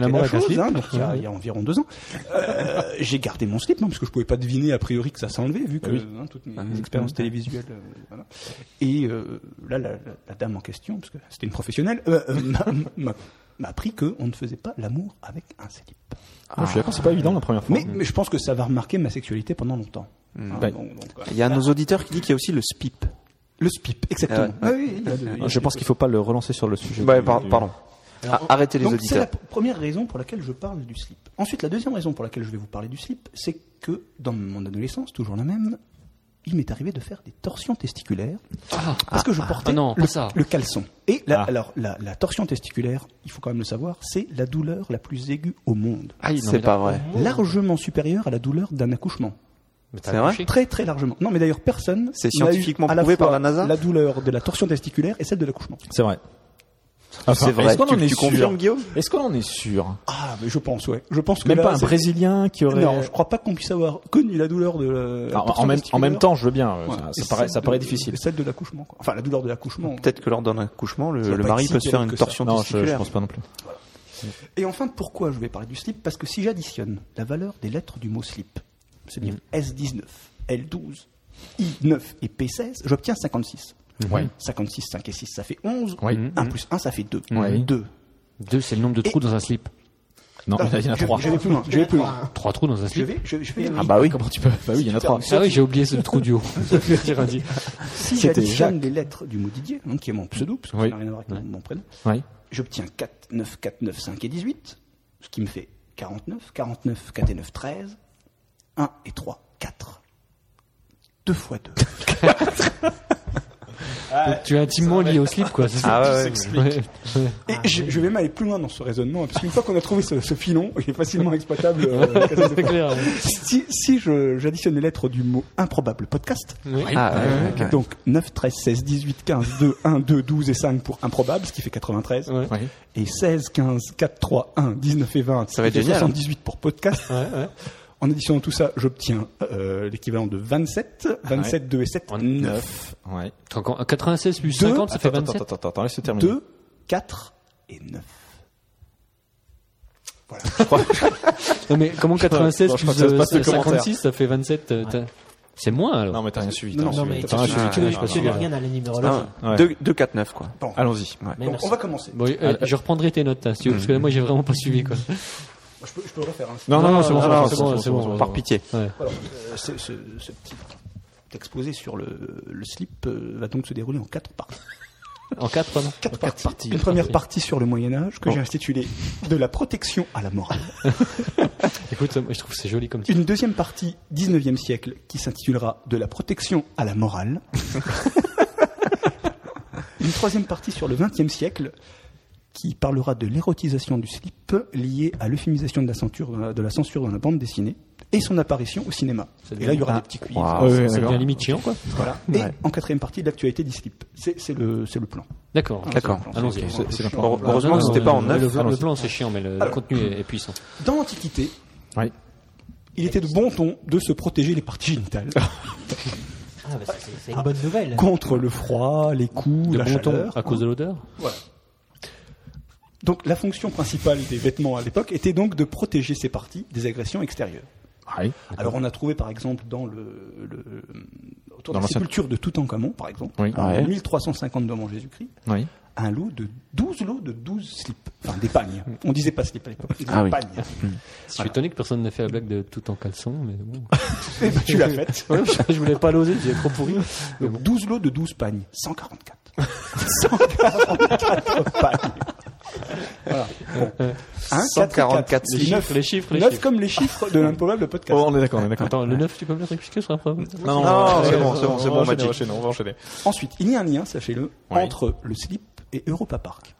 E: tenté
G: l'amour
E: la
G: avec un
E: chose,
G: slip.
E: hein, donc, il, y a, il y a environ deux ans, euh, j'ai gardé mon slip, hein, parce que je pouvais pas deviner a priori que ça s'enlevait, vu que hein, toutes mes expériences télévisuelles. euh, voilà. Et euh, là, la, la- la dame en question, parce que c'était une professionnelle, euh, euh, m'a- m'a- m'a appris qu'on ne faisait pas l'amour avec un slip.
B: Non, Ah, je suis d'accord, c'est pas évident la première fois.
E: Mais, mais je pense que ça va remarquer ma sexualité pendant longtemps. Hein,
B: Ouais.
E: donc, donc, euh,
C: Il y a un de nos auditeurs qui dit qu'il y a aussi le spip.
E: le spip, exactement.
C: Ah
E: Ah oui, il y a de- il y a
B: Je
E: de-
B: pense qu'il faut pas le relancer sur le sujet.
C: Ouais,
B: du-
C: par-
B: du-
C: pardon. Ah, arrêtez les
E: Donc, c'est la
C: auditeurs.
E: p- première raison pour laquelle je parle du slip. Ensuite, la deuxième raison pour laquelle je vais vous parler du slip, c'est que dans mon adolescence, toujours la même, il m'est arrivé de faire des torsions testiculaires parce que je portais
G: ah non,
E: le,
G: pas ça.
E: le caleçon. Et la,
B: Ah.
E: alors, la, la torsion testiculaire, il faut quand même le savoir, c'est la douleur la plus aiguë au monde.
G: Aïe, non, mais
C: C'est
G: là-
C: pas vrai.
E: Largement supérieure à la douleur d'un accouchement.
G: mais t'as
C: C'est vrai
G: accouché.
E: Très très largement. Non mais d'ailleurs personne n'a
C: C'est
E: eu
C: scientifiquement
E: à la
C: prouvé par
E: fois
C: la NASA
E: La douleur de la torsion testiculaire et celle de l'accouchement.
B: C'est vrai. Enfin,
C: C'est vrai.
B: Est-ce qu'on
C: Tu-
B: en est
C: tu
B: sûr
C: confirmes, Guillaume
B: Est-ce qu'on en est sûr
E: Ah mais je pense ouais. Je pense que
B: Même
E: là,
B: pas un
E: c'est-
B: Brésilien qui aurait.
E: Non, je crois pas qu'on puisse avoir connu la douleur de la.
B: Ah, en, en même, en même temps, je veux bien. euh, ça- Ça, paraît, ça paraît difficile.
E: Celle de l'accouchement. quoi. Enfin, la douleur de l'accouchement.
C: Peut-être que lors d'un accouchement,
E: Ça
C: le,
E: va
C: le
E: pas
C: mari
E: être
C: peut
E: si
C: se faire
E: terrible
C: une
E: que ça.
C: torsion
B: Non, je,
C: testiculaire.
B: je pense pas non plus.
E: Et enfin, pourquoi je vais parler du slip Parce que si j'additionne la valeur des lettres du mot slip, c'est-à-dire S19, L12, I9 et P16, j'obtiens 56.
B: Ouais.
E: 56, 5 et 6, ça fait 11.
B: Oui.
E: 1 plus 1, ça fait 2.
B: Ouais.
E: 2.
G: Deux, c'est le nombre de trous dans un slip.
B: Non, il y en a trois.
E: Je vais plus loin. Je vais plus loin.
G: Trois trous dans un
E: Je
G: slip.
E: vais, je, je vais
C: Ah bah oui.
B: Comment tu peux Bah oui, il y en a trois.
G: Ah oui, j'ai oublié ce trou du haut.
E: Si
B: C'était
E: j'additionne les lettres du mot Didier, hein, qui est mon pseudo, parce que
B: Oui.
E: ça n'a rien à voir avec mon- mon prénom,
B: Oui.
E: J'obtiens 4, 9, 4, 9, 5 et 18, ce qui me fait 49, 49, 4 et 9, 13, 1 et 3, 4. 2 fois 2.
G: tu es intimement lié au slip, quoi. c'est ça
C: Ah ouais, ouais.
G: Ouais.
E: Et
B: Ah
E: je, je vais même aller plus loin dans ce raisonnement, parce qu'une fois qu'on a trouvé ce, ce filon, il est facilement exploitable. euh, qu'est-ce que c'est
G: C'est clair.
E: si si je- j'additionne les lettres du mot improbable podcast, euh,
C: Ah, ouais, ouais, ouais.
E: donc 9, 13, 16, 18, 15, 2, 1, 2, 12 et 5 pour improbable, ce qui fait 93,
G: Ouais.
B: Oui.
E: et 16, 15, 4, 3, 1, 19 et 20,
C: Ça va être
E: ce qui fait
C: génial.
E: 78 pour podcast. En additionnant tout ça, j'obtiens euh, l'équivalent de 27, 27, 2 et 7, 9,
B: Ouais.
G: Attends, quand- 96 plus
E: Deux.
G: 50, ça fait
B: Attends, attends,
G: 27.
B: attends, attends, attends, laisse terminer.
E: 2, 4 et 9.
G: Non, mais comment 96
B: Non, je crois
G: plus
B: que ça se
G: euh,
B: passe le commentaire.
G: 56, ça fait 27 euh, t'as- C'est moins, alors.
B: Non, mais t'as rien suivi.
E: Non,
B: t'as
E: non,
B: rien
F: Non, mais
B: suivi,
F: tu
B: t'as rien suivi,
F: tu ne
B: t'as rien
F: tu
B: suivi.
F: ne rien à la numérologie.
C: Ah.
B: Ouais.
C: 2, 4, 9, quoi.
E: Bon,
B: Allons-y.
C: Ouais.
E: donc
F: merci.
E: on va commencer.
G: Bon, euh, je reprendrai tes notes, là, si tu veux, parce que là, moi, j'ai vraiment pas suivi, quoi.
E: Je peux, je peux refaire. hein.
B: Non, non, non, c'est bon,
C: Ah,
G: non,
B: c'est
G: non,
B: bon,
G: c'est bon, c'est bon.
C: Par pitié.
G: Ouais.
E: Alors, euh, ce, ce- ce petit exposé sur le, le slip euh, va donc se dérouler en quatre parties.
G: En 4, pardon.
E: Quatre parties. Une première partie sur le Moyen Âge que j'ai intitulée De la protection à la morale.
G: Écoute, euh, je trouve que c'est joli comme titre.
E: Une deuxième partie 19e siècle qui s'intitulera De la protection à la morale. Une troisième partie sur le 20e siècle qui parlera de l'érotisation du slip liée à l'euphémisation de la, censure, dans la- de la censure dans la bande dessinée et son apparition au cinéma.
G: C'est
E: Et là, il y aura
G: bien.
E: des petits quiz.
C: Waouh.
B: Ouais, ouais,
G: Ça
B: d'accord.
G: devient limite chiant, quoi.
E: Voilà. Et en quatrième partie, l'actualité du slip. C'est c'est le, c'est le plan.
G: D'accord.
C: D'accord.
G: Allons-y.
E: C'est- c'est le plan.
C: Heure- Heureusement que c'était pas en
G: neuf. Le
C: 9.
G: plan, le plan, c'est chiant, mais le, le
E: Alors.
G: contenu est, est puissant.
E: Dans l'Antiquité,
B: Ouais.
E: il était de bon ton de se protéger les parties génitales
F: Ah, bah, c'est- c'est- c'est une bonne nouvelle.
E: contre le froid, les coups,
G: De
E: la
G: bon ton,
E: chaleur.
G: à cause de l'odeur
E: Donc la fonction principale des vêtements à l'époque était donc de protéger ces parties des agressions extérieures.
B: Ouais.
E: Alors on a trouvé par exemple dans le, le- autour
B: Dans
E: de la
B: l'ancien-
E: sépulture de Toutankhamon, par exemple,
B: Oui.
E: en
C: Ouais.
E: 1350 devant Jésus-Christ,
B: Oui.
E: un lot de 12 lots de 12 slips, enfin des pagnes. On disait pas slip à l'époque, on disait
C: Ah oui.
E: pagnes.
G: Je suis étonné que personne n'ait fait la blague de tout en caleçon, mais bon.
E: Eh ben, tu l'as faite.
G: Ouais, je, je voulais pas l'oser, j'ai trop pourri.
E: Donc 12 lots de 12 pagnes, 144. 144 pagnes. Voilà. Bon. Un, quatre,
C: 144
E: quatre.
G: Les
E: Neuf.
G: chiffres, les chiffres, les
E: Neuf
G: chiffres.
E: comme les chiffres de l'improbable podcast.
B: on est d'accord, on est d'accord.
G: Attends, le 9, tu peux me le réexpliquer sur la preuve
B: Non,
C: Non, c'est bon, c'est bon, c'est
B: on
C: bon,
B: va enchaîner,
C: Magic.
B: enchaîner, on va enchaîner.
E: Ensuite, il y a un lien, sachez-le,
B: Oui.
E: entre le slip et Europa Park.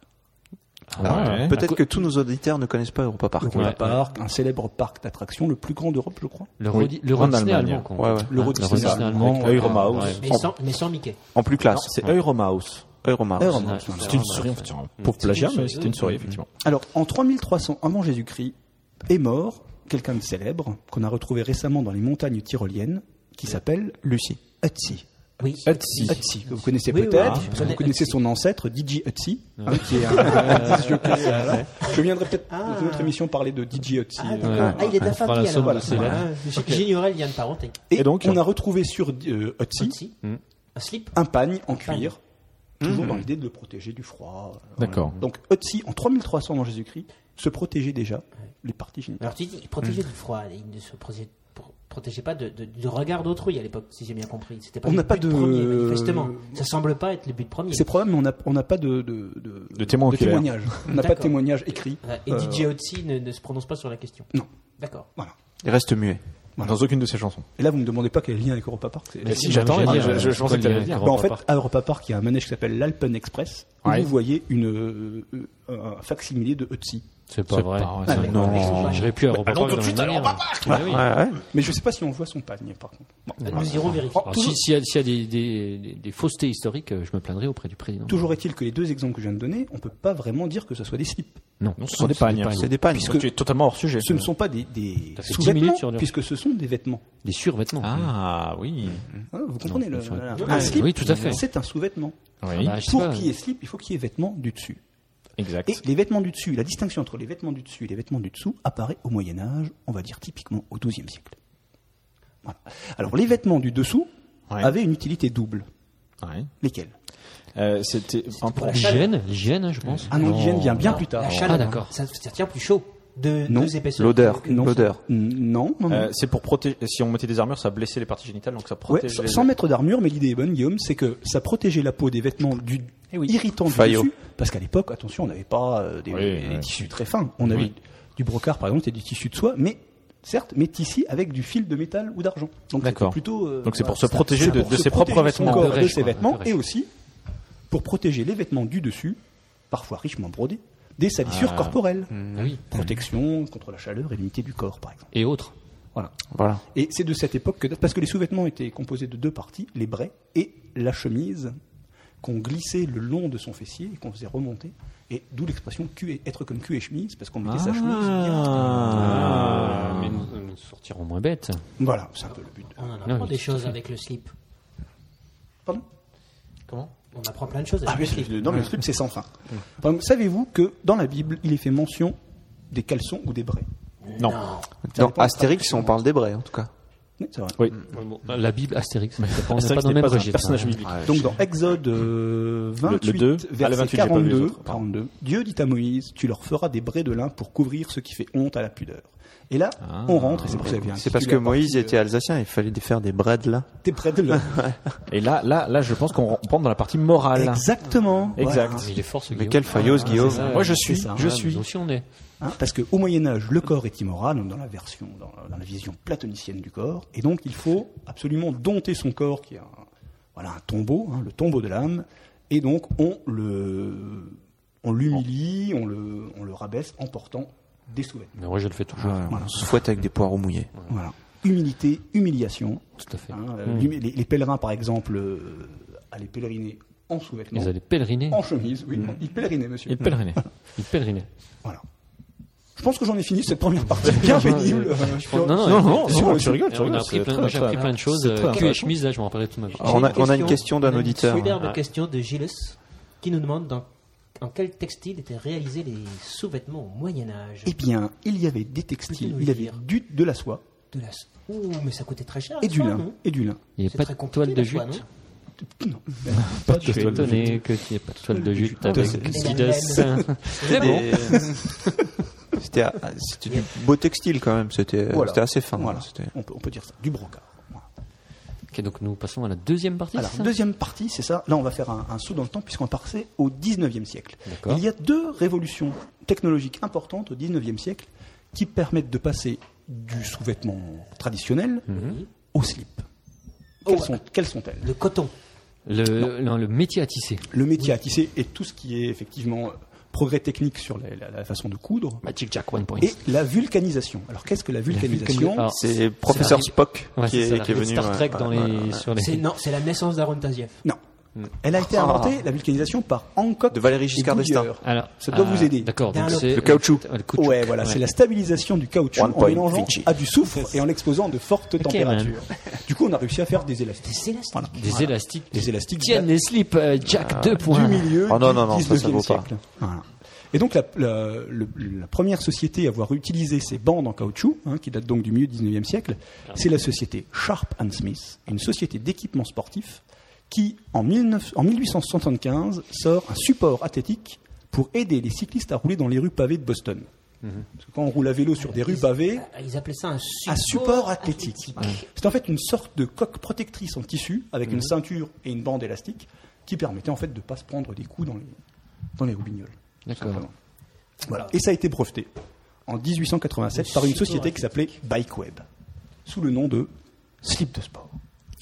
G: Ah
B: Ouais.
C: Peut-être que tous nos auditeurs ne connaissent pas Europa Park.
E: Europa
G: Ouais.
E: Park, un célèbre parc d'attractions, le plus grand d'Europe, je crois.
G: Le,
B: Oui,
G: Rodi- le
B: en
G: Rodisney
B: Allemagne.
G: allemand. quoi.
C: Ouais, ouais.
G: Hein,
E: Le Rodisney allemand,
G: allemand.
E: avec
B: Euromaus.
G: Ouais.
F: Mais sans, mais sans Mickey.
C: En plus classe.
B: C'est Euromaus.
F: Ah,
C: Euromar.
E: Euromaus.
B: C'était une souris, en fait. un Pauvre plagiat, mais c'était une souris, effectivement.
E: Alors, en 3300 avant Jésus-Christ, est mort quelqu'un de célèbre qu'on a retrouvé récemment dans les montagnes tyroliennes, qui s'appelle
C: Lucie.
E: Ötzi.
F: Oui.
B: Ötzi.
E: Ötzi, que vous connaissez
F: Oui, oui,
E: peut-être, parce
F: je
E: que
F: connais
E: vous connaissez
F: Ötzi.
E: son ancêtre, DJ Ötzi, hein, qui est un- un jockey, voilà. hein. Je viendrai peut-être dans une autre émission parler de DJ Ötzi.
F: Ah,
E: euh,
F: d'accord. Ah, il est de la
G: On fera la
F: famille,
G: somme
F: alors.
G: de ces lettres.
F: Ah, J'ignorais le lien de parenté.
E: Et,
B: Et donc,
E: on a retrouvé sur euh, Ötzi
F: Si. Un slip.
E: un pagne en cuir, toujours dans l'idée de le protéger du froid. Voilà.
B: D'accord.
E: Donc Ötzi, en 3300 avant Jésus-Christ, se protégeait déjà les parties génitales.
F: Alors tu dis, il protégeait
E: Mm.
F: du froid, il ne se protégeait, pro- protégeait pas de, de- du regard d'autrui à l'époque, si j'ai bien compris. C'était pas
E: On
F: le
E: n'a
F: but
E: pas de-
F: premier, manifestement. Ça semble pas être le but premier.
E: C'est probable, mais on n'a on n'a pas de, de, de,
B: De témoin oculaire.
E: témoignage. On n'a pas de
F: D'accord.
E: témoignage écrit.
F: Voilà. Et
E: Euh,
F: DJ Otzi ne, ne se prononce pas sur la question.
E: Non.
F: D'accord.
E: Voilà.
C: Il reste muet.
B: Dans aucune de ses chansons.
E: Et là, vous me demandez pas quel est le lien avec Europa Park. c'est-
G: Mais
B: si, j'attends,
G: j'ai
B: je-
G: dit,
B: je- je pensais que t'allais
G: euh,
B: le dire.
E: Bah, en
G: Europa
E: fait,
G: Park.
E: à Europa Park, il y a un manège qui s'appelle l'Alpen Express. où
B: Ouais.
E: Vous voyez une, euh, euh, un facsimilé de Ötzi.
G: c'est pas vrai.
B: vrai,
F: ça. Non.
G: J'irais plus à Europa Park. Allons tout de suite à Europa
C: Bah, Ouais, ouais.
E: Mais je sais pas si on voit son pagne, par contre. Bon, voilà.
F: Nous irons vérifier.
E: Oh,
G: S'il
E: toujours-
G: hein. si y a, s'il y a des, des, des- des faussetés historiques, euh, je me plaindrai auprès du président.
E: Toujours est-il que les deux exemples que je viens de donner, on peut pas vraiment dire que ce soit des slips.
G: Non,
B: Non, ce sont des pagnes.
C: C'est des pagnes.
B: Puisque tu es totalement hors sujet.
E: Ce ne sont pas des, des
G: T'as euh, fait 10
E: sous-vêtements,
G: minutes sur le-
E: puisque ce sont des vêtements.
G: Des survêtements.
B: Ah, oui.
E: Hein, vous comprenez le,
G: sur-
E: la-
G: Oui,
E: Un
G: oui,
E: slip,
G: tout à fait.
E: c'est un sous-vêtement.
G: Ah
B: Oui,
G: bah, je sais
E: Pour
G: pas.
E: qu'il y ait slip, il faut qu'il y ait vêtements du dessus.
B: exact.
E: Et les vêtements du dessus, la distinction entre les vêtements du dessus et les vêtements du dessous apparaît au Moyen Âge, on va dire typiquement au XIIe siècle. Voilà. Alors les vêtements du dessous
B: Ouais.
E: avaient une utilité double.
B: Ouais.
E: Lesquels
B: Euh, C'était un
F: pour la
G: L'hygiène, l'hygiène, hein, je pense.
E: Ah non, l'hygiène vient bien
F: Non,
E: plus tard.
F: La chaleur,
G: Ah, d'accord.
F: Ça, ça tient plus chaud. De,
E: Non.
F: deux épaisseurs.
C: L'odeur.
F: Que- que-
E: Non,
C: L'odeur.
E: N- Non, non, non.
B: Euh, c'est pour protéger. Si on mettait des armures, ça blessait les parties génitales, donc ça
E: Ouais,
B: protégeait.
E: sans
B: les-
E: sans mettre d'armure, mais l'idée est bonne, Guillaume, c'est que ça protégeait la peau des vêtements du
B: Eh
E: irritant du
C: Fayot.
E: dessus, parce qu'à l'époque, attention, on n'avait pas euh, des,
B: Oui,
E: des
B: oui.
E: tissus très fins. On avait du brocart, par exemple, c'était du tissu de soie, mais certes, mais tissé avec du fil de métal ou d'argent. Donc c'était
B: D'accord.
E: plutôt. euh,
B: Donc c'est pour
E: voilà,
B: se
E: c'était-
B: protéger
E: c'est
B: de-
E: pour
B: de
E: se
B: ses propres
E: protéger son
B: vêtements.
E: corps
G: De
E: de
G: rêche,
E: ses
G: quoi,
E: vêtements,
G: de rêche.
E: et aussi pour protéger les vêtements du dessus, parfois richement brodés, des salissures corporelles,
B: Hmm,
G: Ah oui.
E: protection contre la chaleur et l'humidité du corps, par exemple.
G: Et autres.
E: Voilà.
C: Voilà.
E: Et c'est de cette époque que, parce que les sous-vêtements étaient composés de deux parties, les braies et la chemise, qu'on glissait le long de son fessier et qu'on faisait remonter. Et d'où l'expression cul et- être comme cul et chemise, parce qu'on mettait sa chemise. bien.
G: mais nous, euh, nous sortirons moins bêtes.
E: Voilà, c'est un peu le but.
F: On en
G: Non,
F: apprend
G: mais
F: des
G: tout
F: choses avec le slip.
E: Pardon
F: On apprend plein de choses avec le slip.
E: Non, mais le slip, Ah, c'est sans fin. Par exemple, Savez-vous que dans la Bible, il est fait mention des caleçons ou des braies
B: Non.
C: Dans Astérix, on parle des brais, en tout cas.
E: Oui, c'est vrai.
B: Oui.
G: Bah, La Bible, Astérix. On n'est
B: Astérix
G: pas dans
B: n'est
G: le même
B: pas un
G: registre. hein.
B: personnage biblique.
E: Donc dans Exode euh, 28,
B: Ah, Le- le deux. Ah,
E: verset
B: le 28, j'ai pas vu les
E: 42,
B: autres, Ah. pardon.
E: 42, Dieu dit à Moïse, tu leur feras des braies de lin pour couvrir ce qui fait honte à la pudeur. Et là,
B: Ah,
E: on rentre, et c'est pour ça qu'il y a un
C: C'est parce que
E: titulaire
C: Moïse
E: parti de-
C: était alsacien, il fallait faire des braies de là.
E: Des braies de lin.
B: Et là, là, là, je pense qu'on re- on rentre dans la partie morale.
E: Exactement.
B: Exact.
E: Voilà.
G: Il est fort ce Ah,
C: Mais quelle failleuse, Guillaume. Ah,
B: Moi, je suis.
E: C'est ça.
B: Je suis.
G: Aussi, on est.
E: Hein, parce qu'au Moyen-Âge, le corps est immoral, donc dans la version, dans, la- dans la vision platonicienne du corps, et donc il faut absolument dompter son corps, qui est un, voilà, un tombeau, hein, le tombeau de l'âme, et donc on le, on l'humilie, on le, on le rabaisse en portant des sous-vêtements.
G: Mais moi, je le fais toujours.
C: Ouais, on se fouette avec des poireaux mouillés.
E: Voilà. Humilité, humiliation.
G: Tout à fait. Mmh.
E: hein, euh, l'humi- les, les pèlerins, par exemple, euh, allaient pèleriner en sous-vêtements,
G: Ils allaient pèleriner. Mmh.
E: en chemise, oui, ils pèlerinaient, monsieur.
B: Il pèlerinait.
G: Ils pèlerinaient.
E: Voilà. Je pense que j'en ai fini cette première partie bien pénible. euh,
G: Je pense- Non,
B: Non,
G: non,
B: non,
G: sûr,
B: non,
G: on-
B: tu rigoles, tu
G: on a
B: rigoles,
G: appris
B: c'est
G: plein,
B: très,
G: j'ai
B: très
G: appris plein de choses.
B: C'est très
G: euh, Cul et
B: intéressant.
G: chemise, là, je m'en rappellerai toute ma vie.
F: J'ai
C: On a, on a une question d'un
F: on a
C: auditeur.
F: Une superbe
G: Ah.
F: question de Gilles qui nous demande dans, en quel textile étaient réalisés les sous-vêtements au Moyen Âge
E: Eh bien, il y avait des textiles,
F: Pouvez-vous
E: il y
F: nous
E: avait
F: dire
E: du, de la soie,
F: de la, Ouh, mais ça coûtait très cher.
E: Et du
F: ça,
E: lin.
F: non
E: Et du lin.
G: Il n'y a
F: C'est
G: pas
F: très
G: de
F: compliqué,
G: toile de
F: la soie,
G: jute.
E: Pas
G: Je suis étonné qu'il n'y ait pas de toile de jute
E: Ah,
G: avec
E: c'est-
G: Skidas. C'est bon.
C: Et- C'était à- à- c'était du beau textile quand même, c'était
E: Voilà.
C: c'était assez fin.
E: Voilà.
C: c'était-
E: On, peut, on peut dire ça. Du brocard. Voilà.
G: Ok, donc nous passons à la deuxième partie.
E: Alors,
G: c'est ça
E: deuxième partie, c'est ça. Là, on va faire un, un saut dans le temps puisqu'on va passer au 19e siècle.
G: D'accord.
E: Il y a deux révolutions technologiques importantes au 19e siècle qui permettent de passer du sous-vêtement traditionnel au slip. Quelles
F: Oh.
E: sont- quelles sont-elles
F: Le coton.
G: Ah, le, non, le métier à tisser.
E: le métier à tisser et tout ce qui est effectivement euh, progrès technique sur la, la- la façon de coudre
G: Magic Jack One Point.
E: et la vulcanisation. Alors qu'est-ce que la vulcanisation
G: vulcani- ah. alors,
C: C'est professeur
G: c'est
C: Spock
G: Ouais,
C: qui,
G: c'est
C: est,
G: ça,
C: qui est
G: la-
C: venu.
G: Star
C: ouais,
G: Trek
C: ouais,
G: dans
C: ouais,
G: les,
C: ouais.
G: sur les.
F: C'est, non, c'est la naissance d'Aaron Taziev.
E: Non. Elle a été inventée, la vulcanisation, par Hancock
C: Hmm. Ah. De Valéry Giscard
E: et Goodyear.
C: d'Estaing.
G: Alors, ah,
E: Ça doit vous aider.
G: D'accord. donc
F: Dunlop.
G: c'est-
C: Le caoutchouc.
G: Ah, le caoutchouc.
E: Ouais, voilà, c'est la stabilisation du caoutchouc
C: One
E: en
C: point
E: mélangeant
C: Fiji.
E: à du soufre et en l'exposant à de fortes températures. Du coup, on a réussi à faire des élastiques.
F: C'est élastique.
E: Voilà.
G: Des élastiques.
E: Des élastiques Ah,
G: Tienne les slips, euh, Jack 2
E: du
G: points.
E: milieu
C: Oh non,
E: du
C: non, non, ça, ça
E: 19e
C: vaut pas.
E: siècle. Voilà. Et donc la, la- le- la première société à avoir utilisé ces bandes en caoutchouc, hein, qui date donc du milieu du 19e siècle, c'est la société Sharp and Smith, une société d'équipement sportif qui, en, 19 en 1875, sort un support athlétique pour aider les cyclistes à rouler dans les rues pavées de Boston.
C: Mhm.
E: Parce que quand on roule à vélo sur des rues pavées,
F: Ils appelaient ça un support,
E: un support athlétique.
G: Ah,
E: C'est en fait une sorte de coque protectrice en tissu avec une ceinture et une bande élastique qui permettait en fait de ne pas se prendre des coups dans les, dans les roubignoles. tout
G: D'accord.
E: simplement. Voilà. Et ça a été breveté en 1887 par une société qui s'appelait Bikeweb sous le nom de slip de sport.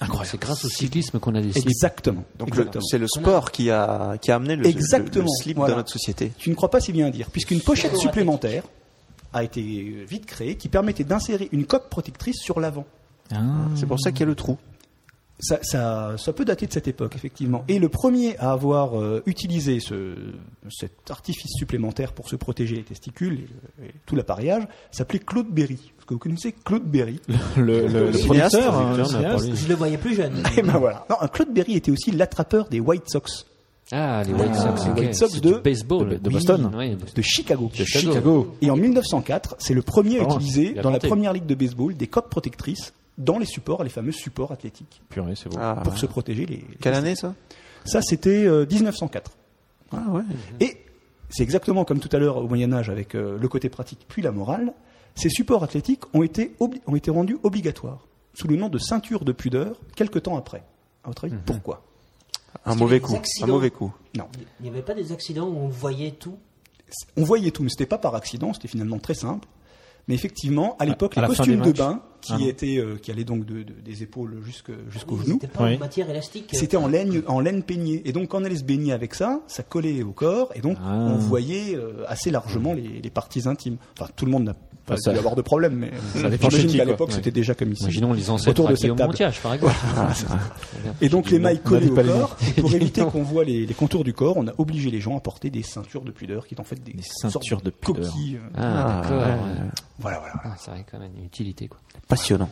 G: Incroyable. C'est grâce au cyclisme qu'on a des slips.
E: Exactement.
C: Donc le-
E: Exactement.
C: c'est le sport qui a, qui a amené le, le- le
E: Exactement,
C: slip
E: voilà.
C: dans notre société.
E: Tu ne crois pas si bien dire, puisqu'une pochette supplémentaire a été vite créée qui permettait d'insérer une coque protectrice sur l'avant.
C: C'est pour ça qu'il y a le trou.
E: Ça, ça, ça peut dater de cette époque, effectivement. Et le premier à avoir euh, utilisé ce, cet artifice supplémentaire pour se protéger les testicules et, le- et tout l'appareillage s'appelait Claude Berry. Est-ce que vous connaissez Claude Berry
B: Le, le, le
C: Cinéaste,
B: producteur, hein,
C: Victor,
B: le
C: on a
B: cinéaste.
C: parlé.
F: Je le voyais plus jeune.
E: Eh ben voilà. Non, Claude Berry était aussi l'attrapeur des White Sox
G: Ah, les White
E: Ah,
G: Sox.
E: les
G: ok.
E: White Sox
G: C'est
E: de-
G: du baseball.
B: de- de Boston.
G: Oui, ouais, Boston.
E: de Chicago.
B: Chicago.
E: Et en 1904, c'est le premier à
G: Ah,
E: utiliser
G: il a
E: dans la
G: inventé.
E: première ligue de baseball des coques protectrices dans les supports, les fameux supports athlétiques,
B: Purée, c'est beau.
C: Ah,
E: pour
C: ouais.
E: se protéger les. les
C: Quelle année ça
E: Ça, c'était euh, 1904.
C: Ah ouais.
E: Et c'est exactement comme tout à l'heure au Moyen Âge avec euh, le côté pratique puis la morale, ces supports athlétiques ont été, obli- ont été rendus obligatoires sous le nom de ceinture de pudeur quelques temps après. À votre
B: Mhm.
E: avis, pourquoi
C: Un
F: qu'il y
C: mauvais
F: a des
C: coup. Un
F: accidents
C: mauvais coup.
E: Non.
F: Il n'y avait pas des accidents où on voyait tout.
E: C'est- On voyait tout, mais c'était pas par accident, c'était finalement très simple. Mais effectivement, à l'époque,
B: à la
E: les
B: fin
E: costumes
B: des
E: de bain qui
B: Ah non.
E: étaient euh, qui allaient donc de- de- des épaules jusque- jusqu'aux
F: Ils
E: genoux,
F: n'étaient pas
B: Oui.
F: en matière élastique.
E: c'était en laine en laine peignée. Et donc quand on allait se baigner avec ça, ça collait au corps et donc
B: Ah.
E: on voyait euh, assez largement les, les parties intimes. Enfin, tout le monde n'a pas
B: Enfin, ça-
E: dû avoir de problème, mais
B: dépend chez
E: j'imagine
B: qui,
E: qu'à
B: quoi.
E: l'époque
B: Ouais.
E: c'était déjà comme ici.
G: Imaginons les
E: Autour
G: ancêtres
E: de
G: à
E: cette
G: Guillaume
E: table.
G: Montiage, par exemple.
E: Et donc les mailles collées
B: dit
E: au
B: pas les
E: corps, pour éviter qu'on voit les, les contours du corps, on a obligé les gens à porter des ceintures de pudeur, qui sont en fait des,
B: Des
E: sortes
B: ceintures de pudeur.
E: coquilles. euh,
G: Ah, d'accord. ouais.
E: Voilà, voilà.
G: Ah, ça a quand même une utilité, quoi.
C: Passionnant.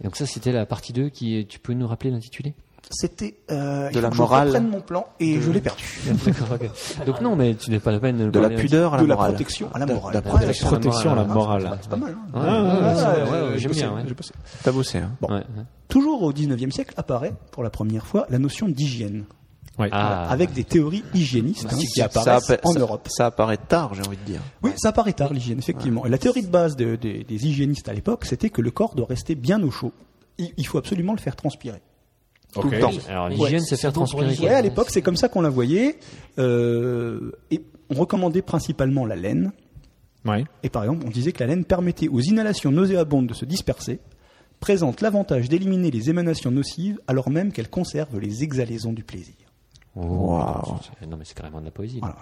G: Et donc ça, c'était la partie 2 qui, est- tu peux nous rappeler l'intitulé
E: C'était euh, il
C: De
E: faut
C: la
E: que
C: morale.
E: Je reprenne mon plan et je l'ai perdu.
G: D'accord, ok. Donc non, mais tu n'es pas la peine de le
C: De la
G: parler.
C: pudeur à la
E: de la
C: morale.
E: protection à la morale.
C: la
E: Ouais,
C: protection.
B: Protection à la
E: Ah,
B: morale.
E: C'est pas mal. hein.
G: Ouais, ouais,
E: Ah,
G: ouais, ouais,
E: euh,
G: ouais, ouais,
E: j'ai
G: J'aime
E: bossé,
G: bien, ouais.
E: j'ai bossé.
C: T'as bossé. Hein.
G: Ouais, ouais.
E: Toujours au 19e siècle apparaît pour la première fois la notion d'hygiène,
B: Ouais.
G: Ah,
E: avec des théories hygiénistes hein, qui apparaissent
C: appa-
E: en
C: Bah, ça-
E: Europe.
C: ça apparaît tard, j'ai envie de dire.
E: Oui, ça apparaît tard l'hygiène, effectivement. Et La théorie de base de- des- des hygiénistes à l'époque, c'était que le corps doit rester bien au chaud. Il il faut absolument le faire transpirer.
B: Ah,
C: Tout le temps.
G: Alors
F: Ouais,
G: l'hygiène,
F: c'est
G: c'est faire
F: bon pour
G: transpirer.
F: l'hygiène.
E: Ouais, à l'époque, c'est comme ça qu'on la voyait. euh, et on recommandait principalement la laine.
B: Ouais.
E: Et par exemple, on disait que la laine permettait aux inhalations nauséabondes de se disperser, présente l'avantage d'éliminer les émanations nocives alors même qu'elle conserve les exhalaisons du plaisir.
C: Waouh.
G: Non, mais Oh, c'est carrément de la poésie.
E: Voilà.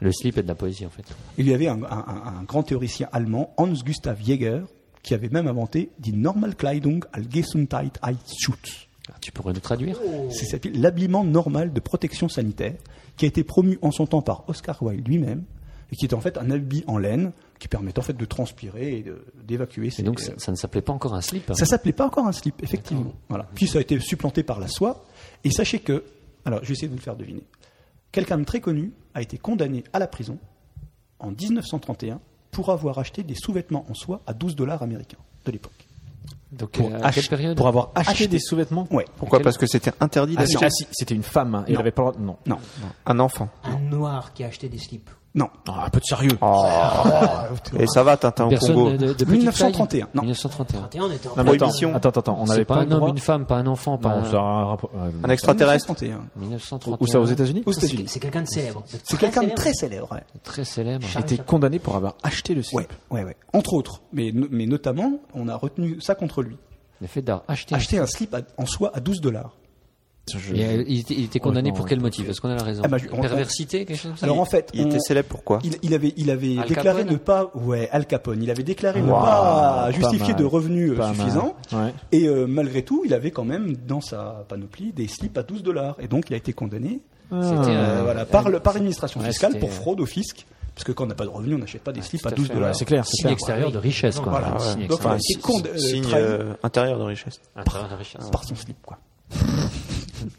G: Le slip est de la poésie, en fait.
E: Il y avait un, un- un- un grand théoricien allemand, Hans Gustav Jäger, qui avait même inventé die Normalkleidung als Gesundheit als Schutz.
G: Ah, tu pourrais nous traduire
E: C'est ça s'appelle l'habillement normal de protection sanitaire, qui a été promu en son temps par Oscar Wilde lui-même, et qui est en fait un habit en laine qui permet en fait de transpirer et de- d'évacuer.
G: Et
E: ses-
G: donc, ça, ça ne s'appelait pas encore un slip.
E: Ça s'appelait pas encore un slip, effectivement. Voilà. Puis ça a été supplanté par la soie. Et sachez que, alors je vais essayer de vous le faire deviner. Quelqu'un de très connu a été condamné à la prison en 1931 pour avoir acheté des sous-vêtements en soie à 12 dollars américains de l'époque.
G: Donc,
B: Pour,
G: euh, à
B: ach-
G: quelle période
B: pour avoir acheté,
E: Acheté.
B: des sous-vêtements
E: Ouais.
C: Pourquoi
G: Quel-
C: Parce que c'était interdit
B: Ah, si,
C: d'acheter
B: ah, si, c'était une femme. hein, et Elle avait pas le droit. Non.
E: Non,
C: un enfant.
F: Un noir qui a acheté des slips.
E: non.
B: Non, Ah, Un peu de sérieux.
C: Et ça va, Tintin au
G: Personne
C: Congo.
G: de, de petite taille
E: 1931, non.
G: 1931.
F: Et on était en
B: Non, mais
C: Prohibition.
B: attends, attends, attends, on
G: C'est
B: n'avait
G: pas,
B: pas, le
G: un homme,
B: droit.
G: une femme, pas un enfant, pas
B: Non,
G: un-
B: ça a un rapport- ouais,
C: Un
B: non.
C: extraterrestre.
E: 1931.
G: 1931.
B: Où ça aux États-Unis
E: Aux
F: C'est
E: États-Unis.
F: c'est quelqu'un de célèbre.
E: C'est quelqu'un de très célèbre. Ouais.
G: Très célèbre.
B: était condamné pour avoir acheté le slip.
E: Ouais, ouais, ouais. Entre autres, mais, no- mais notamment, on a retenu ça contre lui.
G: Le fait d'avoir
B: Ah.
G: acheté.
E: Acheter un slip à- en soi à 12 dollars.
B: Je-
G: Et, euh, il, était, il était condamné pour quel motif Est-ce qu'on a la raison
E: Ah bah, je- on-
G: Perversité, quelque chose comme ça
E: Alors en fait,
C: Il
E: on-
C: était célèbre pourquoi
E: il, il avait, il avait
G: Al
E: déclaré
G: Capone
E: ne pas, ouais, Al Capone. Il avait déclaré ne
B: Wow,
E: pas
B: pas
E: justifier
B: mal.
E: de revenus euh,
B: Pas mal.
E: suffisants.
B: Ouais.
E: Et euh, malgré tout, il avait quand même dans sa panoplie des slips à 12 dollars. Et donc, il a été condamné
B: Ah.
G: C'était,
E: euh,
G: euh,
E: voilà, par, le- par l'administration
G: Ouais,
E: fiscale
G: c'était-
E: pour fraude au fisc. Parce que quand on n'a pas de revenus, on n'achète pas des slips
G: tout
E: à
G: à
E: 12
G: fait,
E: dollars.
G: ouais,
B: C'est clair, c'est
G: Signe
B: clair.
G: extérieur de richesse, quoi.
E: Voilà,
G: Un
C: ouais.
G: signe
E: Donc,
G: extérieur.
E: enfin, c'est
C: si-
E: con- euh,
C: signe
E: trahi-
C: euh, intérieur de richesse.
G: Un extérieur de
B: euh,
G: richesse.
E: par son slip, quoi.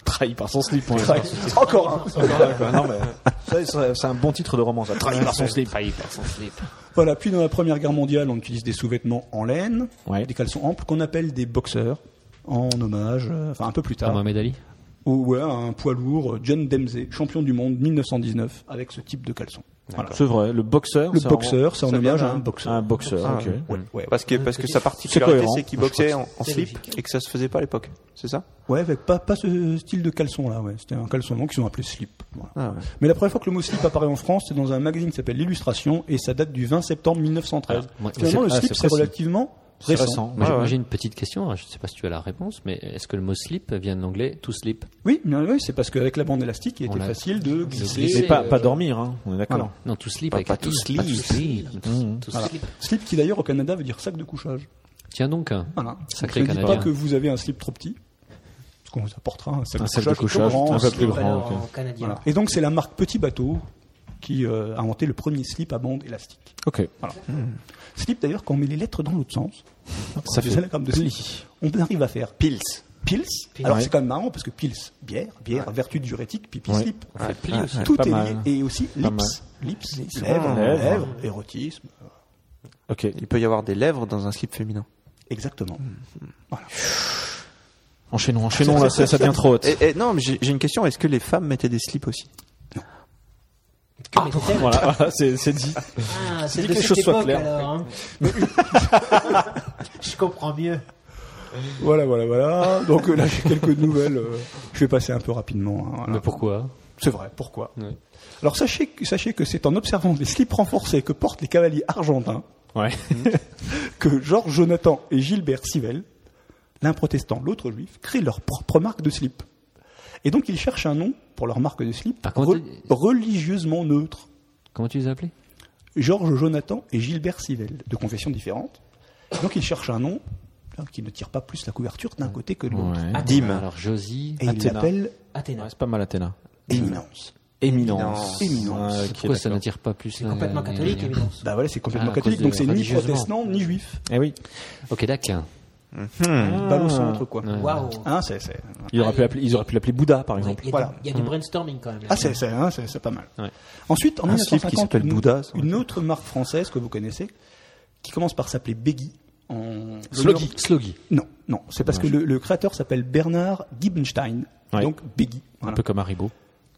B: Trahi par son slip. ouais.
E: Trahi- Encore un.
B: Non, mais ça, ça, c'est un bon titre de roman, ça. Trahi par son slip.
G: Trahi par Ah, son slip.
E: Voilà, puis dans la Première Guerre mondiale, on utilise des sous-vêtements en laine,
B: Ouais.
E: des caleçons amples qu'on appelle des boxers, en hommage, euh, enfin un peu plus
G: Ah,
E: tard,
G: Mohamed Ali
E: ou ouais, à un poids lourd, John Dempsey, champion du monde 1919, avec ce type de caleçon. Voilà.
B: C'est vrai, le boxeur. Ah,
E: Le
B: c'est un-
E: boxeur, c'est en
C: ça
E: hommage
C: vient
E: à un
C: d'un-
E: boxeur.
B: Un boxeur, ok.
E: Ouais, ouais, ouais.
C: Parce que, parce que sa
B: C'est
C: particularité,
B: cohérent.
C: c'est qu'il
B: Je crois que
C: boxait en, en
F: c'est
C: slip et que ça se faisait pas à l'époque. C'est ça
E: Ouais, mais pas, pas ce style de caleçon là, ouais. C'était un caleçon long qu'ils ont appelé slip. Voilà.
C: Ah ouais.
E: Mais la première fois que le mot slip apparaît en France, c'est dans un magazine qui s'appelle L'Illustration et ça date du 20 septembre 1913.
G: Ah, ouais.
E: Finalement,
B: Mais
E: le
B: c'est- ah,
E: slip,
B: c'est
E: c'est
B: précis.
E: relativement
B: C'est
E: récent.
B: récent.
G: Moi,
C: Ah
G: j'ai-
C: ouais.
G: moi, j'ai une petite question. hein. Je ne sais pas si tu as la réponse, mais est-ce que le mot slip vient de l'anglais to slip
E: Oui, mais oui, c'est parce qu'avec la bande élastique, il
G: On
E: était
G: l'a-
E: facile de
G: Mais
E: glisser.
B: Mais
G: c'est,
B: pas,
G: euh,
B: pas dormir, hein. on est
E: Ah,
B: d'accord.
G: Non, to slip.
C: Pas-
G: avec
C: pas
G: un
C: to
G: i.
C: sleep.
G: Pas to sleep. To
E: Voilà.
G: slip.
E: Slip qui d'ailleurs au Canada veut dire sac de couchage.
G: Tiens donc. hein.
E: Voilà.
G: Sacré
E: ne dites pas
G: Canadien.
E: que vous avez un slip trop petit, parce qu'on vous apportera un sac,
B: Un
E: de,
B: sac de couchage,
E: couchage grand,
B: un peu plus
E: slip.
B: grand.
F: Alors,
B: ok.
F: en canadien.
E: Voilà. Et donc c'est la marque Petit Bateau qui euh, a inventé le premier slip à bande élastique.
B: Ok.
E: Voilà. Slip d'ailleurs quand on met les lettres dans l'autre sens,
B: Ça
E: des
B: fait
E: anagrammes de slip, on arrive à faire
C: Pils.
E: pils. Alors
B: Ouais.
E: c'est quand même marrant parce que pils, bière, bière, vertu diurétique, pipi,
B: Ouais.
E: slip.
G: Fait pli aussi.
E: Tout
B: Pas
E: est lié
B: mal.
E: et aussi
B: Pas mal.
E: lips, lips, lèvres,
B: Lèvres.
E: lèvres, érotisme,
B: Ok.
C: Il peut y avoir des lèvres dans un slip féminin.
E: exactement.
B: Enchaînons, enchaînons, là, Ah, ça, ça devient trop haute.
C: Et, et non, mais j'ai j'ai une question. Est-ce que les femmes mettaient des slips aussi
F: Ah, mais c'était-
B: Voilà, voilà, c'est c'est dit.
F: Ah, c'est
B: Dis
F: de
B: que les
F: cette
B: choses soient
F: époque,
B: claires.
F: alors. hein. Je comprends mieux.
E: Voilà, voilà, voilà. Donc euh, là, j'ai quelques nouvelles. euh, je vais passer un peu rapidement. hein, voilà.
G: Mais pourquoi
E: C'est vrai, pourquoi
G: Ouais.
E: Alors sachez, que- sachez que c'est en observant les slips renforcés que portent les cavaliers argentins
B: Ouais.
E: que Georges Jonathan et Gilbert Sivel, l'un protestant, l'autre juif, créent leur propre marque de slip. Et donc ils cherchent un nom pour leur marque de slip
G: Par contre,
E: re- religieusement neutre.
G: Comment tu les as appelés
E: Georges Jonathan et Gilbert Sivel, de confessions différentes. Donc ils cherchent un nom hein, qui ne tire pas plus la couverture d'un côté que de l'autre.
B: Ouais.
C: Dim.
G: Alors, Josie.
E: Et ils
B: Athéna.
E: l'appellent
F: Athéna.
B: Ah, C'est pas mal, Athéna.
E: Éminence.
B: Éminence.
E: Éminence.
B: Ouais, ok,
G: Pourquoi ça
B: d'accord.
G: n'attire pas plus
F: C'est complètement catholique,
G: évidemment.
F: évidemment.
E: Bah voilà, c'est complètement
G: Ah, à
E: catholique,
G: cause
E: donc
G: de-
E: c'est ni
G: religieusement.
E: protestant ni juif.
B: Eh oui. Ah.
G: Ok, d'accord. Ah.
E: Balance entre quoi.
F: Waouh.
E: Hein, c'est, c'est-
B: Ils auraient pu l'appeler, ils auraient pu l'appeler Bouddha, par
F: Ouais,
B: exemple.
F: Il y, a
E: Voilà.
F: du- il
B: Mmh.
F: y a du brainstorming quand même. là.
E: Ah, c'est, c'est, hein, c'est, c'est pas mal.
G: Ouais.
E: Ensuite, en
C: Un slip
E: 1950,
C: qui s'appelle
E: une-
C: Bouddha, ça aurait
E: une, autre marque française que vous connaissez, qui commence par s'appeler Beggy. En...
G: Sloggy. Sloggy.
E: Non, non, c'est parce que le, le créateur s'appelle Bernard Gibenstein,
B: Ouais.
E: donc Beggy.
B: Un
E: voilà.
B: peu comme Haribo.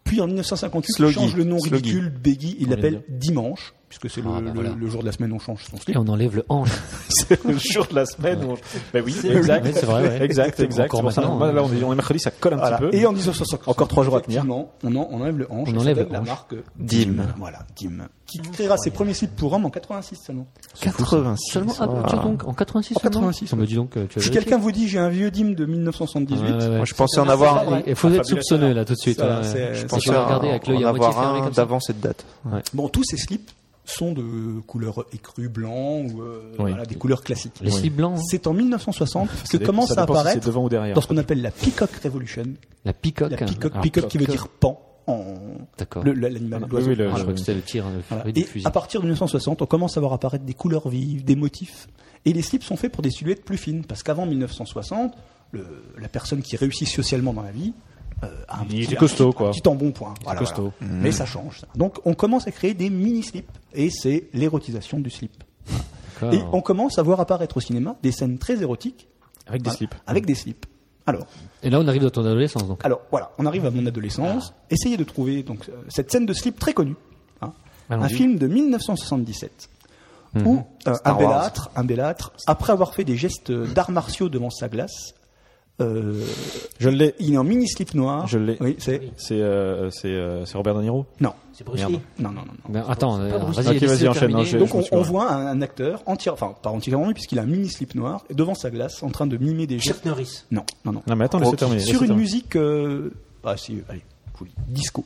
E: Puis en 1958, il
C: Sloggy.
E: change le nom
C: Sloggy.
E: ridicule Beggy, il
B: On
E: l'appelle Dimanche, puisque c'est le,
G: Ah, bah
E: le-
G: voilà.
E: le jour de la semaine, on change son slip.
G: Et on enlève le hanche.
B: C'est le jour de la semaine. où on- Bah oui, exact.
G: oui, c'est vrai, ouais.
B: Exact, exact.
G: Encore
B: C'est pour ça,
G: maintenant,
B: moi,
G: hein.
B: là, on est, on est mercredi, ça colle un
E: Voilà.
B: petit peu.
E: Et en 1950,
B: Encore trois jours à tenir.
E: effectivement, On, en- on enlève le hanche.
G: On
E: et ça
G: enlève
E: donne
G: le
E: la
G: hanche.
E: marque
C: Dim.
E: Voilà, Dim. Qui créera ses premiers slips pour hommes en 86 seulement.
C: 86.
G: Seulement, ah,
C: voilà.
G: tiens donc, en 86
E: En 86,
G: seulement On me dit donc, euh, tu as
E: Si
G: vérifié
E: quelqu'un vous dit j'ai un vieux Dim de 1978,
C: Moi, je pensais en avoir,
G: Il faut être soupçonné là tout de suite.
E: Ça,
G: ouais.
E: c'est-
G: Je
E: c'est
G: pensais
C: pensais en-
G: regarder avec l'œil
C: en
G: à moitié
C: avoir
G: fermé
C: un
G: comme ça.
C: d'avant cette date.
E: bon, tous ces slips sont de couleur écrue blanc ou euh,
B: Oui.
E: voilà, des couleurs classiques.
G: Les slips blancs, hein.
E: C'est en 1960 que
B: Ça dé-
E: commence
B: ça
E: à
B: dépend si c'est
E: apparaître
B: devant ou derrière.
E: dans ce qu'on appelle la peacock revolution.
G: la picoque.
E: La
G: hein.
E: peacock,
G: Ah,
E: peacock qui veut dire pan en
G: D'accord.
E: le- le- l'animal
B: Ah. Oui,
E: l'oiseau.
B: oui, le-
G: Ah, je
B: je-
G: crois que c'était le tir, le
E: Voilà.
G: fruit du
E: Et
G: fusil.
E: à partir de 1960, on commence à voir apparaître des couleurs vives, des motifs. Et les slips sont faits pour des silhouettes plus fines. Parce qu'avant 1960, le- la personne qui réussit socialement dans la vie euh, a un
B: Il
E: petit,
B: était costaud,
E: un petit-
B: quoi.
E: un petit embonpoint. Voilà,
B: costaud. Hmm.
E: voilà. Mais ça change. ça. Donc on commence à créer des mini-slips. Et c'est l'érotisation du slip.
G: D'accord.
E: Et
B: Ah.
E: on commence à voir apparaître au cinéma des scènes très érotiques
B: Avec des
E: voilà,
B: slips.
E: avec des slips. Alors,
G: Et là, on arrive dans ton adolescence, donc.
E: alors voilà, on arrive à mon
B: Ah.
E: adolescence. Essayez de trouver donc euh, cette scène de slip très connue, hein. un
G: Allons-y.
E: film de 1977
B: Mhm.
E: où euh, un
C: Star Wars.
E: belâtre, un belâtre, après avoir fait des gestes d'arts martiaux devant sa glace, euh,
B: Je l'ai.
E: il est en mini slip noir.
B: Je l'ai.
E: Oui, c'est
B: C'est euh, c'est euh, c'est Robert De Niro.
E: non,
F: C'est Bruce
B: Merde.
F: Lee.
E: non, non, non. non.
G: Ben, attends, euh, vas-y,
B: Ok, vas-y,
G: laissez-le
B: enchaîne,
G: terminer.
B: enchaîne.
E: Donc
B: je me
E: on,
B: souviens.
E: on voit un, un acteur entière, enfin pas entièrement nu puisqu'il a un mini slip noir et devant sa glace en train de mimer des gestes.
F: Chuck Norris.
E: Non, non, non.
B: Non mais attends, laisse
C: Ok.
B: terminer.
E: Sur
B: laisse
E: une
B: terminer.
E: musique, euh, ah si, allez, je vous le dis, disco.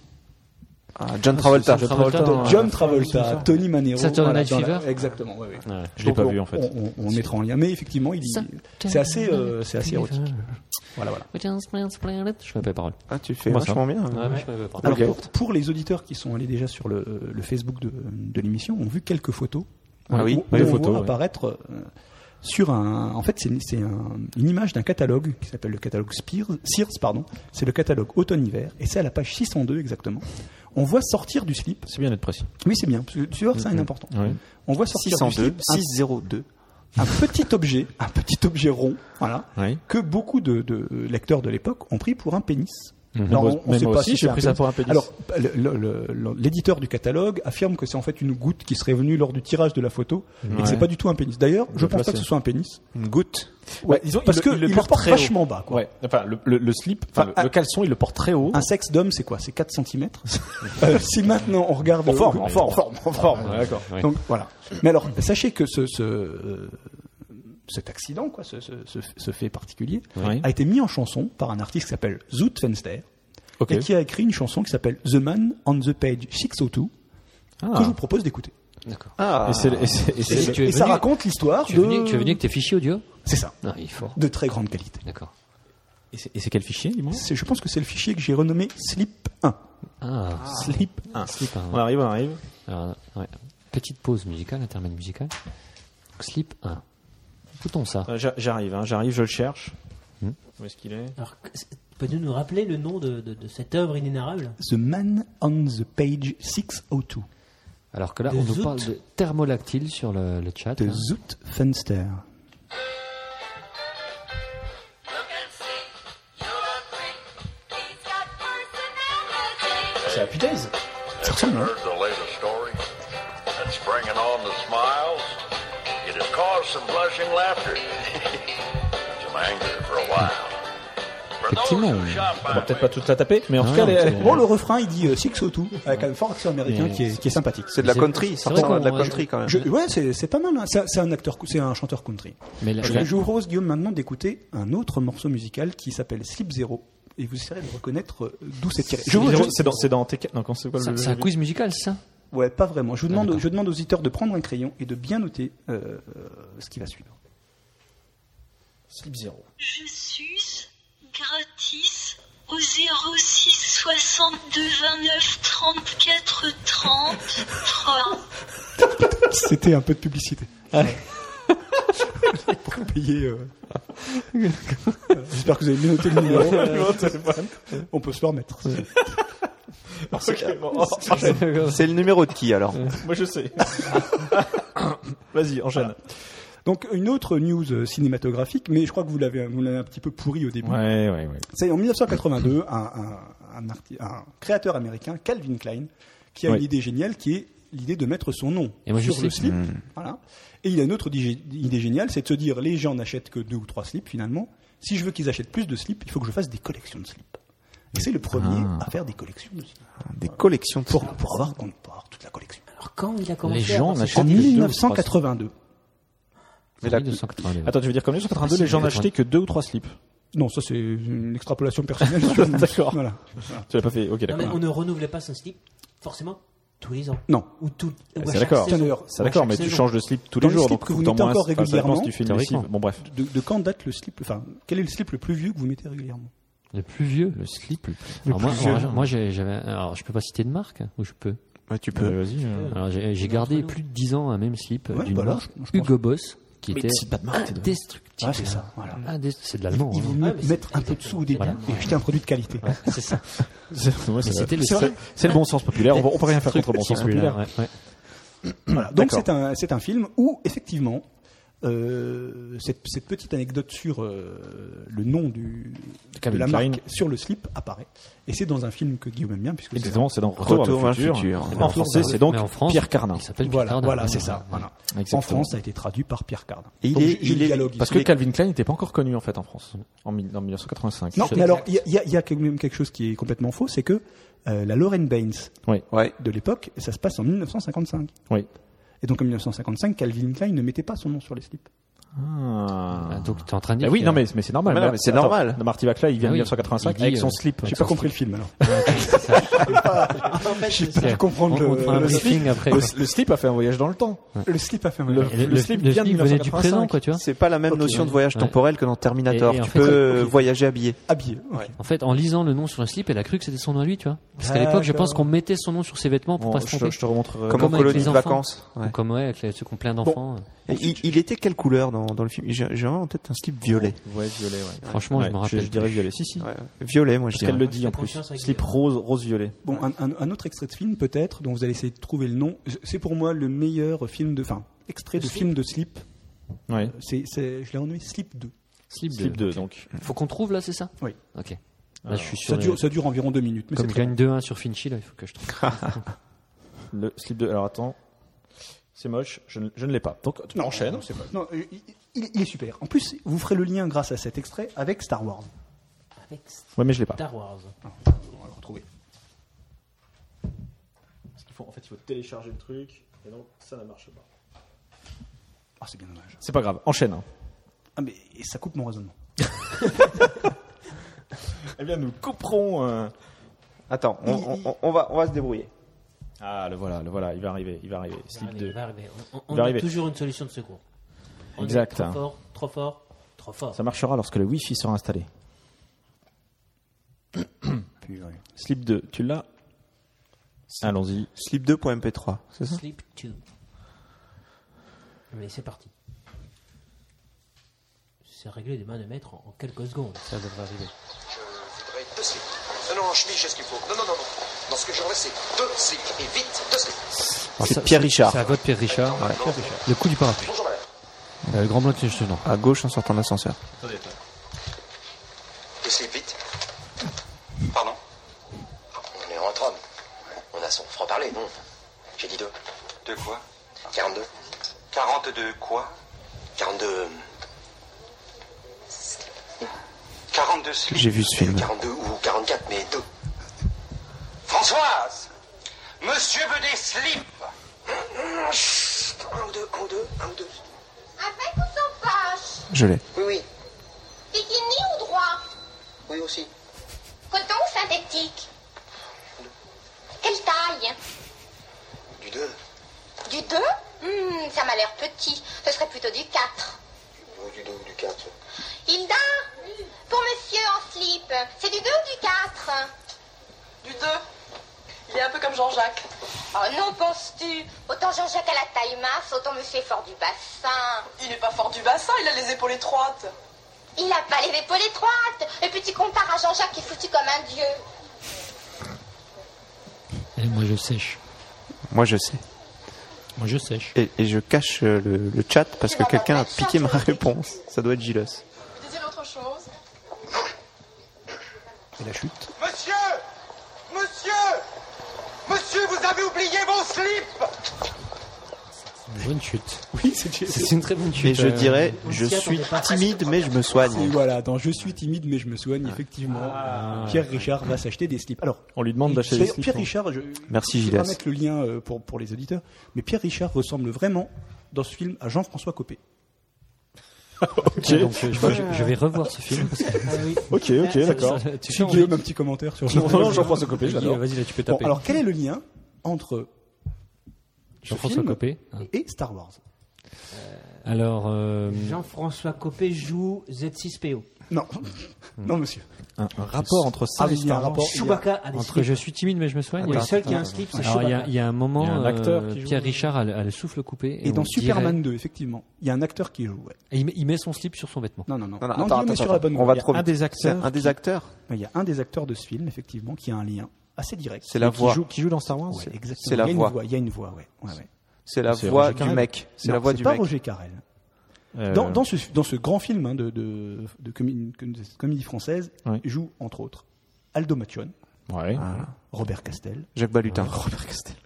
C: Ah, John Travolta.
G: John Travolta,
C: Travolta,
G: de-
C: ouais.
E: John Travolta, Tony Manero.
G: Saturday Night
E: dans la-
G: Fever.
E: Exactement, ouais, ouais.
B: Je l'ai
E: Donc,
B: pas
E: on-
B: vu en fait.
E: On, on- on mettra en lien, mais effectivement, il, c'est assez, euh, c'est assez érotique. Voilà, voilà.
G: Je fais pas les paroles.
C: Ah, tu fais
B: Moi,
C: vachement bien.
E: Alors
B: Ok.
E: pour, pour les auditeurs qui sont allés déjà sur le, le Facebook de, de l'émission, ont vu quelques photos.
C: Ah oui,
E: où- où
B: oui,
E: on
B: photos,
E: voit
B: ouais.
E: apparaître euh, sur un. En fait, c'est une- c'est un- une image d'un catalogue qui s'appelle le catalogue Spears, Sears, pardon. C'est le catalogue automne-hiver, et c'est à la page 602 exactement. On voit sortir du slip.
B: C'est bien d'être précis.
E: Oui, c'est bien, parce que tu vois, ça
B: Mm-hmm.
E: est important.
B: Ouais.
E: On voit sortir du
C: 602,
E: slip un-
C: 602.
E: un petit objet, un petit objet rond, voilà,
B: Oui.
E: que beaucoup de, de lecteurs de l'époque ont pris pour un pénis.
B: Moi-
E: Alors, on- on
B: Mhm. même
E: sait
B: moi
E: pas
B: aussi,
E: si
B: j'ai
E: c'est
B: pris ça
E: un pénis.
B: pour un pénis.
E: Alors, le- le- le- le- l'éditeur du catalogue affirme que c'est en fait une goutte qui serait venue lors du tirage de la photo et que c'est
B: Ouais.
E: pas du tout un pénis. D'ailleurs, je
B: Le
E: pense pas
B: placé.
E: que ce soit un pénis.
C: Une goutte.
E: Ouais,
B: ils ont-
E: parce
B: ils
E: que
B: Bah, le- ils le
E: il le porte
B: portent très haut.
E: vachement bas. quoi.
B: Ouais. Enfin, le, le, le slip, enfin,
E: Enfin,
B: le, le caleçon, il le porte très haut.
E: Un sexe d'homme, c'est quoi C'est 4 cm Si maintenant on regarde... Ah,
B: en forme, en forme, en forme. Ouais, D'accord.
E: Donc voilà. Mais alors, sachez que ce, ce, euh, cet accident, quoi, ce, ce, ce- ce fait particulier,
B: Oui.
E: a été mis en chanson par un artiste qui s'appelle Zoot Fenster
B: Ok.
E: et qui a écrit une chanson qui s'appelle The Man on the Page 602 que je vous propose d'écouter.
G: D'accord.
C: Ah,
B: Et c'est le- et Ah. c'est- et
G: Et
B: c'est le-
G: Ah. tu es
E: Et ça
G: venu-
E: raconte l'histoire
G: Tu es venu,
E: de...
G: tu es venu avec tes fichiers audio
E: C'est ça,
G: Non, il est fort.
E: de très grande qualité.
G: D'accord.
B: et c'est- et c'est quel fichier, dis-moi
E: C'est- Je pense que c'est le fichier que j'ai renommé Slip 1.
G: Ah,
B: Slip 1.
G: slip. hein.
B: On arrive, on arrive.
G: Alors, ouais. Petite pause musicale, intermède musical. Donc, slip 1. Écoutons ça.
B: Euh, j'a- J'arrive, hein, j'arrive, je le cherche. Où est-ce qu'il est
F: Alors, que- c'est- peux-tu nous rappeler le nom de, de- de cette œuvre inénarrable
E: The Man on the Page 602
G: Alors que là,
F: Des
G: on nous
F: zoutes.
G: parle de thermolactyle sur le, le chat.
E: de
G: hein.
E: Zoot Fenster. C'est Happy Days Ça ressemble, hein
I: heard the latest story that's bringing on the smiles. It has caused some blushing laughter, some anger for a while. For those
G: Effectivement,
I: who shop
B: On
I: by
B: va peut-être pas toute la taper, mais en
G: Ah
B: tout cas,
G: non,
B: elle est- elle
G: c'est
B: est-
E: Bon, le refrain, il dit euh, 602 avec un fort accent américain
G: Mais-
E: qui est, qui est sympathique.
C: c'est de la
G: c'est-
C: country. Ça
G: c'est vrai
C: ressemble à de la
G: qu'on-
C: country quand même.
E: Je- ouais, c'est c'est pas mal. hein. C'est c'est un acteur, c'est un chanteur country.
G: Mais la-
E: Je,
G: la-
E: je vous propose, Guillaume, maintenant d'écouter un autre morceau musical qui s'appelle Slip Zero. Et vous essaierez de reconnaître euh, d'où c'est tiré. Je vous, je-
B: C'est dans, c'est dans TK. Non, quand c'est quoi
G: Ça-
B: le.
G: C'est un quiz musical, c'est ça
E: ouais, pas vraiment. Je vous
G: Ah,
E: demande,
G: d'accord.
E: je demande aux auditeurs de prendre un crayon et de bien noter euh, euh, ce qui va suivre.
B: Slip 0.
J: Je suce gratis au 06 62 29 34 30 3.
E: C'était un peu de publicité. Pour payer. euh. Voilà, J'espère que vous avez bien noté le numéro. Euh, On peut se le remettre.
C: C'est le numéro de qui alors
B: Moi, je sais. Vas-y, enchaîne.
E: Donc une autre news euh, cinématographique, mais je crois que vous l'avez, vous l'avez un petit peu pourri au début.
B: Ouais, ouais, ouais.
E: C'est en 1982 un, un- un arti- un créateur américain, Calvin Klein, qui a
B: Oui.
E: une idée géniale qui est l'idée de mettre son nom
G: Et moi, je
E: sur le
G: sais. Hmm.
E: slip. Voilà. Et il a une autre digé- idée géniale, c'est de se dire les gens n'achètent que deux ou trois slips finalement. Si je veux qu'ils achètent plus de slips, il faut que je fasse des collections de slips. Et c'est le premier
G: Ah.
E: à faire des collections de slips.
C: Des collections de
E: Pour, pour avoir, pour avoir toute la collection.
F: Alors, quand il a commencé
G: Les
F: à
G: gens
F: avoir
G: n'achètent
E: En
G: que deux ou trois
E: 1982.
C: Mais la-
G: 1982.
B: Attends, tu veux dire qu'en 1982,
G: Ah,
B: les gens
G: c'est-
B: n'achetaient que deux ou trois slips
E: Non, ça c'est une extrapolation personnelle. sur-
B: D'accord.
E: Voilà.
B: Tu l'as pas fait Ok,
F: Non,
B: d'accord.
F: mais on ne renouvelait pas son slip, forcément, tous les ans.
E: Non.
F: Ou tout. ou à
B: Ah, c'est
F: chaque
B: d'accord.
F: saison.
E: Tout à l'heure.
B: Ça,
F: Ou à
B: d'accord,
F: chaque
B: mais tu
F: saison.
B: changes de slip tous
E: Dans
B: les
E: les
B: jours.
E: slips
B: donc
E: que vous
B: faut au
E: mettez
B: moins-
E: encore
B: enfin, ça dépend si
E: régulièrement,
B: tu fais une
G: théoriquement.
B: lessive. Bon, bref.
E: De, de quand date le slip Enfin, quel est le slip le plus vieux que vous mettez régulièrement
G: Le plus vieux, le slip le plus, Alors
E: plus
G: moi,
E: vieux.
G: moi, moi, j'ai- j'avais. Alors, je peux pas citer de marque, hein, ou je peux.
C: Ouais, tu peux.
B: Euh, Vas-y. euh,
G: Alors, j'ai j'ai gardé plus de 10 ans un même slip euh,
E: Ouais,
G: d'une
E: bah là,
G: marque
E: je- je pense-
G: Hugo Boss, qui était
B: c'est pas de marque, t'es de-
G: indestructible.
E: Ouais, c'est ça, voilà.
G: Indest- C'est de l'allemand.
E: Ah, Il vaut
G: hein.
E: mieux
F: Ouais, mais
E: mettre
F: c'est-
E: un peu de sous au début
G: Voilà.
E: et acheter un produit de qualité.
G: C'est ça.
B: c'est- ouais, c'est
G: c'était
B: vrai.
G: le
B: C'est-
G: seul-
B: C'est le bon sens populaire. On va- on peut rien faire contre le bon
G: Petit
B: sens
G: celui-là,
B: populaire.
G: ouais, ouais.
E: Voilà. Donc c'est un, c'est un film où, effectivement, euh, cette, cette petite anecdote sur euh, le nom du, de,
B: Calvin
E: la
B: Klein.
E: marque sur le slip apparaît. Et c'est dans un film que Guillaume aime bien. Puisque c'est-
B: Exactement, c'est dans Retour,
C: Retour
B: vers
C: vers
B: le
C: le
B: futur.
C: futur.
B: En français, c'est donc
G: Mais en France,
B: Pierre Carnin.
G: Il s'appelle
E: Voilà,
G: Picard,
E: voilà
G: ouais.
E: c'est ça. Voilà.
B: Exactement.
E: En France, ça a été traduit par Pierre Cardin.
C: Et il
E: Donc,
C: est-
E: j'ai
C: il
E: le
C: est-
E: dialogue
B: Parce que
E: ici.
B: Calvin Klein n'était pas encore connu en fait en France en, mille- en 1985.
E: Non,
B: C'est-
E: mais alors, il y a- il y a, il y a quand même quelque chose qui est complètement faux, c'est que euh, la Lorraine Baines
B: Oui.
C: Ouais.
E: de l'époque, ça se passe en 1955.
B: Oui.
E: Et donc en 1955, Calvin Klein ne mettait pas son nom sur les slips.
B: Ah.
G: Ah, donc t'es en train de
B: Eh
G: dire.
B: oui,
G: que-
B: non mais, mais c'est normal.
C: Mais non,
B: Là,
C: mais c'est
B: attends,
C: normal.
B: Marty Vacla, il vient
G: Ah
B: en
G: oui,
B: 1985
G: il dit,
B: avec son
G: euh,
B: slip.
E: J'ai
B: avec
E: pas
B: son
E: compris le film alors.
F: Ah,
E: J'ai
G: C'est
E: pas
G: ça.
E: dû comprendre
G: On- on fera un
E: le,
G: briefing après. quoi.
B: slip. Le slip a fait un voyage dans le temps.
E: le slip à faire mal.
B: Le-
G: Et le, le slip
B: slip
G: le
B: vient de
G: slip venait du
B: 1985.
G: présent, quoi, tu vois.
C: Ah, C'est pas la même
E: Ok,
C: notion
E: ouais.
C: de voyage
G: Ouais.
C: temporel que dans Terminator.
G: Et- et en
C: tu
G: fait,
C: peux
G: ok.
C: euh, voyager habillé.
E: Habillé. ok.
G: En fait, en lisant le nom sur un slip, elle a cru que c'était son nom à lui, tu vois. Parce qu'à l'époque, je pense
E: D'accord.
G: qu'on mettait son nom sur ses vêtements pour
B: Bon,
G: pas se
B: je,
G: tromper.
B: te- euh, je te remontrerai.
C: Comme en
G: comme avec
C: colonie
G: les
C: de
G: enfants.
C: vacances. Ouais.
G: Ou Comme ouais, avec les- ceux qui ont plein d'enfants. euh.
C: Et Il, il était quelle couleur dans, dans le film J'ai j'ai vraiment en tête un slip violet.
B: Ouais, violet. Ouais.
G: Franchement, je
B: Ouais,
G: me rappelle.
B: Je, dirais violet. Si si.
C: Ouais, Violet, moi je
B: Parce qu'elle
C: dirais.
B: le dit en plus.
F: confiance avec
B: Slip rose, rose violet.
E: Bon, un, un- un autre extrait de film peut-être dont vous allez essayer de trouver le nom. C'est pour moi le meilleur film de, enfin, extrait de film de slip.
B: Ouais.
E: C'est, c'est- je l'ai renommé Slip 2.
G: Slip,
B: Slip 2 donc.
G: Faut qu'on trouve là, c'est ça
E: Oui.
G: Ok. Là,
B: Alors,
G: je suis
E: Ça
G: sur.
E: dure, ça dure environ deux minutes, mais
G: Comme
E: c'est
G: je
E: très
G: gagne 2-1 sur Finchy, là, il faut que je trouve.
B: Le slip 2. Alors attends. C'est moche. Je ne, je ne l'ai pas. Donc tu enchaînes.
E: c'est pas- Non, il, il- il est super. En plus, vous ferez le lien grâce à cet extrait avec Star Wars.
B: Ouais, mais je l'ai pas.
F: Star Wars.
E: On va le retrouver.
B: En fait, il faut télécharger le truc. Et donc ça ne marche pas.
E: Ah, c'est bien dommage.
B: C'est pas grave. Enchaîne. hein.
E: Ah, mais ça coupe mon raisonnement.
B: Eh bien, nous couperons. euh,
C: Attends, on, on- on- on va, on va se débrouiller.
B: Ah, le voilà, le voilà, il va arriver, il va arriver. Slip 2.
F: On,
B: Il va
F: a
B: arriver.
F: toujours une solution de secours. On est
B: Exact.
F: Trop fort, trop fort, trop fort.
B: Ça marchera lorsque le Wi-Fi sera installé. Slip 2, tu l'as Allons-y.
C: Slip2.mp3, c'est ça
F: Sleep 2. Mais c'est parti. C'est réglé des mains de maître en en quelques secondes. Ça devrait arriver.
K: Je voudrais deux slips. Non, non, en chemise, j'ai ce qu'il faut. Non, non, non, non. Dans ce que j'aurais, c'est deux slips. Et vite, deux slips.
C: C'est Pierre Richard.
G: C'est à vote Pierre Richard. Le coup du parapluie.
K: Bonjour, madame.
G: Euh, le grand blanc qui est juste non.
C: À gauche en sortant de l'ascenseur.
K: Deux slips, vite. Pardon On est entre hommes. On a son franc-parler, non J'ai dit deux. Deux quoi 42. 42 quoi 42... 42 slips.
C: J'ai vu ce film.
K: 42 euh, ou 44, mais deux. Françoise Monsieur veut des slips Un ou deux, un ou deux, un ou deux.
J: Avec ou sans page
C: Je l'ai.
K: Oui, oui,
J: Bikini ou droit
K: oui aussi.
J: Coton ou synthétique Quelle taille
K: Du deux
J: Du 2 Ça m'a l'air petit. Ce serait plutôt du 4.
K: Oui, du deux ou du quatre.
J: Hilda Pour monsieur en slip, c'est du 2 ou du 4
L: Du 2. Il est un peu comme Jean-Jacques.
J: Oh non, penses-tu Autant Jean-Jacques à la taille mince, autant monsieur fort du bassin.
L: Il n'est pas fort du bassin, il a les épaules étroites.
J: Il n'a pas les épaules étroites. Et puis tu compares à Jean-Jacques qui est foutu comme un dieu.
G: Et moi je sèche.
C: Moi je sais.
G: Moi je sèche.
C: Et, et je cache euh, le, le chat parce que quelqu'un a piqué ma réponse. Ça doit être Gilles.
L: Vous disiez autre chose
K: Monsieur Monsieur Monsieur, vous avez oublié mon slip
G: Une bonne chute.
E: Oui, c'est
G: C'est une très bonne chute.
C: Et je
G: euh,
C: dirais,
F: on
C: je
F: s'y
C: suis
F: attendait pas.
C: timide mais je me soigne.
E: voilà, dans Je suis timide mais je me soigne, effectivement. Pierre Richard va s'acheter des slips. Alors,
B: On lui demande d'acheter des
E: d'ailleurs,
B: slips. hein.
E: Pierre Richard, je,
C: Merci,
E: je vais pas
C: Gilles.
E: mettre le lien euh, pour, pour les auditeurs, mais Pierre Richard ressemble vraiment dans ce film à Jean-François Copé.
G: tiens, donc, euh, je, je- je vais revoir ce film. Parce que,
F: Ah
B: Ok, ok, d'accord.
G: Ça, tu sais, on-
E: Guillaume, un petit commentaire sur
B: Non, non, Jean-François Copé,
E: Copé.
G: Guy,
B: j'adore.
G: Vas-y, là tu peux
E: Bon,
G: taper.
E: alors quel est le lien entre ce
G: Jean-François
E: film
G: Copé. hein.
E: et Star Wars
G: Alors, euh,
F: Jean-François Copé joue Z6PO.
G: Ah,
E: Non,
C: Hmm.
E: non, monsieur.
B: Un, un rapport entre ça
E: Ah,
B: et
E: mais il y
B: Star
E: a un
B: Wars.
E: rapport.
F: Chewbacca a des
G: entre
F: slips.
G: je suis timide mais je me soigne.
F: Le
G: et-
F: seul qui a un slip, c'est
G: Alors il y a,
F: Chewbacca.
G: il y a un moment,
B: Il y a un acteur
G: euh,
B: qui joue-
G: Pierre Richard a le, a le souffle coupé.
E: Et,
G: on
E: dans
G: dirait-
E: Superman 2, effectivement, il y a un acteur qui joue. ouais.
G: Et il, met, il met son slip sur son vêtement.
E: Non, non, non.
C: Non, non,
E: Non,
C: attends,
E: Guillaume est
C: attends,
E: sur la bonne
C: on va
E: voie.
C: trop
B: un
C: vite.
B: des
C: C'est
B: acteurs
C: un des acteurs.
E: Il y a un des acteurs de ce film, effectivement, qui a un lien assez direct.
C: C'est la
B: qui
C: voix.
B: joue, qui joue dans Star Wars.
E: Ouais, exactement.
C: c'est la
E: il y a une
C: voix.
E: voix. Il y a une voix, ouais. Ouais, ouais.
C: C'est la
B: C'est
C: voix
B: Roger
C: du
B: Carrel.
C: mec. C'est
E: Non,
C: la voix
E: c'est
C: du
E: pas
C: mec.
E: Roger Carrel.
B: Euh,
E: Dans, dans, ce, dans ce grand film hein, de, de, de comi- com- de comédie française,
B: Ouais.
E: joue entre autres Aldo Macione,
B: Ouais.
E: Robert Castel
C: Jacques Balutin.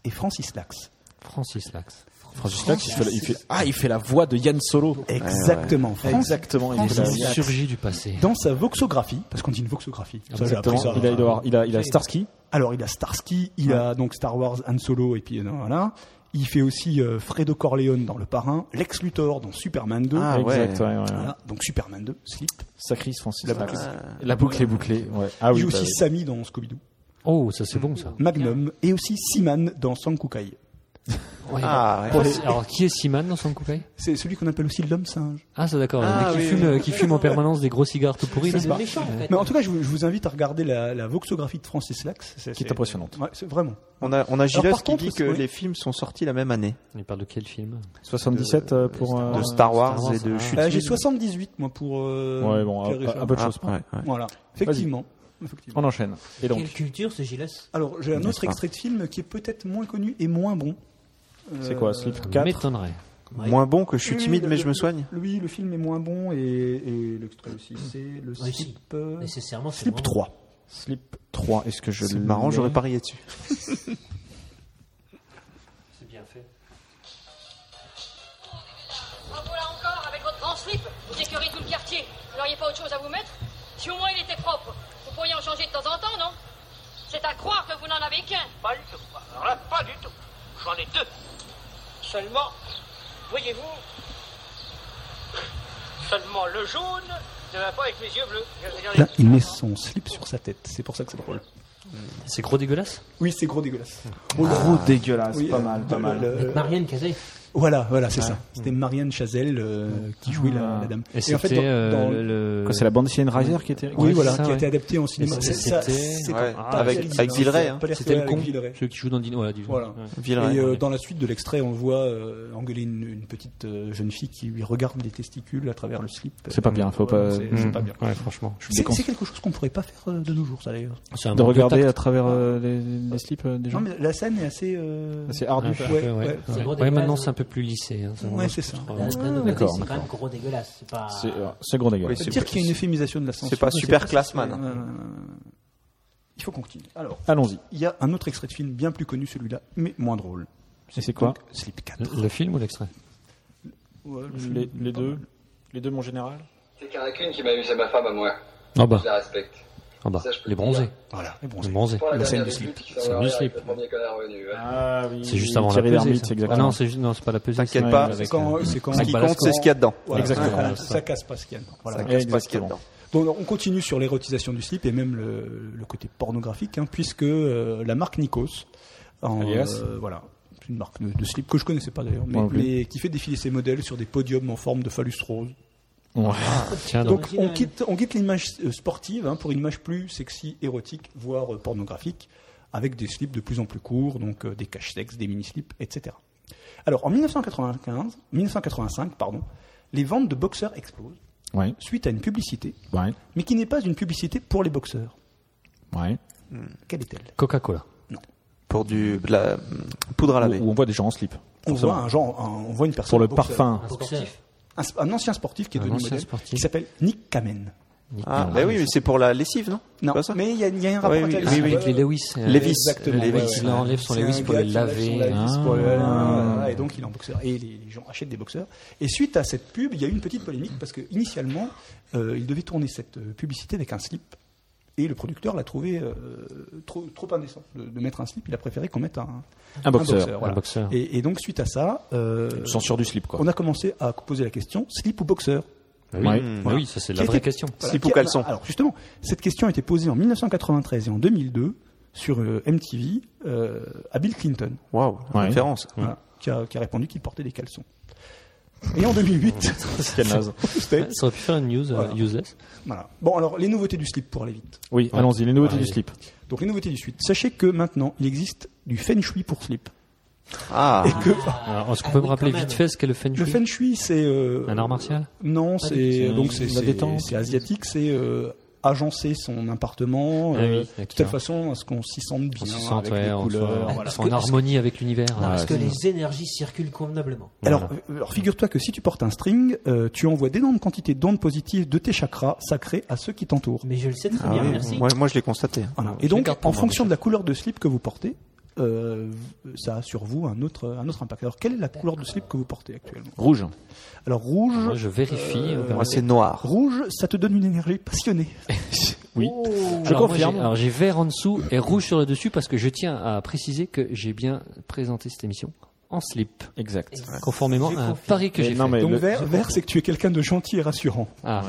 E: et Francis Lax.
G: Francis Lax.
B: Francis Lax, il fait, la- il fait- ah, il fait la voix de Yann Solo.
E: Exactement. Francis-
B: Exactement. Il, fait la-
E: Francis Lax.
G: Surgit du passé.
E: Dans sa voxographie, parce qu'on dit une voxographie. Ça,
C: Ah,
E: j'ai
B: Exactement.
E: appris ça.
B: Il a, il doit avoir- il a- il a Starsky.
E: Alors il a Starsky, il a donc Star Wars, Han Solo et puis euh, voilà. Il fait aussi euh, Fredo Corleone dans Le Parrain, Lex Luthor dans Superman 2.
C: Ah ouais.
B: Exact, ouais, ouais, ouais.
E: Voilà, donc Superman 2, Slip.
B: Sacris Francis
E: La
B: Lax.
E: boucle.
B: La boucle est bouclée. Ouais. Ah
E: il
B: oui.
E: joue
B: bah
E: aussi
B: oui. Ah.
E: Sammy dans Scooby-Doo,
G: Oh, ça c'est bon ça.
E: Magnum et aussi Seaman dans Sankukai.
G: Ouais.
C: Ah, ouais.
G: Pour les- Alors, qui est Seaman dans son coupé
E: C'est celui qu'on appelle aussi l'homme singe.
G: Ah, ça d'accord.
C: Ah,
G: le mec qui,
C: oui,
G: fume,
C: oui.
G: euh, qui fume en permanence des gros cigares tout pourris.
E: Ça,
G: là.
E: c'est pas- Mais en tout cas, je vous, je vous invite à regarder la, la voxographie de Francis Lax. C'est-
B: Qui est
E: c'est-
B: impressionnante.
E: Ouais, c'est vraiment. Euh,
C: On a, on a Gilles
E: par
C: qui
E: contre,
C: dit que
E: oui.
C: les films sont sortis la même année.
G: Il parle de quel film
B: 77 euh, pour. euh,
C: de Star Wars,
G: Star Wars,
C: et de
G: ah.
C: Chute.
E: Euh, J'ai 78 moi pour. euh,
B: Ouais, bon,
E: Pierre
B: un,
E: Richard.
B: un peu de choses.
C: Ah, ouais, ouais.
E: Voilà, effectivement. Effectivement.
B: On enchaîne. Et donc.
F: Quelle culture ce Gilles
E: Alors j'ai un
C: N'est-ce
E: autre
C: pas
E: extrait de film qui est peut-être moins connu et moins bon.
B: C'est
E: Euh,
B: quoi, Slip
G: Ça
B: 4
G: m'étonnerait.
C: Moins bon que je suis
E: Oui,
C: timide
E: le-
C: mais je
E: le-
C: me soigne.
E: Oui, le film est moins bon et, et l'extrait
G: Mm.
E: aussi. C'est le
F: Ouais, si.
E: slip. euh,
F: Nécessairement, c'est
E: slip
F: moins-
E: 3.
B: Slip 3. Est-ce que je.
C: C'est
B: l'ai
C: marrant, j'aurais parié dessus.
G: C'est bien fait.
J: En voilà encore avec votre grand slip, vous écœurez tout le quartier. Vous n'auriez pas autre chose à vous mettre Si au moins il était propre, vous pourriez en changer de temps en temps, non C'est à croire que vous n'en avez qu'un.
M: Pas du tout. Alors là, pas du tout. J'en ai deux. Seulement, voyez-vous, seulement le jaune ne va pas avec mes yeux bleus. Regardez.
E: Là, il met son slip sur sa tête. C'est pour ça que c'est drôle.
G: C'est gros dégueulasse
E: Oui, c'est gros dégueulasse.
G: Ah.
E: Oh
B: Gros dégueulasse.
E: Oui,
B: Pas
E: euh,
B: mal, pas
E: le-
B: mal.
E: le-
F: Marianne Cazé.
E: Voilà, voilà, c'est ça. C'était Marianne Chazelle euh, qui jouait la, la dame.
G: Ah. Et, c'était
E: dans-
G: euh,
E: dans-
G: le...
B: Quoi, C'est la bande dessinée de Riser qui était.
E: oui,
G: ouais,
E: voilà,
G: c'est ça,
E: qui a
G: ouais.
E: été adaptée en cinéma.
G: Et ça,
E: C'est- ça,
G: c'était-
E: c'est
C: Ouais,
E: pas
C: avec-
E: réalisé,
C: avec
E: hein,
C: Villeray,
E: c'est
C: hein.
E: pas l'air
G: C'était le
E: avec
G: con.
E: Villeray.
G: Celui qui joue dans Dino. Voilà. du-
E: Voilà.
G: Ouais.
C: Villeray.
E: Et euh, dans la suite de l'extrait, on voit euh, engueuler une, une petite euh, jeune fille qui lui regarde les testicules à travers le slip.
B: C'est pas bien, faut pas-
E: C'est c'est pas bien.
G: Ouais, franchement.
B: Je
E: C'est
B: déconse-
E: c'est quelque chose qu'on pourrait pas faire euh, de nos jours, ça d'ailleurs.
G: C'est un
B: De
G: manque
B: regarder
G: tact.
B: à travers euh, les, les slips euh, des
E: Non,
B: gens.
E: mais la scène est assez. euh,
B: C'est ardu.
G: Ah, Ouais,
E: Ouais,
G: ouais,
E: ouais.
F: C'est un gros
G: Ouais,
F: dégueulasse.
G: maintenant c'est un peu plus lissé. hein,
E: Ouais, c'est ça.
G: Ouais.
F: La scène de
B: d'accord,
F: Mathé, c'est quand même gros dégueulasse. C'est pas.
B: C'est euh, c'est gros dégueulasse.
C: Oui, c'est
E: dire
C: pas-
E: qu'il y a une euphémisation de la censure.
C: c'est pas super classman.
E: ouais, ouais, ouais, ouais. Il faut qu'on continue. Alors,
B: Allons-y.
E: il y a un autre extrait de film bien plus connu, celui-là, mais moins drôle.
B: Et c'est quoi
E: Donc, Slip 4.
G: Le film ou l'extrait
E: Ouais, le film,
B: les, les
E: pas
B: deux
E: mal.
B: Les deux, mon général
M: C'est qu'un lacune qui m'a eu, c'est ma femme à moi.
G: Ah bah,
M: Je la respecte.
G: ah bah,
M: Ça, je peux
G: les
M: le
G: bronzés.
M: dire.
E: Voilà, mais bon,
G: Les bronzés.
M: Pour la
E: La scène
M: dernière
E: du
M: des
E: slip.
M: putes qui s'en
G: C'est
M: va
G: du
M: avec
G: slip.
M: Le premier connard venu. hein.
B: Ah oui.
G: C'est juste avant
B: Thierry
G: la pesée.
B: Lhermitte,
G: ça. Ah
B: exactement.
G: non, c'est juste- non, c'est pas la pesée.
C: T'inquiète
G: c'est-
C: pas,
G: avec,
E: c'est quand,
G: euh,
E: c'est quand-
C: Ce
G: Mike
C: qui
G: Balasco.
C: compte, c'est ce qu'il y a dedans.
E: Voilà.
B: Exactement.
E: Ça, ça casse pas ce qu'il y a dedans. Voilà.
C: Ça
B: Et
C: casse pas ce qu'il y a
B: exactement.
C: dedans.
E: Donc, on continue sur l'érotisation du slip et même le, le côté pornographique, hein, puisque euh, la marque Nikos, en,
B: Alias.
E: euh, voilà, c'est une marque de, de slip que je connaissais pas d'ailleurs, mais,
B: Moi non plus.
E: mais qui fait défiler ses modèles sur des podiums en forme de phallus rose.
B: Ouais.
G: Tiens, donc,
E: Donc on quitte, on quitte l'image euh, sportive hein, pour une image plus sexy, érotique, voire euh, pornographique, avec des slips de plus en plus courts, donc euh, des caches-sexes, des mini-slips, etc. Alors en 1995, 1985, pardon, les ventes de boxeurs explosent
B: Ouais,
E: suite à une publicité,
B: ouais,
E: mais qui n'est pas une publicité pour les boxeurs.
B: ouais.
E: Quelle est-elle
G: Coca-Cola.
C: Pour du, de la hum, poudre à laver.
B: Où on voit des gens en slip.
E: On
B: forcément.
E: voit un genre, un- on voit une personne.
B: Pour le
E: boxeur.
B: parfum.
F: Un sportif.
E: Un, sp- un ancien sportif qui est
G: Un
E: devenu
G: ancien
E: modèle,
G: sportif.
E: qui s'appelle Nick Kamen.
C: Ah, bah oui, mais c'est pour la lessive, non
E: Non,
C: C'est pas ça
E: mais il y, a- il y a un rapport
C: Oui, oui,
E: avec la
G: Ah,
E: lessive.
G: avec les Lewis. euh,
C: Levis.
E: Exactement.
C: Levis.
E: ouais, ouais.
G: Il enlève son
E: C'est
G: Lewis
E: un
G: pour
E: gars
G: le
E: qui enlève son
G: laver.
E: Levis
G: Ah.
E: pour le- voilà, Et donc il est en boxeur. Et les, les gens achètent des boxeurs. Et suite à cette pub, il y a eu une petite polémique parce que initialement, euh, il devait tourner cette euh, publicité avec un slip. Et le producteur l'a trouvé euh, trop, trop indécent de, de mettre un slip. Il a préféré qu'on mette un,
B: Un boxeur.
E: voilà.
G: Un boxeur.
E: Et, et donc suite à ça, euh,
B: Censure du slip, quoi.
E: on a commencé à poser la question slip ou boxeur
G: Bah oui,
B: Ouais.
G: bah
E: Voilà.
G: oui, ça c'est
E: Qui
G: la
E: était-
G: vraie question.
E: Voilà,
C: Slip ou
E: qui-
C: caleçon
E: Alors justement, cette question a été posée en 1993 et en 2002 sur euh, MTV euh, à Bill Clinton.
B: Mmh.
C: Waouh,
B: Ouais.
C: référence.
E: Voilà. qui, a, qui a répondu qu'il portait des caleçons. Et en 2008,
B: Quelle naze.
E: c'était-
G: Ça aurait pu faire une news euh,
E: Voilà.
G: useless.
E: voilà. Bon, alors les nouveautés du slip pour aller vite.
B: Oui,
G: Ouais.
B: allons-y, les nouveautés
G: Ouais.
B: du slip.
E: Donc les nouveautés du slip. Sachez que maintenant, il existe du feng shui pour slip.
C: Ah,
E: Et que
G: Alors, est-ce qu'on
F: Ah
G: peut
F: oui,
G: me rappeler
F: quand même.
G: vite fait ce qu'est le feng
E: le
G: shui
E: feng shui, c'est euh,
G: Un art martial Ah,
E: Non,
F: du tout,
E: c'est
F: c'est
E: donc c'est
B: la
E: c'est-
B: détente.
E: c'est asiatique, c'est euh, agencer son appartement
G: Ah
E: euh,
G: oui,
E: de
G: d'accord.
E: telle façon à ce qu'on s'y sente bien
G: On se sent,
E: avec
G: ouais,
E: les
G: on
E: couleurs.
G: soit-
E: voilà.
G: on soit en harmonie avec l'univers.
E: Non, parce que les
F: énergies circulent convenablement.
E: Alors, euh, alors figure-toi que si tu portes un string, euh, tu envoies d'énormes quantités d'ondes positives de tes chakras sacrés à ceux qui t'entourent.
F: Mais je le sais très
C: Ah oui, Moi, moi, je l'ai constaté.
E: Voilà. Et donc,
G: hein,
E: en fonction de la couleur de slip que vous portez, euh, ça a sur vous un autre, un autre impact. Alors, quelle est la couleur de slip que vous portez actuellement
B: Rouge.
E: Alors, rouge.
G: Moi, je vérifie, euh,
C: Moi, c'est noir.
E: Rouge, ça te donne une énergie passionnée.
B: Oui.
F: Oh.
G: Alors, moi, j'ai- Alors j'ai vert en dessous et rouge sur le dessus parce que je tiens à préciser que j'ai bien présenté cette émission en slip.
B: Exact.
G: Conformément à un pari
B: Eh,
G: que j'ai fait.
E: Donc, vert, vert, c'est que tu es quelqu'un de gentil et rassurant.
G: Ah.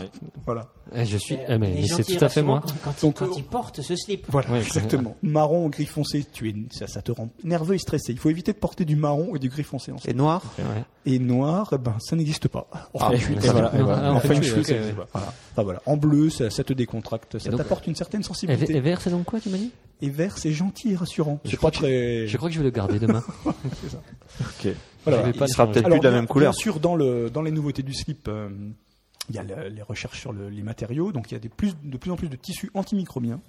E: Voilà.
G: Eh, Je suis. eh,
F: euh, Les
G: mais c'est
F: gentils
G: tout à fait
F: rassurants
G: moi.
F: Quand, quand,
E: Donc,
F: ils, quand
E: euh,
F: ils portent ce slip.
E: Voilà,
G: Ouais,
E: exactement. Marron ou gris foncé, tu es, ça, ça te rend nerveux et stressé. Il faut éviter de porter du marron et du gris foncé ensemble.
C: Et noir
G: Ouais.
E: Et noir, eh ben, ça n'existe pas.
B: Ah,
E: Enfin,
B: et
E: je
B: voilà, et voilà.
G: Ah, en
E: En
G: feng
E: feng
G: shui,
E: shui, ça
G: ok,
E: existe
G: ouais.
E: pas. Voilà. Enfin, voilà. En bleu, ça, ça te décontracte,
G: Et
E: ça
G: donc,
E: t'apporte une certaine
G: Et ve-
E: sensibilité.
G: et Eh, vert, c'est donc quoi, tu m'as dit
E: Et vert, c'est gentil et rassurant.
G: Je
E: C'est
G: crois
E: pas très.
G: Je crois que je vais le garder demain.
B: Ok.
E: Voilà.
G: je vais
C: Il
G: pas le
C: sera
G: changer.
C: peut-être plus de la
E: bien-
C: même couleur.
E: Bien sûr, dans, le, dans les nouveautés du slip, euh, il y a le- les recherches sur le- les matériaux. Donc, il y a des plus, de plus en plus de tissus antimicrobiens.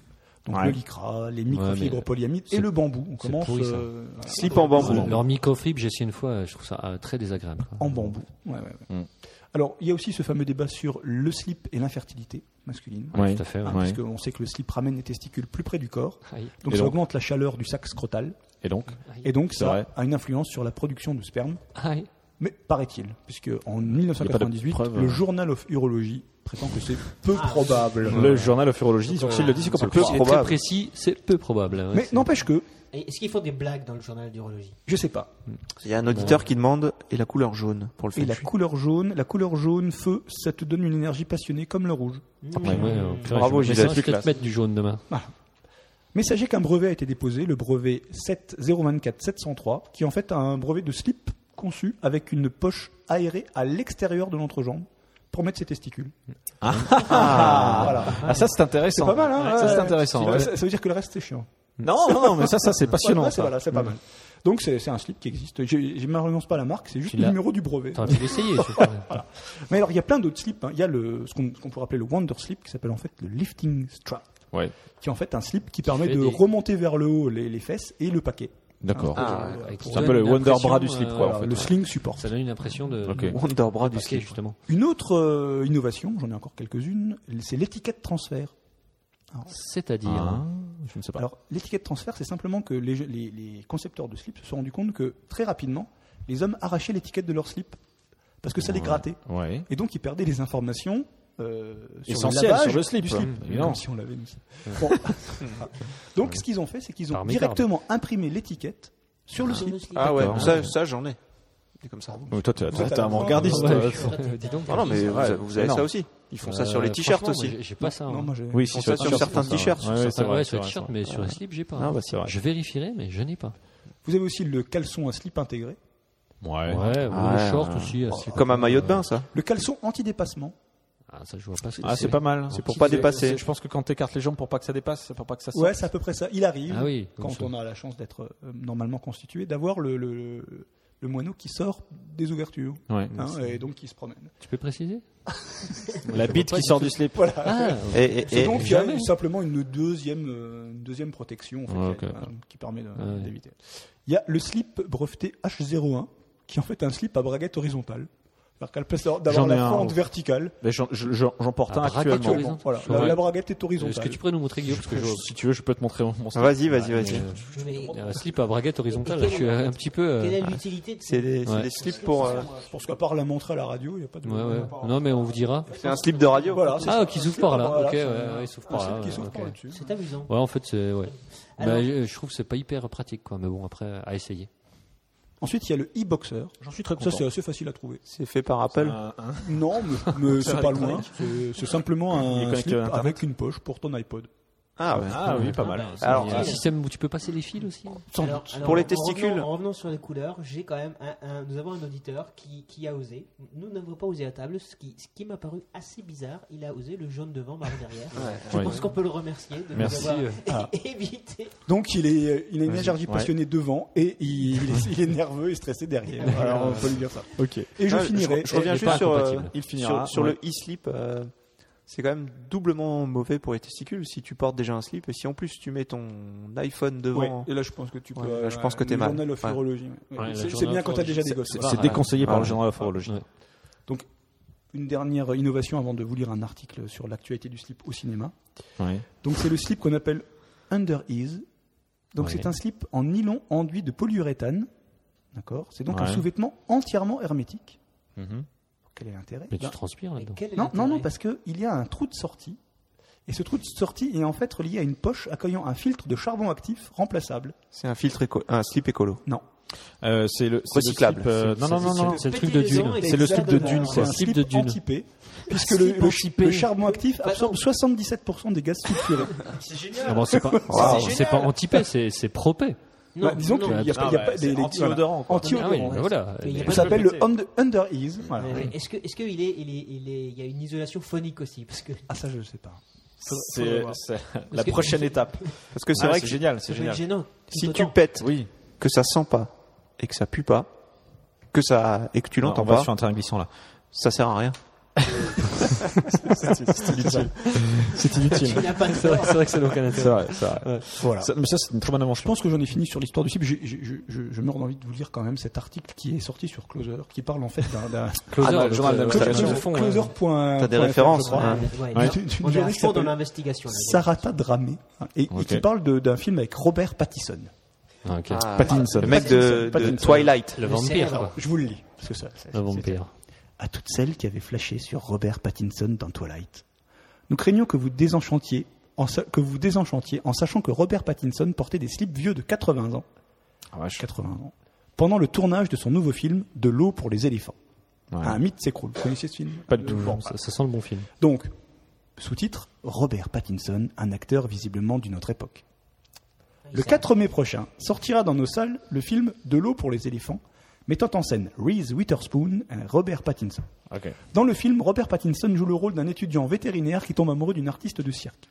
E: Donc,
B: Ouais.
E: le lycra, les microfibres
G: mais
E: polyamides et
G: c'est-
E: le bambou. On
G: c'est
E: commence.
G: pourri, ça.
E: euh, voilà.
C: Slip en bambou.
G: Leur microflip, j'ai essayé une fois, euh, je trouve ça euh, très désagréable. quoi.
E: En bambou. Ouais, ouais, ouais.
B: Mm.
E: Alors, il y a aussi ce fameux débat sur le slip et l'infertilité masculine.
B: Ouais.
G: Tout à fait. ouais.
E: Hein,
B: Ouais.
E: Puisqu'on sait que le slip ramène les testicules plus près du corps.
G: Aïe.
E: Donc,
B: Et
E: ça
B: donc
E: augmente la chaleur du sac scrotal.
B: Et donc
E: Et donc,
B: C'est
E: ça
B: vrai.
E: a une influence sur la production de sperme.
G: Aïe.
E: Mais paraît-il, puisque en
B: pas de
E: 1998,
B: preuve,
E: le
B: euh.
E: Journal of Urology prétend que c'est peu probable.
B: Le journal of urologie, donc s'il le dit, c'est qu'on peut
G: C'est
B: le croire.
G: très précis, c'est peu probable. ouais,
E: Mais
G: c'est-
E: n'empêche que,
F: Et Est-ce qu'il faut des blagues dans le journal d'urologie
E: je sais pas.
C: Il y a un auditeur qui demande et la couleur jaune pour le
E: Et
C: feng
E: la
C: shui.
E: couleur jaune, la couleur jaune feu, ça te donne une énergie passionnée comme le rouge.
G: Ouais, ouais, ouais, purée,
B: Bravo,
G: je- mais
B: Gilles,
G: ça,
B: tu
G: Je vais
B: classes.
G: peut-être mettre du jaune demain.
E: Mais sachez qu'un brevet a été déposé, le brevet 7024-703, qui est en fait un brevet de slip conçu avec une poche aérée à l'extérieur de l'entrejambe pour mettre ses testicules.
B: Ah,
E: Voilà.
B: Ah, ça c'est intéressant.
E: C'est pas mal, hein
B: Ça c'est
E: ouais.
B: intéressant.
E: Si le
B: ouais.
E: reste- Ça veut dire que le reste c'est chiant.
B: Non, non, non, mais ça, ça c'est
E: Ouais,
B: passionnant.
E: ouais, c'est
B: ça.
E: voilà, c'est pas mal. Donc c'est c'est un slip qui existe. Je je m'annonce pas la marque, c'est juste
G: Tu
E: le
G: l'as-
E: numéro du brevet.
G: T'aurais pu l'essayer, je crois.
E: Mais alors il y a plein d'autres slips. hein. Il y a le ce qu'on ce qu'on pourrait appeler le wonder slip qui s'appelle en fait le lifting strap,
B: Ouais,
E: qui est en fait un slip qui permet
G: fait
E: de
G: des-
E: remonter vers le haut les, les fesses et le paquet. Hein, euh,
B: d'accord.
C: Ah,
E: Voilà.
G: Avec-
B: C'est un peu le
G: Donne
B: Wonder
G: l'impression,
B: Bra du slip, quoi.
G: euh,
B: en fait.
E: le sling support.
G: Ça donne une impression de.
B: Ok.
G: de-
C: Wonderbra du
G: paquet,
C: slip.
G: justement.
E: Une autre euh, innovation, j'en ai encore quelques-unes, c'est l'étiquette transfert.
G: C'est-à-dire.
B: Ah, je ne sais pas.
E: Alors l'étiquette transfert, c'est simplement que les, les- les concepteurs de slips se sont rendus compte que très rapidement, les hommes arrachaient l'étiquette de leur slip parce que ça les grattait.
B: ouais.
E: Et donc, il perdait les informations euh, sur
B: Essentielles,
E: le lavage
B: sur le slip,
E: du
B: hein, évidemment.
E: Comme si on l'avait mis. Bon. Ah. donc, ce qu'ils ont fait, c'est qu'ils ont
G: Par mégarde.
E: directement imprimé l'étiquette sur le slip.
C: Ah ouais,
B: D'accord.
C: ça, ça j'en ai. C'est comme ça.
B: Mais toi, t'es
E: Vous êtes
B: t'es
E: à
B: un
E: la
B: avant-gardiste.
E: fin,
B: toi.
G: Euh, Dis donc.
C: Ah non, mais
B: C'est
C: vous,
B: vrai.
C: avez- vous avez
B: Non.
C: ça aussi. Ils font ça sur les
G: Euh,
C: t-shirts
G: franchement,
C: aussi.
G: moi, j'ai- J'ai pas ça.
E: Non,
G: hein.
E: moi, j'ai-
B: Oui,
C: On
B: si,
C: fait ça sur
B: t-shirts,
C: certains
B: c'est vrai.
C: t-shirts, sur
B: Ouais, ouais, c'est
G: Certains-
B: vrai.
G: Ah ouais,
B: c'est
G: sur les
B: vrai,
G: t-shirts,
B: c'est
G: mais
B: vrai.
G: sur les slips, j'ai pas.
B: Ah, bah, c'est vrai.
G: Je vérifierai, mais je n'ai pas.
E: Vous avez aussi le caleçon à slip intégré,
B: Ouais. Ah.
G: Ouais, ou le
C: ouais.
G: short aussi. euh, un slip.
C: Oh, Comme un maillot de bain, ça.
E: le caleçon anti-dépassement.
G: Ah, ça, je vois pas ce que
B: Ah, c'est pas mal.
C: C'est pour pas dépasser.
B: Je pense que quand t'écartes les jambes pour pas que ça dépasse, pour pas que ça sorte.
E: Ouais, c'est à peu près ça. Il arrive,
G: Ah oui, comme
E: quand
G: ça.
E: on a la chance d'être euh, normalement constitué, d'avoir le, le, le moineau qui sort des ouvertures.
B: Ouais.
E: hein, et donc, qui se promène.
G: Tu peux préciser
B: La bite qui sort du slip.
E: Voilà.
G: Ah,
C: Et, et-
E: Et
C: et-
E: donc, il y a
G: Jamais.
E: simplement une deuxième, euh, une deuxième protection en fait,
B: Ouais, ok,
E: qui,
B: d'accord.
E: qui permet de-
G: Ouais.
E: d'éviter. Il y a le slip breveté H01, qui est en fait un slip à braguette horizontale. C'est-à-dire qu'à la place d'avoir- d'avoir
B: J'en ai
E: la
B: un,
E: fente
B: ouais.
E: verticale,
B: Mais J'en je- je- j'en porte un
G: Ah, braquette
B: actuellement.
G: horizontale.
E: voilà,
G: Ouais.
E: la, la braguette est
G: Est-ce que
E: horizontale.
G: tu pourrais nous montrer, Guillaume parce que je-
B: Si tu veux, je peux te montrer mon mon slip.
C: vas-y, vas-y, vas-y.
G: Euh,
F: Mais
G: Un slip à braguette horizontale, là, je suis euh, un petit peu.
F: Quelle
G: euh,
F: est l'utilité de
C: C'est des, c'est
G: Ouais.
C: des slips pour. euh,
E: Je pense qu'à part la montrer à la radio, il n'y a pas de.
G: Ouais, ouais. Non, mais on vous dira.
C: c'est un slip de radio.
E: Voilà, c'est
G: Ah,
E: ça.
G: qui s'ouvre par là.
E: Voilà,
G: Ok,
E: c'est
G: ouais,
E: un-
G: ouais, il s'ouvre
E: un
G: par là.
E: slip qui
G: ouais,
E: s'ouvre
G: ok.
E: par dessus.
F: C'est amusant.
G: Ouais, en fait, c'est. Ouais.
F: Alors-
G: Bah, je, je trouve que c'est pas hyper pratique, quoi. Mais bon, après, à essayer.
E: Ensuite, il y a le e-boxer. J'en suis très Ça,
B: content.
E: c'est assez facile à trouver.
C: C'est fait par Apple.
B: Un- un-
E: Non, mais, mais c'est pas loin. C'est c'est
B: Il
E: simplement
B: est
E: un
B: connecté
E: slip
B: à Internet.
E: avec une poche pour ton iPod.
C: Ah ouais.
B: Ah oui, pas mal.
C: Alors,
G: Il y a un système où tu peux passer les fils aussi.
E: Sans
F: Alors-
E: doute.
F: alors,
C: Pour les
F: en
C: testicules.
F: revenant- En revenant sur les couleurs, j'ai quand même un, un- nous avons un auditeur qui, qui a osé. Nous n'avons pas osé à table, ce qui, ce qui m'a paru assez bizarre. Il a osé le jaune devant, marron derrière. Je
B: Ouais.
F: pense qu'on peut le remercier de
B: Merci,
F: nous avoir
B: euh.
F: évité.
E: Donc il est, il a une énergie
B: Ouais.
E: passionnée devant et il, il est, il est nerveux et stressé derrière. Alors on peut lui dire ça.
B: Ok.
E: Et je
C: Ah,
E: finirai.
C: Je, reviens
G: Elle est
C: juste
G: pas
C: sur, euh,
G: incompatible.
B: Il
C: sur,
B: finira.
C: sur
B: ouais.
C: le e-slip. euh, c'est quand même doublement mauvais pour les testicules si tu portes déjà un slip et si en plus tu mets ton iPhone devant.
E: Ouais, et là, je pense que tu peux,
C: Ouais, là, je
E: euh,
C: pense que
E: le
C: t'es mal.
E: journal of
C: Ouais.
E: urologie, ouais. Ouais, Ouais, c'est- le c'est journal bien of quand t'as urologie. déjà des gosses.
B: C'est
E: Voilà.
B: c'est déconseillé par
E: Voilà.
B: le journal de la forologie.
E: Donc, une dernière innovation avant de vous lire un article sur l'actualité du slip au cinéma.
B: Ouais.
E: Donc, c'est le slip qu'on appelle Under Ease. Donc,
B: Ouais.
E: c'est un slip en nylon enduit de polyuréthane. D'accord C'est donc un
B: Ouais.
E: sous-vêtement entièrement hermétique. Quel est l'intérêt
G: Mais tu
E: Ben,
G: transpires là-dedans.
E: non, non, non, parce qu'il y a un trou de sortie. Et ce trou de sortie est en fait relié à une poche accueillant un filtre de charbon actif remplaçable.
C: C'est un filtre éco- un slip écolo.
E: Non.
B: Euh, c'est le c'est le
C: Recyclable.
B: slip, euh,
C: C'est-
B: non,
C: c'est-
B: non, non,
C: c'est-
B: non.
C: c'est le truc de Dune.
B: C'est le slip de
E: Exactement.
B: Dune.
E: C'est un slip de Dune. anti-P, puisque le, le- le charbon actif absorbe 77% des gaz sulfureux.
G: C'est génial. Ah bon, c'est pas- c'est- c'est pas anti-P, c'est- c'est pro-P.
E: Non,
G: Non,
E: disons
G: non,
E: qu'il n'y a,
G: non,
E: pas-
G: non,
E: il y a
G: bah,
E: pas des
G: c'est anti-odorant, quoi.
E: anti
G: Ah oui, voilà. Il y a pas
E: Ça
G: de
E: s'appelle le
G: propriété.
E: under, under ease. Voilà.
F: Mais Euh, Est-ce que, est-ce que il est, il est, il est, il y a une isolation phonique aussi parce que.
E: Ah ça je ne sais pas.
B: C'est c'est la prochaine étape.
C: Parce que c'est
B: Ah,
C: vrai que
B: c'est génial, c'est génial.
C: Si tu pètes, que ça sent pas et que ça pue pas, que ça et que tu
B: Non,
C: l'entends
B: on va
C: pas,
B: sur un terrain glissant, là.
C: ça sert à rien.
B: C'est- c'est inutile. C'est inutile.
E: Il a pas de
B: C'est vrai-
E: sens.
B: c'est vrai que ça n'a aucun intérêt. C'est vrai, c'est vrai.
E: Voilà.
B: Ça- mais ça, c'est une très bonne
E: Je pense que j'en ai fini sur l'histoire du slip. J'ai- j'ai- Je, je, je meurs d'envie de vous lire quand même cet article qui est sorti sur Closer, qui parle en fait d'un- d'un.
B: Closer, Ah, bah, le le journal
E: Closer-
B: d'investigation.
E: Closer-
B: Au fond, ouais.
E: Closer. point-
B: T'as des
E: point
B: références,
E: F, je crois.
B: hein. Ouais.
E: D'une- d'une
F: On est à
E: journaliste
F: fond dans
E: s'appelle
F: l'investigation, là.
E: Sarata Dramé, hein, et, et
B: Ok.
E: qui parle de- d'un film avec Robert Pattinson.
G: Ah, ok.
C: Ah, le mec de- de Twilight. Le vampire,
E: Alors,
C: quoi.
E: Je vous le lis. Parce que ça, ça-
B: Ah
G: Le vampire.
E: à toutes celles qui avaient flashé sur Robert Pattinson dans Twilight. Nous craignons que vous désenchantiez en, sa- que vous désenchantiez en sachant que Robert Pattinson portait des slips vieux de 80 ans. 80 ans. Pendant le tournage de son nouveau film De l'eau pour les éléphants. Un mythe s'écroule. Vous connaissez ce film
G: Pas du tout.
E: Bon,
G: Ça ça sent le bon film.
E: donc, sous-titre Robert Pattinson, un acteur visiblement d'une autre époque. Le 4 mai prochain sortira dans nos salles le film De l'eau pour les éléphants, mettant en scène Reese Witherspoon et Robert Pattinson. Dans le film, Robert Pattinson joue le rôle d'un étudiant vétérinaire qui tombe amoureux d'une artiste de cirque.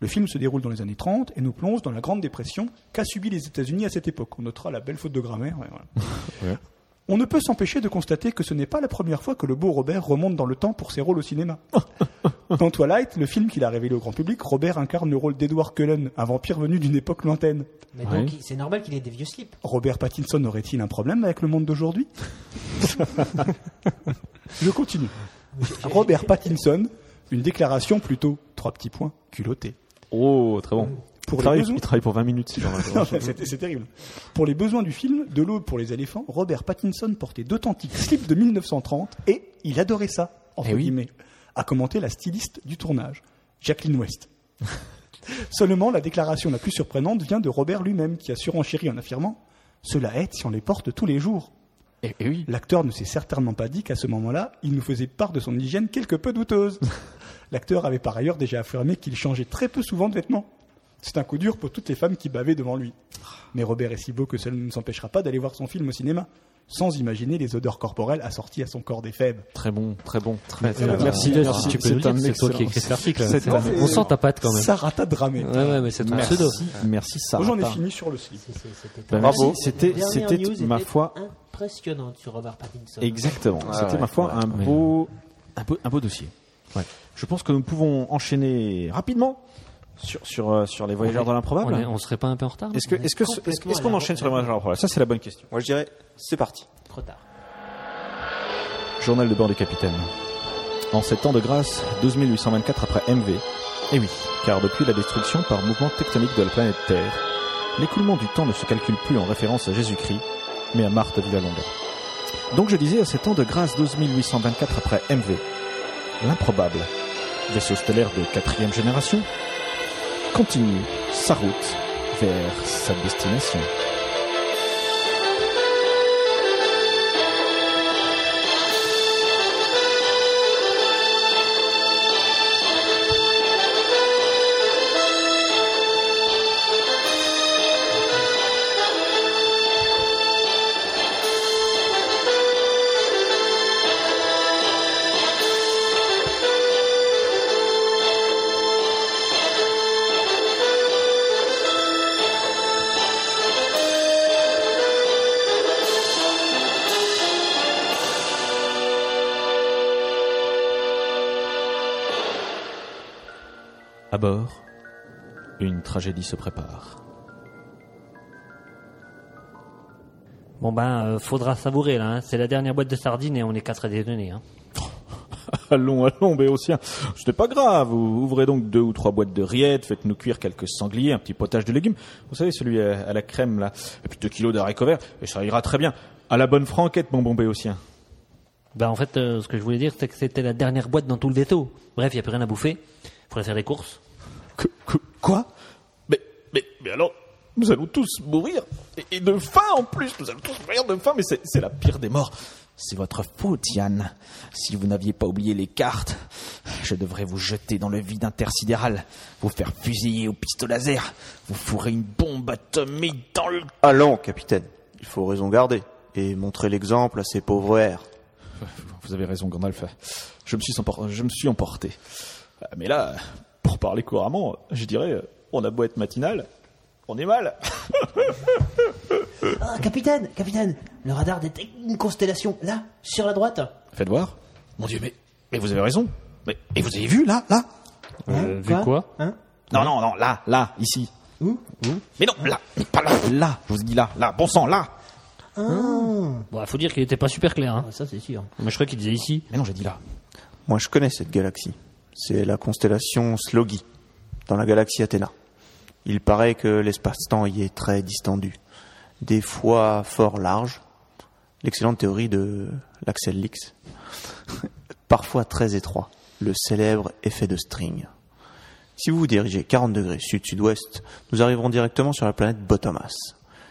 E: Le film se déroule dans les années 30 et nous plonge dans la Grande Dépression qu'a subie les États-Unis à cette époque. On notera la belle faute de grammaire. ouais, voilà. On ne peut s'empêcher de constater que ce n'est pas la première fois que le beau Robert remonte dans le temps pour ses rôles au cinéma. Dans Twilight, le film qu'il a révélé au grand public, Robert incarne le rôle d'Edward Cullen, un vampire venu d'une époque lointaine.
F: Mais donc, il- c'est normal qu'il ait des vieux slips.
E: Robert Pattinson aurait-il un problème avec le monde d'aujourd'hui Je continue. Robert Pattinson, une déclaration plutôt, trois petits points, culottée.
B: Oh, très bon. il,
E: Pour les
B: travaille,
E: besoins-
B: il travaille pour 20 minutes. ce genre de-
E: Non, mais C'est c'est terrible. Pour les besoins du film, de l'eau pour les éléphants, Robert Pattinson portait d'authentiques slips de 1930 et il adorait ça, entre guillemets, a commenté la styliste du tournage, Jacqueline West. Seulement, la déclaration la plus surprenante vient de Robert lui-même, qui a surenchéri en affirmant Cela aide si on les porte tous les jours. L'acteur ne s'est certainement pas dit qu'à ce moment-là, il nous faisait part de son hygiène quelque peu douteuse. L'acteur avait par ailleurs déjà affirmé qu'il changeait très peu souvent de vêtements. C'est un coup dur pour toutes les femmes qui bavaient devant lui. Mais Robert est si beau que cela ne nous empêchera pas d'aller voir son film au cinéma, sans imaginer les odeurs corporelles assorties à son corps des faibles.
B: Très bon, très bon. Très,
E: très
B: bien.
E: bien.
B: Ah, Merci,
E: Fidèle,
B: merci.
E: si tu peux nous
B: un
E: dire que c'est toi
B: excellent-
E: qui as écrit cet article, là.
B: C'est
E: C'est
B: un-
E: vrai.
B: on sent
G: ta patte quand même.
E: Sarata Dramé.
G: Ouais, ouais, mais c'est ton
B: merci.
G: pseudo.
B: Merci, Sarah.
E: Aujourd'hui, on est fini sur le slip.
B: Bah, merci. Bravo. C'était-
F: La dernière
B: c'était,
F: news
B: ma
F: était
B: foi-
F: impressionnante sur Robert Pattinson.
B: Exactement. C'était, ma foi, un, beau, un, beau, un beau dossier. Je pense que nous pouvons enchaîner rapidement sur, sur, euh, sur les voyageurs
G: est-
B: dans l'improbable.
G: on est- on serait pas un peu en retard, là
B: Est-ce, que,
G: On est
B: est-ce, que, ce- est-ce,
G: complètement
B: est-ce qu'on
G: à la-
B: enchaîne sur les voyageurs dans l'improbable Ça, c'est la bonne question.
C: Moi, je dirais, c'est parti.
F: Trop tard.
B: Journal de bord du capitaine. En sept ans de grâce, 12 824 après MV. Et oui, car depuis la destruction par mouvement tectonique de la planète Terre, l'écoulement du temps ne se calcule plus en référence à Jésus-Christ, mais à Marthe Villalonga. Donc je disais à sept ans de grâce, 12 824 après MV. L'improbable, vaisseau stellaire de quatrième génération, continue sa route vers sa destination.
I: Thank
B: À bord, une tragédie se prépare.
G: Bon ben, euh, faudra savourer là. hein. C'est la dernière boîte de sardines et on est quatre à déjeuner. Hein.
B: allons, allons, Béotien. C'était pas grave. Ou- Ouvrez donc deux ou trois boîtes de rillettes, faites-nous cuire quelques sangliers, un petit potage de légumes. Vous savez, celui à, à la crème, là. Et puis deux kilos d'haricots verts. Et ça ira très bien. À la bonne franquette, mon bon Béotien.
G: Ben en fait, euh, ce que je voulais dire, c'est que c'était la dernière boîte dans tout le ghetto. Bref, il n'y a plus rien à bouffer. Faudrait faire les courses.
B: Quoi mais, mais, mais alors, nous allons tous mourir. Et, et de faim en plus. Nous allons tous mourir de faim. Mais c'est c'est la pire des morts. C'est votre faute, Yann. Si vous n'aviez pas oublié les cartes, je devrais vous jeter dans le vide intersidéral, vous faire fusiller au pistolet laser, vous fourrer une bombe atomique dans le...
C: Allons, capitaine. Il faut raison garder et montrer l'exemple à ces pauvres airs.
B: Vous avez raison, Gandalf. Je me suis, empor- je me suis emporté. Euh, Mais là, pour parler couramment, je dirais, euh, on a beau être matinal, on est mal.
F: Ah, capitaine, capitaine, le radar détecte une constellation, là, sur la droite.
B: Faites voir. Mon Dieu, mais, mais vous avez raison. Mais, et vous avez vu, là, là
F: Hein, vu quoi quoi
B: Hein Non, non, non, là, là, ici. Où Mais non, là, mais pas là, là, je vous ai dit là, là, bon sang, là
G: Bon, faut dire qu'il n'était pas super clair. Hein.
F: Ça, c'est sûr.
G: Moi, je crois qu'il disait ici.
B: Mais non, j'ai dit là.
C: Moi, je connais cette galaxie. C'est la constellation Slogi, dans la galaxie Athéna. Il paraît que l'espace-temps y est très distendu, des fois fort large. L'excellente théorie de l'Axel Lix. Parfois très étroit, le célèbre effet de string. Si vous vous dirigez 40 degrés sud-sud-ouest, nous arriverons directement sur la planète Bottomas.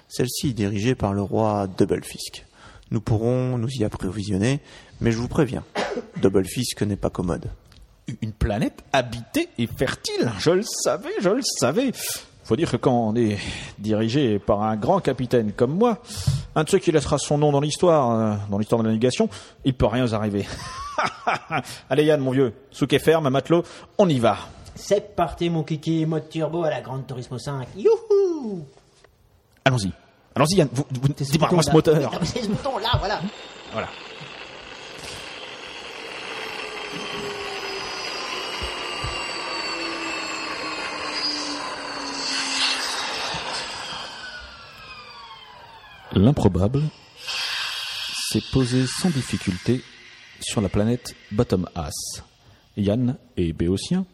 C: Celle-ci est dirigée par le roi Doublefisk. Nous pourrons nous y approvisionner, mais je vous préviens, Doublefisk n'est pas commode.
B: Une planète habitée et fertile, je le savais, je le savais. Faut dire que quand on est dirigé par un grand capitaine comme moi, un de ceux qui laissera son nom dans l'histoire, euh, dans l'histoire de la navigation, il peut rien nous arriver. Allez Yann, mon vieux, souquet ferme, matelot, on y va.
F: C'est parti, mon kiki, mode turbo à la Grande Turismo 5. Youhou
B: Allons-y. Allons-y Yann, vous, vous, démarre-moi ce
F: Bouton, là.
B: moteur.
F: Mais C'est ce bouton, là, voilà.
B: Voilà. L'improbable s'est posé sans difficulté sur la planète Bottom Ass. Yann et Béotien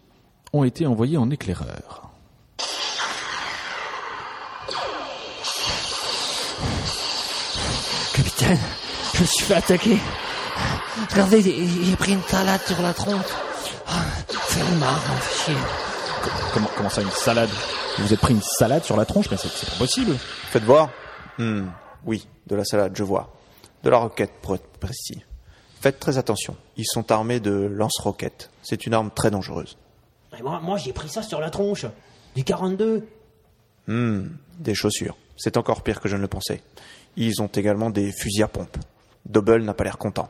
B: ont été envoyés en éclaireur.
N: Capitaine, je me suis fait attaquer. Regardez, j'ai j'ai pris une salade sur la trompe. Ah, C'est le marre, hein, fait chier.
B: Comment, comment ça, une salade Vous vous êtes pris une salade sur la tronche, mais c'est c'est pas possible.
C: Faites voir. Hmm, oui, de la salade, je vois. De la roquette, pour être précis. Faites très attention. Ils sont armés de lance-roquettes. C'est une arme très dangereuse.
F: Mais moi, moi, j'ai pris ça sur la tronche. Du 42.
C: Hmm, des chaussures. C'est encore pire que je ne le pensais. Ils ont également des fusils à pompe. Double n'a pas l'air content.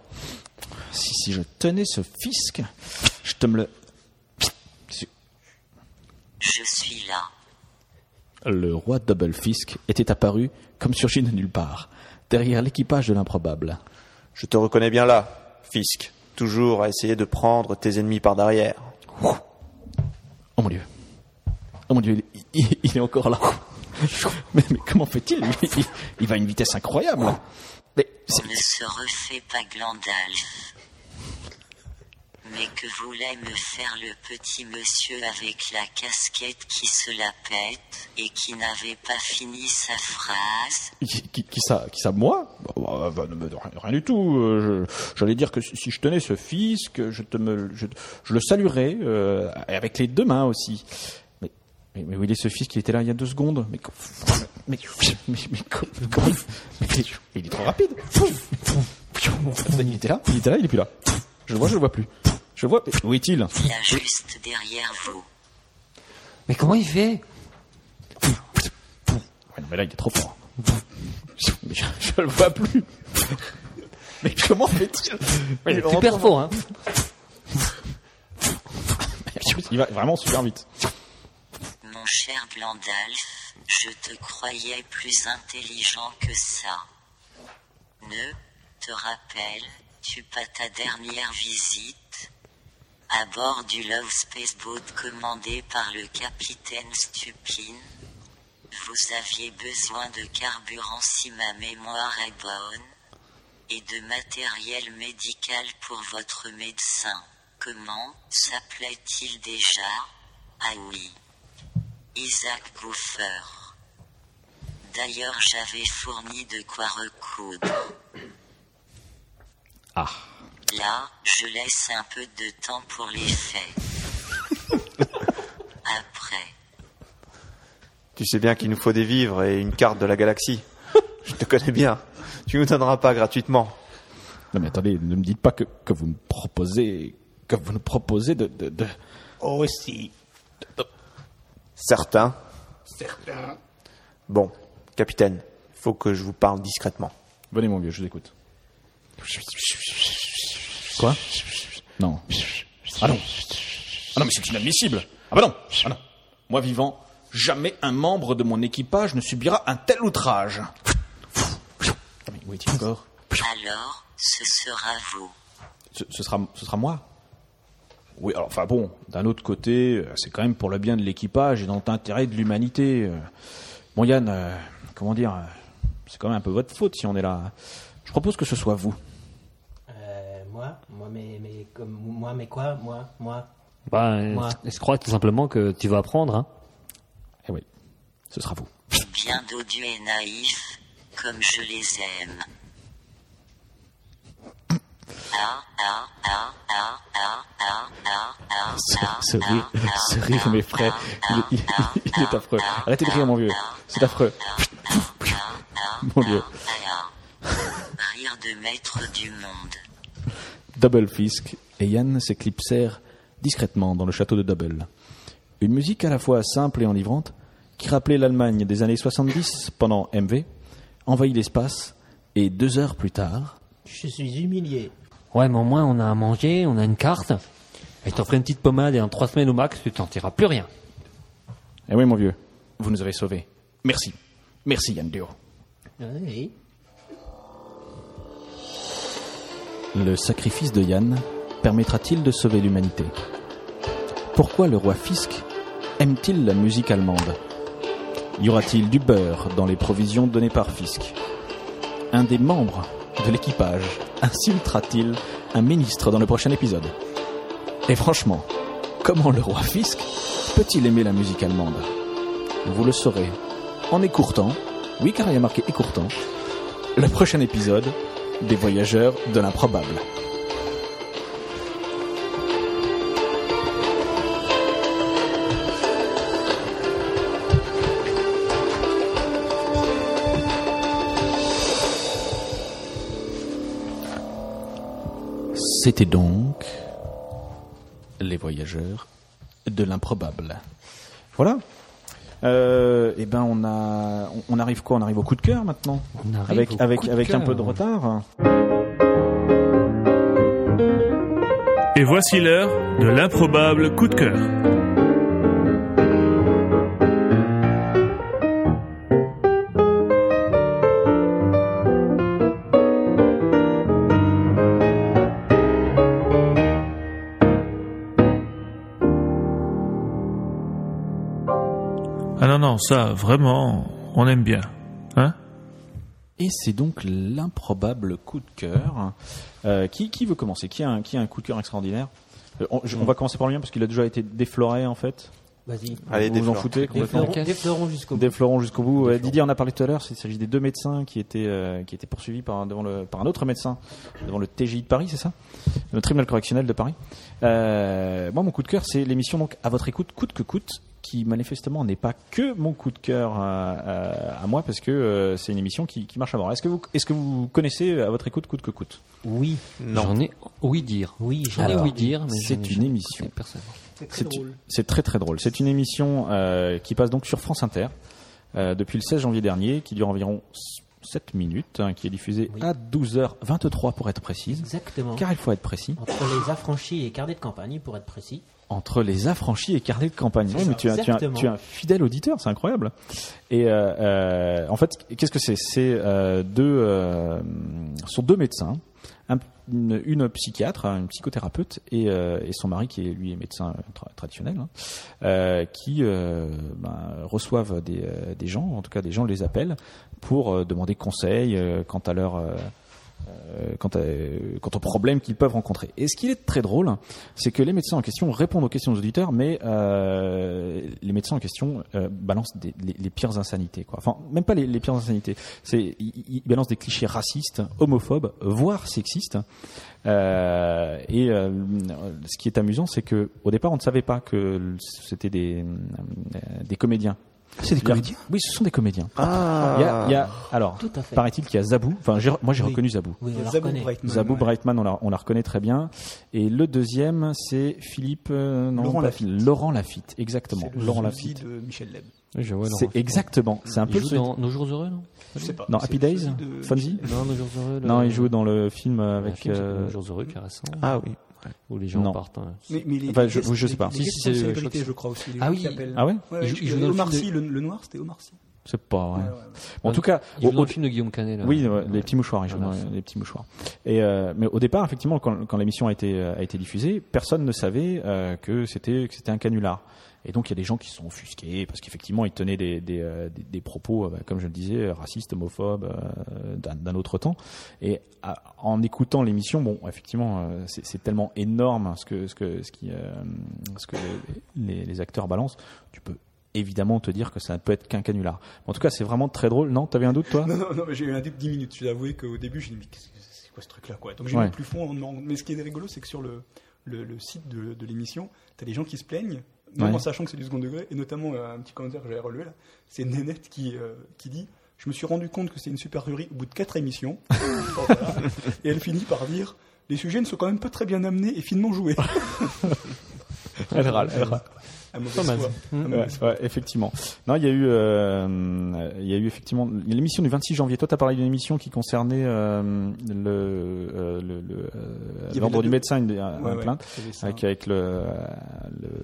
B: Si, si je tenais ce fisc, je te me le...
D: Je suis là.
B: Le roi Doublefisk était apparu comme surgi de nulle part, derrière l'équipage de l'improbable.
C: Je te reconnais bien là, Fisk. Toujours à essayer de prendre tes ennemis par derrière.
B: Oh mon dieu. Oh mon dieu, il, il- il est encore là. Mais, mais comment fait-il lui il, il va à une vitesse incroyable. Mais c'est-
D: On ne se refait pas Glandalf. Mais que voulait me faire le petit monsieur avec la casquette qui se la pète et qui n'avait pas fini sa phrase
B: qui, qui- qui ça, qui ça, moi Bah, bah, bah, ne me- rien, rien du tout. Euh, je- J'allais dire que si si je tenais ce fisc, je, te me, je, je le saluerais, euh, et avec les deux mains aussi. Mais, mais, mais où il est ce fisc Il était là il y a deux secondes. Mais, co- mais, mais, mais co- comment- mais il est- il est trop rapide. Il était là, il était là, il est plus là. Je le vois, je le vois plus. Je le vois, mais où est-il
D: Là juste derrière vous.
N: Mais comment il fait
B: Ouais, non, mais là, il est trop fort. Mais je, je le vois plus. Mais comment fait-il
G: Il est super fort, hein.
B: Il va vraiment super vite.
D: Mon cher Glandalf, je te croyais plus intelligent que ça. Ne te rappelle-tu pas ta dernière visite à bord du Love Space Boat commandé par le capitaine Stupin. Vous aviez besoin de carburant si ma mémoire est bonne, et de matériel médical pour votre médecin. Comment s'appelait-il déjà Ah oui. Isaac Gouffer. D'ailleurs, j'avais fourni de quoi recoudre.
B: Ah.
D: Là, je laisse un peu de temps pour les faits. Après,
C: Tu sais bien qu'il nous faut des vivres et une carte de la galaxie. Je te connais bien. Tu nous donneras pas gratuitement.
B: Non mais attendez, ne me dites pas que, que vous me proposez que vous nous proposez de, de, de-
C: Oh si. Certains.
E: Certains.
C: Bon, capitaine, faut que je vous parle discrètement.
B: Venez mon vieux, je vous écoute. Quoi Non. Ah non. Ah non mais c'est inadmissible. Ah bah non. Ah non. Moi vivant, jamais un membre de mon équipage ne subira un tel outrage. Ah, mais où est-il encore
D: alors, ce sera vous.
B: ce, ce sera, ce sera moi Oui, alors, enfin bon, d'un autre côté, euh, c'est quand même pour le bien de l'équipage et dans l'intérêt de l'humanité. euh. Bon, Yann, euh, comment dire euh, C'est quand même un peu votre faute si on est là. hein. Je propose que ce soit vous.
F: euh, Moi, moi, mais, mais, comme- moi, mais quoi Moi, moi.
G: Bah,
B: euh,
F: Moi.
G: je crois tout simplement que tu vas apprendre. Hein.
B: Eh oui, ce sera vous.
D: Bien dodu et naïf, comme je les aime. Ah, ah, ah, ah, ah, ah, ah, ah,
B: Ce,
D: ah,
B: ce
D: ah,
B: rire,
D: ah,
B: ce rire, mes frères, il, est- il est- il est affreux. Arrêtez de rire, mon vieux. C'est affreux. Mon vieux.
D: ah, ah. Rire de maître du monde.
B: Double Fisk et Yann s'éclipsèrent discrètement dans le château de Double. Une musique à la fois simple et enivrante, qui rappelait l'Allemagne des années 70 pendant MV, envahit l'espace et deux heures plus tard.
F: Je suis humilié.
G: Ouais, mais au moins on a à manger, on a une carte. Et t'en ferai une petite pommade et en trois semaines au max, tu t'en tireras plus rien.
B: Eh oui, mon vieux, vous nous avez sauvés. Merci. Merci, Yann Duo.
F: Oui.
B: Le sacrifice de Yann permettra-t-il de sauver l'humanité Pourquoi le roi Fisk aime-t-il la musique allemande Y aura-t-il du beurre dans les provisions données par Fisk Un des membres de l'équipage insultera-t-il un ministre dans le prochain épisode Et franchement, comment le roi Fisk peut-il aimer la musique allemande Vous le saurez en écourtant, oui car il y a marqué écourtant, le prochain épisode des voyageurs de l'improbable. C'était donc les voyageurs de l'improbable. Voilà. Euh, eh ben on a, on- on arrive quoi On arrive au coup de cœur maintenant.
G: arrive
B: avec
G: au
B: avec
G: coup de
B: avec un
G: cœur.
B: peu de retard.
H: Et voici l'heure de l'improbable coup de cœur. Ah non, non, ça, vraiment, on aime bien. Hein
B: Et c'est donc l'improbable coup de cœur. Euh, qui, qui veut commencer qui a, un, qui a un coup de cœur extraordinaire Euh, on,
G: Mm.
B: je- on va commencer par le mien parce qu'il a déjà été défloré en fait.
F: Vas-y.
B: vous vous en foutez complètement.
F: Déflorons- Déflorons jusqu'au bout.
B: Des fleurons jusqu'au bout. Ouais, Didier en a parlé tout à l'heure. Il s'agit des deux médecins qui étaient euh, qui étaient poursuivis par un, devant le par un autre médecin devant le TGI de Paris, c'est ça Le tribunal correctionnel de Paris. Euh, moi, mon coup de cœur, c'est l'émission donc à votre écoute, coûte que coûte, qui manifestement n'est pas que mon coup de cœur euh, euh, à moi parce que euh, c'est une émission qui, qui marche à mort. Est-ce que vous est-ce que vous connaissez euh, à votre écoute coûte que coûte
F: Oui.
G: J'en ai oui dire.
F: Oui,
G: j'en ai
B: Alors,
G: oui dire. mais
B: c'est
G: j'en ai-
B: une
G: j'en ai
B: émission.
G: Personne.
B: C'est c'est très très drôle. C'est une émission euh, qui passe donc sur France Inter euh, depuis le 16 janvier dernier, qui dure environ 7 minutes, hein, qui est diffusée à 12h23 pour être précise.
F: Exactement.
B: Car il faut être précis.
F: Entre les affranchis et cardés de campagne, pour être précis.
B: Entre les affranchis et carnets de campagne.
F: C'est
B: Oui,
F: ça,
B: mais tu es, un- tu es un-
F: exactement.
B: tu es un fidèle auditeur, c'est incroyable. Et euh, euh, en fait, qu'est-ce que c'est C'est euh, deux, euh, ce sont deux médecins. un- une, une psychiatre, une psychothérapeute et, euh, et son mari qui est lui est médecin euh, tra- traditionnel, hein, euh, qui euh, ben, reçoivent des, euh, des gens, en tout cas des gens les appellent pour euh, demander conseil euh, quant à leur euh, euh, quant, à- euh, quant aux problèmes qu'ils peuvent rencontrer. Et ce qui est très drôle, c'est que les médecins en question répondent aux questions des auditeurs, mais euh, les médecins en question euh, balancent des- les, les pires insanités. Quoi. Enfin, même pas les, les pires insanités. C'est, ils, ils balancent des clichés racistes, homophobes, voire sexistes. Euh, et euh, ce qui est amusant, c'est que au départ, on ne savait pas que c'était des, euh, des comédiens.
C: C'est des
B: C'est-à-dire-
C: comédiens
B: Oui, ce sont des comédiens.
C: Ah.
B: Il y a- il y a- alors,
C: Tout à fait.
B: paraît-il qu'il y a Zabou. Enfin, j'ai- moi, j'ai
C: Oui.
B: reconnu Zabou.
C: Oui, on la Zabou reconnaît. Breitman,
B: Zabou
C: ouais.
B: Breitman, on la, on la reconnaît très bien. Et le deuxième, c'est Philippe. euh, non,
E: Laurent
B: pas
E: Lafitte.
B: Philippe, Laurent Lafitte, exactement.
E: C'est le
B: Laurent
E: Zuzi
B: Lafitte.
E: de Michel Leb.
B: C'est exactement. C'est un
G: Il
B: peu
G: joue
B: ce-
G: dans Nos jours heureux, non
E: Je sais pas.
B: Non,
E: C'est
B: Happy
E: le
B: Days
E: Zuzi de
B: Fonzie
E: Michel Leb.
G: Non, Nos jours heureux, le-
B: Non, il joue dans le film avec.
G: film, c'est
B: euh,
G: Nos jours heureux, qui est récent.
B: Ah oui.
G: Où les gens
B: Non.
G: partent. hein.
E: Mais, mais les,
B: Enfin, je,
E: les-
B: je sais pas.
E: Les, les
G: c'est- je crois
E: célébrités,
G: que
E: je
G: c'est-
E: crois aussi. les
G: Ah
E: gens
G: oui,
E: qui appellent.
B: ah ouais
G: Il joue- il joue dans le
E: Omar
G: film
E: Sy, le, le noir, c'était Omar Sy.
B: C'est pas vrai.
E: Ouais, ouais, ouais.
B: Bon, en tout cas,
G: Il joue
B: au-
G: dans
B: au-
G: le film de Guillaume Canet. Là.
B: Oui, ouais, les petits mouchoirs, ils jouent dans les- les petits mouchoirs. Et euh, mais au départ, effectivement, quand, quand l'émission a été euh, a été diffusée, personne ne savait euh, que c'était que c'était un canular. Et donc il y a des gens qui se sont offusqués parce qu'effectivement ils tenaient des des, euh, des- des propos, euh, bah, comme je le disais, euh, racistes, homophobes, euh, d'un d'un autre temps. Et à- en écoutant l'émission, bon, effectivement, euh, c'est c'est tellement énorme ce que ce que ce qui euh, ce que les- les- les acteurs balancent, tu peux évidemment te dire que ça ne peut être qu'un canular. En tout cas, c'est vraiment très drôle. Non, t'avais un doute toi
E: Non, non, non, mais j'ai eu un doute 10 minutes. Je dois avouer qu'au début, j'ai dit, mais qu'est-ce que c'est quoi ce truc-là, quoi. Donc j'ai
B: Ouais.
E: mis plus fond. en- en- Mais ce qui est rigolo, c'est que sur le, le, le site de, de l'émission, t'as des gens qui se plaignent, même
B: Ouais.
E: en sachant que c'est du second degré, et notamment euh, un petit commentaire que j'avais relevé là, c'est Nénette qui, euh, qui dit. Je me suis rendu compte que c'est une supercherie au bout de quatre émissions. Bon, voilà. Et elle finit par dire Les sujets ne sont quand même pas très bien amenés et finement joués.
B: Elle râle, elle râle.
E: À mauvaise
B: Pas mal.
E: foi. À
B: Ouais,
E: mauvaise
B: ouais, effectivement. Non, il y a eu, euh, il y a eu effectivement l'émission du 26 janvier. Toi, t'as parlé d'une émission qui concernait euh, le euh, le- le, euh,
E: Il y avait
B: l'ordre
E: la-
B: du médecin, une, une
E: Ouais, ouais,
B: plainte
E: il y avait ça.
B: avec avec le euh,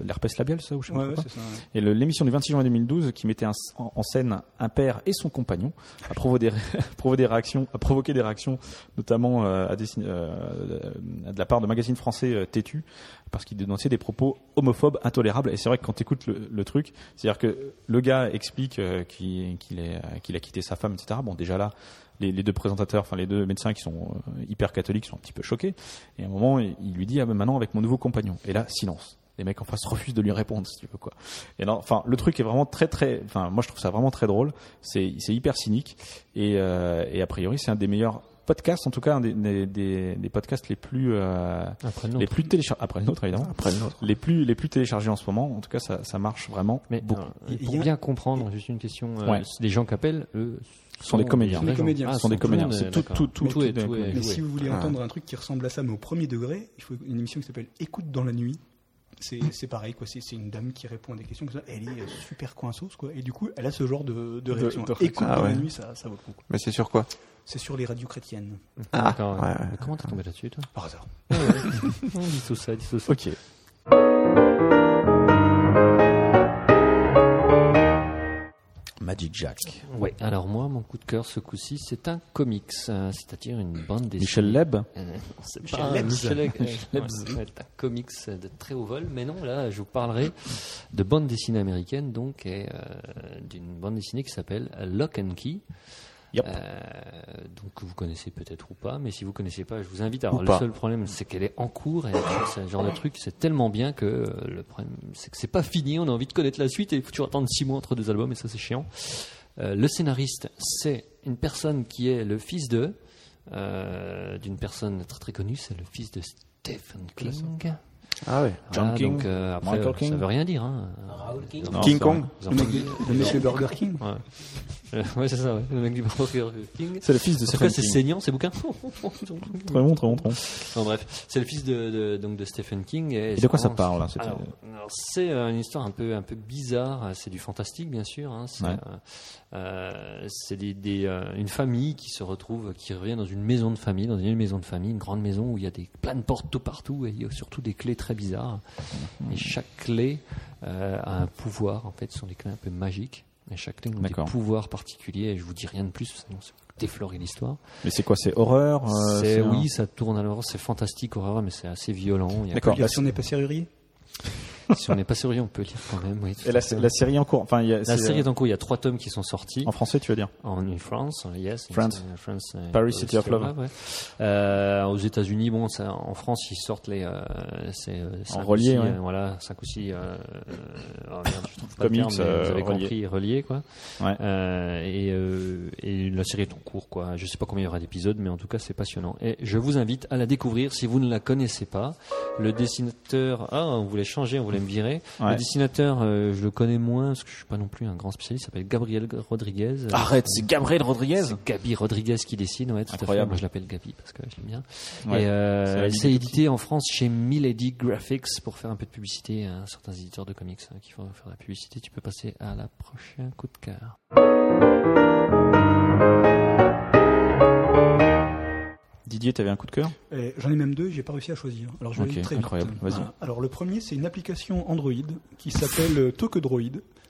B: le- l'herpès labial, ça ou je sais
E: Ouais,
B: pas
E: ouais,
B: quoi.
E: c'est ça, ouais.
B: Et le- l'émission du 26 juin 2012 qui mettait un- en, en scène un père et son compagnon a provoqué des, provoqué des réactions, a provoqué des réactions, notamment euh, à dessin- euh, de la part de magazines français euh, têtus, parce qu'ils dénonçaient des propos homophobes intolérables. Et c'est vrai que quand tu écoutes le, le truc, c'est-à-dire que le gars explique euh, qu'il qu'il est, euh, qu'il a quitté sa femme, etc. Bon, déjà là. Les, les deux présentateurs, enfin les deux médecins qui sont euh, hyper catholiques sont un petit peu choqués. Et à un moment, il, il lui dit ah ben maintenant avec mon nouveau compagnon. Et là, silence. Les mecs en face refusent de lui répondre, si tu veux quoi. Et non, enfin, le truc est vraiment très, très. Enfin, moi, je trouve ça vraiment très drôle. C'est, c'est hyper cynique. Et, euh, et a priori, c'est un des meilleurs podcasts, en tout cas, un des, des, des, des podcasts les plus, euh,
G: le
B: les plus téléchargés après le nôtre, évidemment.
C: Après le nôtre.
B: Les plus, les plus téléchargés en ce moment. En tout cas, ça, ça marche vraiment
G: Mais
B: beaucoup.
G: euh, pour bien comprendre, juste une question. euh,
B: Ouais.
G: Les gens qui appellent, eux,
B: Ce sont des comédiens.
G: vrais
B: Des
G: gens.
B: comédiens.
G: Ah,
B: Ce sont des
G: tout le
B: comédiens.
G: monde,
B: C'est
G: euh,
B: tout-
G: d'accord.
B: tout- tout-
G: Mais
B: tout est
G: tout est
B: comédien.
E: Mais
G: joué.
E: si vous voulez
B: Ah.
E: entendre un truc qui ressemble à ça, mais au premier degré, il faut une émission qui s'appelle Écoute dans la nuit. C'est c'est pareil, quoi. C'est c'est une dame qui répond à des questions comme ça. Elle est euh, super coinceuse, quoi. Et du coup, elle a ce genre de, de réaction.
C: de réaction.
E: Écoute
C: Ah
E: dans la
C: ouais.
E: nuit, ça, ça vaut le coup. quoi.
C: Mais c'est sur quoi
E: C'est sur les radios chrétiennes.
C: Ah,
G: D'accord, ouais.
C: ouais, ouais.
G: Mais Comment t'es tombé là-dessus, toi
E: Par hasard.
G: Dis tout ça, dis tout ça.
B: Ok. Magic Jack.
G: Ouais, alors moi, mon coup de cœur ce coup-ci, c'est un comics, euh, c'est-à-dire une bande dessinée.
B: Michel Leb
G: Euh, C'est
E: Michel
G: pas un
E: Lebs.
G: Michel Lebs.
B: Michel
G: Ouais,
B: Lebs.
G: c'est un comics de très haut vol, mais non, là, je vous parlerai de bande dessinée américaine, donc, et euh, d'une bande dessinée qui s'appelle Lock and Key.
B: Yep.
G: Euh, donc vous connaissez peut-être ou pas, mais si vous connaissez pas, je vous invite.
C: Ou
G: Alors le
C: pas.
G: seul problème, c'est qu'elle est en cours et c'est un genre de truc, c'est tellement bien que euh, le problème, c'est que c'est pas fini. On a envie de connaître la suite et il faut toujours attendre six mois entre deux albums et ça c'est chiant. Euh, le scénariste, c'est une personne qui est le fils de euh, d'une personne très très connue, c'est le fils de Stephen King.
C: Ah ouais.
B: John
G: Voilà,
B: King,
G: donc, euh, après,
B: Michael
G: euh,
B: King.
G: ça veut rien dire. Hein.
F: King.
G: Non,
C: King
G: ça-
C: Kong.
G: vous
E: Le mec
G: entendez-
E: du- le mec du Burger King.
G: Ouais, Euh, ouais c'est ça, ouais. le mec du Burger King.
B: C'est le fils de
G: En tout
B: Stephen
G: cas, c'est
B: King.
G: saignant, ces bouquins.
B: Très bon, très bon, très bon.
G: Enfin, bref, c'est le fils de, de- donc de Stephen King. Et,
B: Et de quoi
G: c'est
B: ça
G: vraiment-
B: parle, là, cette-
G: Alors, alors, C'est euh, une histoire un peu, un peu bizarre. C'est du fantastique, bien sûr. hein. C'est
B: Ouais.
G: euh, euh, c'est des- des, euh, une famille qui se retrouve, qui revient dans une maison de famille, dans une maison de famille, une grande maison où il y a des, plein de portes tout partout et il y a surtout des clés très
B: Mhm.
G: bizarres. Et chaque clé euh, a un pouvoir, en fait, ce sont des clés un peu magiques. Et chacun a des
B: D'accord.
G: pouvoirs particuliers. Et je vous dis rien de plus, sinon ça vous déflorer l'histoire.
B: Mais c'est quoi C'est horreur euh,
G: C'est-
B: un-
G: oui, ça tourne à l'horreur. C'est fantastique horreur, mais c'est assez violent. Il y a-
B: D'accord. Bah,
G: il y a-
B: Si on
E: n'est pas serrurier
G: Si on n'est pas serrurier, on peut lire quand même. oui, tout
B: Et la,
G: à fait.
B: la série en cours. Enfin, il y a-
G: La
B: c'est,
G: série
B: euh,
G: est en cours. Il y a trois tomes qui sont sortis.
B: En français, tu veux dire
G: En in France, yes. in-
B: France.
G: uh, France, uh,
B: Paris City of Love.
G: ouais. Euh, aux États-Unis, bon, ça, en France, ils sortent les. euh, c'est, euh, cinq ou
B: relié,
G: six,
B: ouais.
G: euh, voilà, 5 ou 6. Euh, oh merde, je trouve pas
B: Comics,
G: le terme, mais vous
B: euh,
G: avez
B: relié.
G: compris, relié, quoi. Euh, et, euh, et la série est en cours, quoi. Je sais pas combien il y aura d'épisodes, mais en tout cas, c'est passionnant. Et je vous invite à la découvrir si vous ne la connaissez pas. Le dessinateur. Ah, on voulait changer, on voulait me virer.
B: Ouais.
G: Le dessinateur, euh, je le connais moins parce que je suis pas non plus un grand spécialiste. Il s'appelle Gabriel Rodriguez. Euh,
B: Arrête, c'est Gabriel Rodriguez
G: C'est Gabi Rodriguez qui dessine, ouais, tout à fait.
B: Incroyable.
G: Moi, je l'appelle Gabi parce que je l'aime bien.
B: Ouais,
G: Et euh,
B: c'est la vie
G: c'est
B: des
G: édité en France chez Milady Graphics pour faire un peu de publicité à certains éditeurs de comics hein, qui font faire la publicité. Tu peux passer à la prochaine coup de cœur.
B: Didier, t'avais un coup de cœur
E: Et Eh, J'en ai même deux, j'ai pas réussi à choisir. Alors je vais
B: Ok,
E: aller très vite.
B: incroyable, vas-y.
E: Voilà. Alors le premier, c'est une application Android qui s'appelle euh, Tokedroid.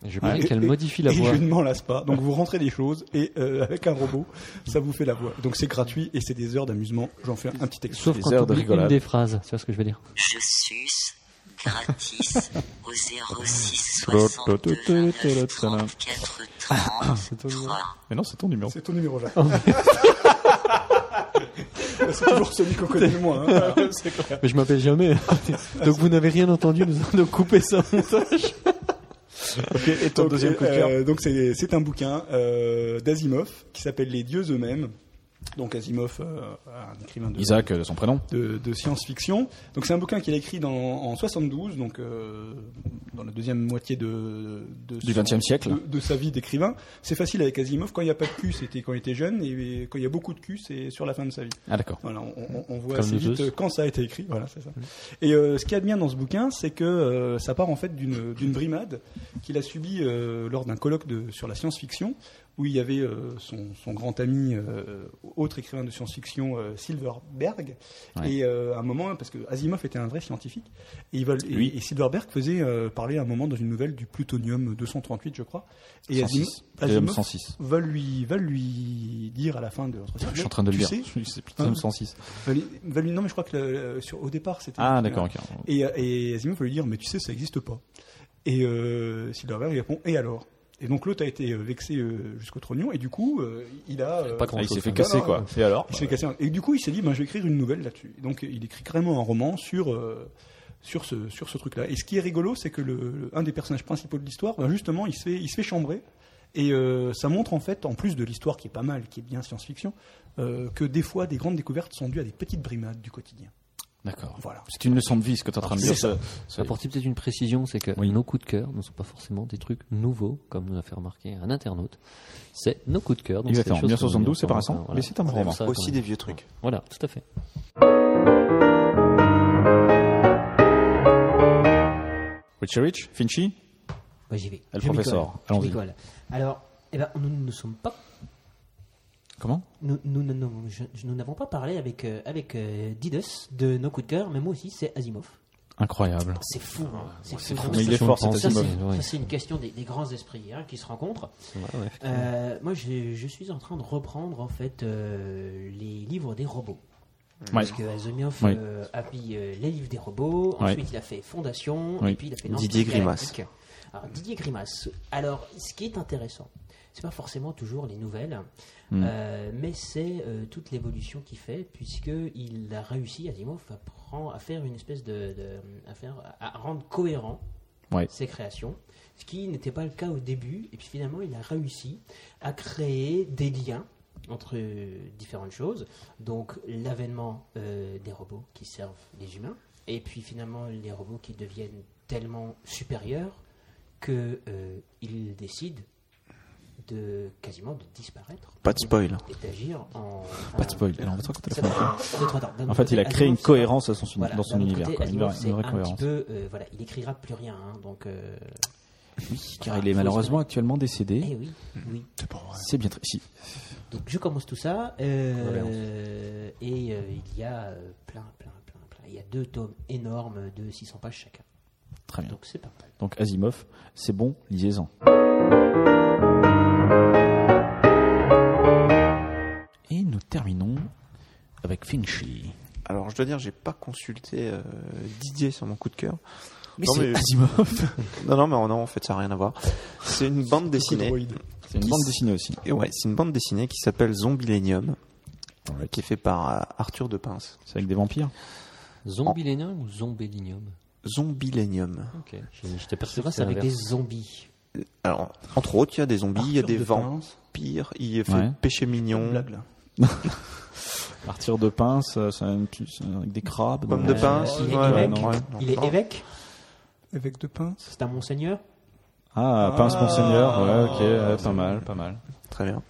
G: Et je parie qu'elle modifie la
E: et
G: voix.
E: je ne m'en lasse pas. Donc vous rentrez des choses et euh, avec un robot, ça vous fait la voix. Donc c'est gratuit et c'est des heures d'amusement. J'en fais un petit extrait.
G: Sauf quand tu oublies une des phrases, tu vois ce que je veux dire.
D: Je suce gratis au 06 62 29 34 33.
B: Mais non, c'est ton numéro.
E: C'est ton numéro, Jacques. c'est toujours celui qu'on connaît le moins. hein. C'est clair.
G: Mais je m'appelle jamais. Donc vous n'avez rien entendu, nous allons couper ça au montage.
B: Ok, et ton
E: Donc,
B: deuxième coup de cœur
E: euh, Donc c'est c'est un bouquin euh, d'Asimov qui s'appelle Les dieux eux-mêmes. Donc Asimov, euh, un écrivain de,
B: Isaac, euh, son prénom
E: de, de science-fiction. Donc c'est un bouquin qu'il a écrit dans, en 72, donc euh, dans la deuxième moitié de, de
B: Du
E: son-
B: 20e siècle.
E: de, de sa vie d'écrivain. C'est facile avec Asimov. Quand il n'y a pas de cul, c'était quand il était jeune, et quand il y a beaucoup de cul, c'est sur la fin de sa vie.
B: Ah, d'accord.
E: Voilà, on, on- on voit
B: Comme
E: assez
B: nous
E: vite
B: tous.
E: euh, quand ça a été écrit. Voilà, c'est ça. Et euh, ce qu'il y a de bien dans ce bouquin, c'est que euh, ça part en fait d'une d'une brimade qu'il a subie euh, lors d'un colloque de, sur la science-fiction, où il y avait euh, son, son grand ami, euh, autre écrivain de science-fiction, euh, Silverberg.
B: Ouais.
E: Et euh, à un moment, parce que Asimov était un vrai scientifique, et, il va- et- et Silverberg faisait euh, parler à un moment dans une nouvelle du plutonium 238, je crois. Et
B: 106.
E: Asim-
B: Plutonium
E: Asimov
B: 106.
E: va lui, va lui dire à la fin de l'entretien.
B: Je suis en train de le
E: Tu
B: lire.
E: sais,
B: C'est Plutonium
E: Hein
B: 106.
E: Va lui- va lui- non, mais je crois que le- le- sur, au départ, c'était.
B: Ah, d'accord, ok.
E: Et, euh, et Asimov va lui dire, mais tu sais, ça n'existe pas. Et euh, Silverberg il répond, et alors Et donc l'autre a été euh, vexé euh, jusqu'au trognon, et du coup, euh, il a. euh,
B: Pas grand-chose. Ah, Il s'est fait
E: Non,
B: casser,
E: non,
B: quoi. Bah,
E: non.
B: Et alors
E: Il s'est fait casser. Et du coup, il s'est dit, ben, je vais écrire une nouvelle là-dessus. Et Donc il écrit carrément un roman sur. euh, sur ce, sur ce truc-là. Et ce qui est rigolo, c'est que le, le- un des personnages principaux de l'histoire, ben, justement, il se fait, il se fait chambrer. Et euh, ça montre en fait, en plus de l'histoire qui est pas mal, qui est bien science-fiction, euh, que des fois, des grandes découvertes sont dues à des petites brimades du quotidien.
B: D'accord.
E: Voilà.
B: C'est une leçon de vie ce que tu es en train de dire. ça. Ça-
G: Apporter peut-être une précision, c'est que nos coups de cœur ne sont pas forcément des trucs nouveaux, comme nous l'a fait remarquer un internaute. C'est nos coups de cœur. donc c'est
B: Exactement.
G: des choses
B: 1972, c'est
G: qu'on a
B: pas
G: mis en-
B: récent, mais c'est un
G: Voilà,
B: roman.
G: ça,
B: Aussi
G: quand
B: des
G: même.
B: vieux trucs.
G: Voilà, tout à fait.
B: Richie Rich, Finchy
F: Ouais, j'y vais.
B: Le
F: Je
B: professeur,
F: m'y colle. Je
B: allons-y.
F: m'y colle. Alors, eh ben, nous ne sommes pas.
B: Comment
F: Nous nous ne- nous- je- je- nous n'avons pas parlé avec, euh, avec euh, Didus de nos coups de cœur, mais moi aussi, c'est Asimov.
B: Incroyable.
F: C'est fou. hein.
B: ouais,
F: fou.
B: c'est
F: Non,
B: fou.
F: mais
B: Mais il
F: ça,
B: est
F: c'est-
B: fort, cet
F: ça,
B: Asimov.
F: c'est-
B: Ouais.
F: Ça, c'est une question des, des grands esprits hein, qui se rencontrent.
G: Ouais, ouais, effectivement.
F: Euh, moi, je, je suis en train de reprendre en fait euh, les livres des robots.
B: Ouais.
F: Parce que Asimov
B: Ouais.
F: euh, a pris euh, les livres des robots,
B: Ouais.
F: ensuite il a fait Fondation,
B: Oui.
F: et puis il a fait
C: Didier
F: Grimace. Alors, Didier Grimace. Alors, ce qui est intéressant, c'est pas forcément toujours les nouvelles,
B: Mm.
F: euh, mais c'est euh, toute l'évolution qu'il fait, puisque il a réussi, Asimov, à, prendre- à faire une espèce de, de- à faire, à rendre cohérent
B: Ouais.
F: ses créations, ce qui n'était pas le cas au début. Et puis finalement, il a réussi à créer des liens entre euh, différentes choses. Donc l'avènement euh, des robots qui servent les humains, et puis finalement les robots qui deviennent tellement supérieurs que euh, ils décident de quasiment de disparaître.
C: Pas de spoil.
F: Et d'agir en.
B: Pas de spoil. Alors, on va te raconter la
F: ça
B: fin.
F: va- ça va- d'un
B: En
F: autre
B: fait,
F: côté,
B: il a créé une
F: Asimov, c'est-
B: cohérence à son- dans son
F: d'un autre
B: univers,
F: côté,
B: quoi. Une vraie-
F: Asimov, c'est
B: une vraie
F: un
B: cohérence.
F: petit peu, euh, voilà, il écrira plus rien, hein, donc. euh,
B: Car
F: voilà,
B: il est
F: faut
B: malheureusement
F: espérer.
B: actuellement décédé.
F: Eh oui, oui.
B: C'est bien triste. Si.
F: Donc je commence tout ça euh, et euh, il y a euh, plein, plein, plein, plein. Il y a deux tomes énormes de 600 pages chacun.
B: Très bien.
F: Donc c'est pas mal.
B: Donc Asimov, c'est bon, lisez-en. terminons avec Finchy.
C: Alors, je dois dire, j'ai pas consulté euh, Didier sur mon coup de cœur.
B: Mais c'est Asimov.
C: non, non, mais non, en fait, ça n'a rien à voir. C'est une bande dessinée.
B: C'est une
C: qui
B: bande
C: s-
B: dessinée aussi.
C: Et ouais, c'est une bande dessinée qui s'appelle Zombilenium, qui est fait par euh, Arthur de Pince.
B: C'est avec des vampires
G: Zombilenium ou zombélinium
C: Zombilenium.
G: Ok. J'étais
F: C'est
G: persuadé
F: vrai,
G: que
F: c'est avec
G: c'était
F: des
G: l'inverse.
F: zombies.
C: Alors, entre autres, il y a des zombies, il y a
E: Arthur
C: des
E: de Pince.
C: vampires, il y a fait
B: Ouais.
C: péché mignon.
E: Blague là.
B: Arthur de Pince, euh, c'est un- c'est un- avec des crabes.
C: Pomme
B: non,
C: de
F: Euh,
B: c'est-
C: Pince,
B: c'est-
C: ouais,
B: ouais,
C: ouais,
B: non,
C: non,
B: ouais.
C: ouais,
F: Il
C: non.
F: est évêque
E: Évêque de Pince.
F: C'est un monseigneur
B: Ah, Pince Monseigneur, ouais, ok, ouais, pas mal, pas mal.
C: Très bien.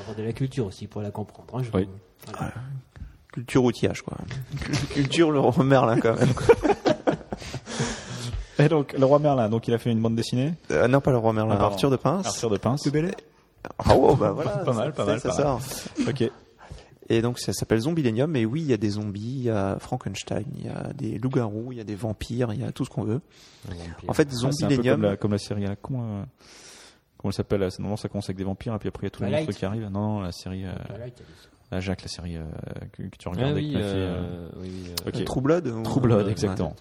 F: Avoir de la culture aussi pour la comprendre. hein, je-
B: Oui.
F: Voilà.
C: Culture outillage, quoi. Culture le roi Merlin, quand même.
B: Et donc, le roi Merlin, donc il a fait une bande dessinée
C: Euh, non, pas le roi Merlin,
B: Ah, pardon.
C: Arthur de Pince.
B: Arthur de Pince.
E: De Bel Air.
C: Ah, wow, bah voilà.
B: Pas mal,
C: ça-
B: pas mal,
C: Ça
B: pas
C: sort.
B: Ok.
C: Et donc ça s'appelle Zombilenium, et oui, il y a des zombies, il y a Frankenstein, il y a des loups-garous, il y a des vampires, il y a tout ce qu'on veut. En
B: Ah,
C: fait,
B: c'est un peu comme
C: Zombilenium,
B: la, comme la série à la con. euh, comment elle s'appelle euh, c'est- Normalement, ça commence avec des vampires, et puis après, il y a tous les
F: Twilight.
B: monstres qui arrivent. Non, non, la série. Euh,
F: Voilà, il y a des-
B: la Jacques, la série euh, que, que tu regardes
G: Ah
B: avec
G: oui,
B: ma fille, euh,
G: euh, oui, oui, euh,
B: ok.
C: True Blood ou- euh,
B: True Blood, exactement.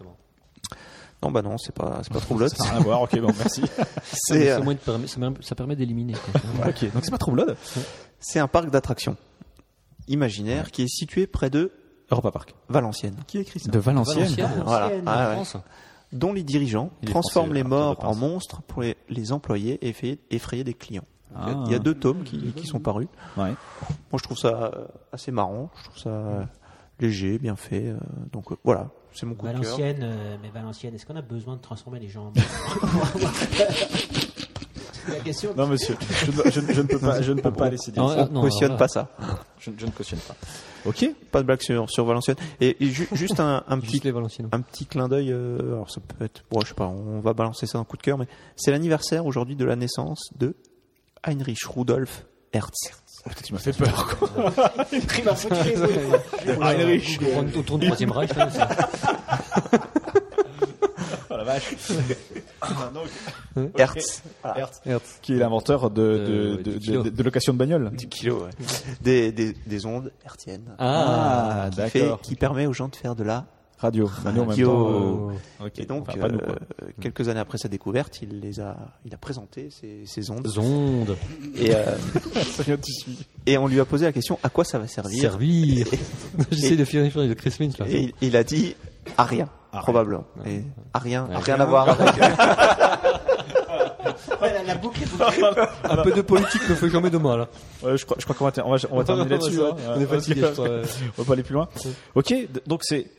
C: Non, bah non, c'est pas, c'est pas True Blood.
B: Ça n'a rien à voir, ok, bon, merci.
C: c'est,
G: Ça,
C: euh,
G: moins de permet- ça permet- ça permet d'éliminer. quoi.
B: ok, donc c'est pas Troublade
C: c'est un parc d'attractions imaginaire qui est situé près de
B: Europa Park.
C: Valenciennes,
E: Qui a écrit ça
B: De Valenciennes.
G: Valenciennes,
C: Voilà.
G: Valenciennes,
C: Ah,
G: en
C: ouais.
G: France.
C: dont les dirigeants
B: Il est
C: transforment
B: français,
C: les
B: Arthur de
C: morts en
B: Pince.
C: monstres pour les, les employés et effrayer, effrayer des clients. Il y a-
B: Ah.
C: Il y a deux tomes qui, qui sont parus.
B: Ouais.
C: Moi, je trouve ça euh, assez marrant, je trouve ça euh, léger, bien fait. euh, donc euh, voilà, c'est mon coup de cœur.
F: Valenciennes, euh, mais Valenciennes, est-ce qu'on a besoin de transformer les gens en La question.
B: Non, monsieur, je, ne- je ne- je ne peux pas, je ne peux pas laisser dire
G: Ah,
B: ça.
G: ouais.
C: On
G: non,
C: cautionne
G: alors là-
C: pas ça.
B: Je, je ne cautionne pas. Ok.
C: Pas de blague sur, sur Valenciennes. Et, et ju- juste un, un petit,
G: Juste les Valenciennes.
C: un petit clin d'œil. euh, alors ça peut être, bon, je sais pas, on va balancer ça dans coup de cœur, mais c'est l'anniversaire aujourd'hui de la naissance de Heinrich Rudolf Hertz.
B: tu m'as fait peur, quoi.
C: Ah,
G: Heinrich. Autour du Troisième Reich. là, ça.
B: la vache.
C: Hertz.
B: Qui est l'inventeur de,
G: Euh,
B: de,
G: du
B: de,
G: kilo.
B: de- de location de bagnole.
C: Kilo, ouais. des, des, des ondes hertziennes.
G: Ah,
B: Ah,
C: qui, fait,
B: d'accord.
C: qui permet aux gens de faire de la.
B: Radio. Radio en même
C: Radio.
B: temps. euh, ok.
C: Et donc,
B: Enfin, pas nous,
C: euh,
B: quoi. Mm.
C: quelques années après sa découverte, il les a, il a présenté ces, ces ondes.
G: Zonde.
C: Et, euh, et on lui a posé la question à quoi ça va servir
G: Servir. J'essaie de finir de Chris Lynch. là.
C: Et il, il a dit à rien, probablement. Et à rien, à rien à voir avec. euh,
F: la boucle est
G: Un peu de politique ne fait jamais de mal. hein.
B: Ouais, je crois, je crois qu'on va, ter- on va, on va terminer là-dessus.
G: On
B: hein.
G: est fatigué,
B: Ok.
G: je crois, ouais.
B: On va pas aller plus loin. Ok, d- donc c'est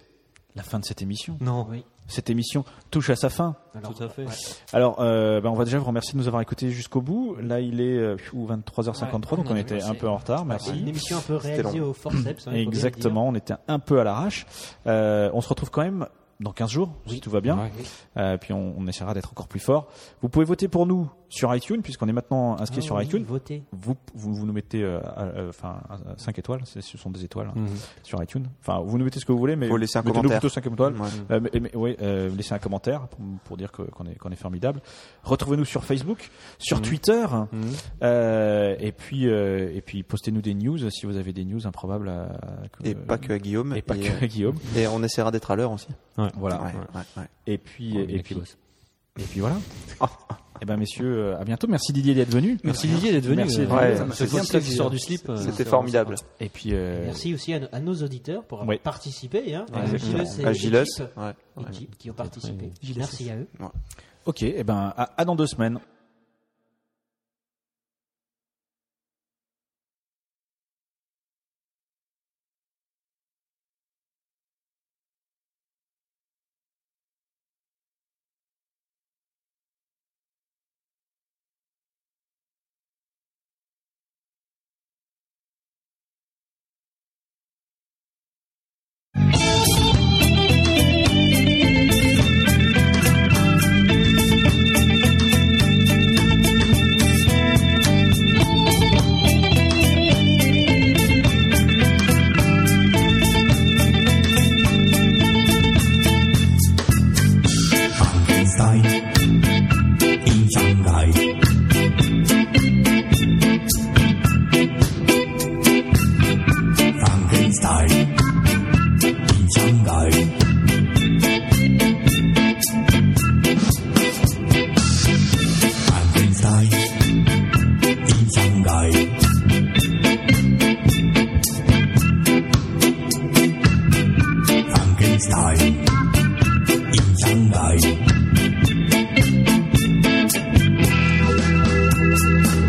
B: la fin de cette émission.
G: Non.
B: Cette émission touche à sa fin.
G: Tout à fait.
B: Alors, euh, ben, on va déjà vous remercier de nous avoir écoutés jusqu'au bout. Là, il est euh, pfiou, 23h53, donc
G: on a
B: on était un
G: dépassé.
B: peu en retard. Merci.
F: Une émission un peu réalisée
C: long.
F: au forceps. hein, il faut bien le dire.
B: Exactement, on était un peu à l'arrache. Euh, on se retrouve quand même dans 15 jours, si tout va bien. Euh, puis on, on essaiera d'être encore plus fort. Vous pouvez voter pour nous sur iTunes, puisqu'on est maintenant
F: Ah
B: inscrit sur
F: oui,
B: iTunes.
F: Votez.
B: Vous, vous, vous nous mettez euh, à- euh, enfin 5 étoiles, c'est- ce sont des étoiles hein, sur iTunes. Enfin, vous nous mettez ce que vous voulez, mais
C: Mhm. Faut laisser un
B: mettez-nous
C: commentaire. Mhm.
B: plutôt 5 étoiles.
C: Ouais.
B: Euh, mais- mais- oui, euh, laissez un commentaire pour, pour dire que- qu'on est, qu'on est formidable. Retrouvez-nous sur Facebook,
C: Mhm.
B: sur Twitter, euh, et puis euh, et puis postez-nous des news si vous avez des news improbables. À, que-
C: Et pas que à Guillaume.
B: et pas
C: et,
B: que à Guillaume.
C: euh, et on essaiera d'être à l'heure aussi.
B: Voilà.
C: Ouais, ouais, ouais.
B: Et puis
G: Ouais,
B: et,
G: mec,
B: puis
G: il bosse.
B: et puis voilà.
C: Oh.
B: Eh ben messieurs, euh, à bientôt. Merci Didier d'être venu.
G: Merci Didier d'être venu.
B: Merci
G: Euh,
B: d'être
E: Ah,
C: Ouais,
B: venu.
C: ça m'a
G: ce
C: fait bien
G: podcast qui
C: plaisir.
G: sort du slip. euh,
C: C'était
G: c'est
C: formidable.
B: Et puis euh,
F: Merci aussi à, nos- à nos auditeurs pour avoir
B: Oui.
F: participé. Hein, à
C: Exactement.
F: Gilles et
C: À Gilles.
F: l'équipe,
C: Ouais.
F: et qui, qui ont participé. Merci à eux.
B: Ok, eh ben à- à dans deux semaines.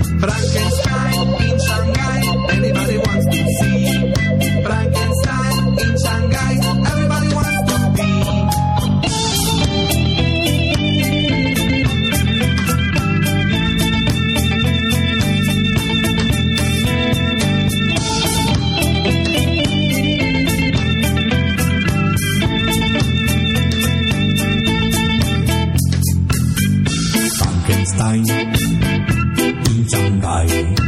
C: Frankenstein in Shanghai, anybody wants to see. Frankenstein in Shanghai, everybody wants to be.
A: Frankenstein in Shanghai.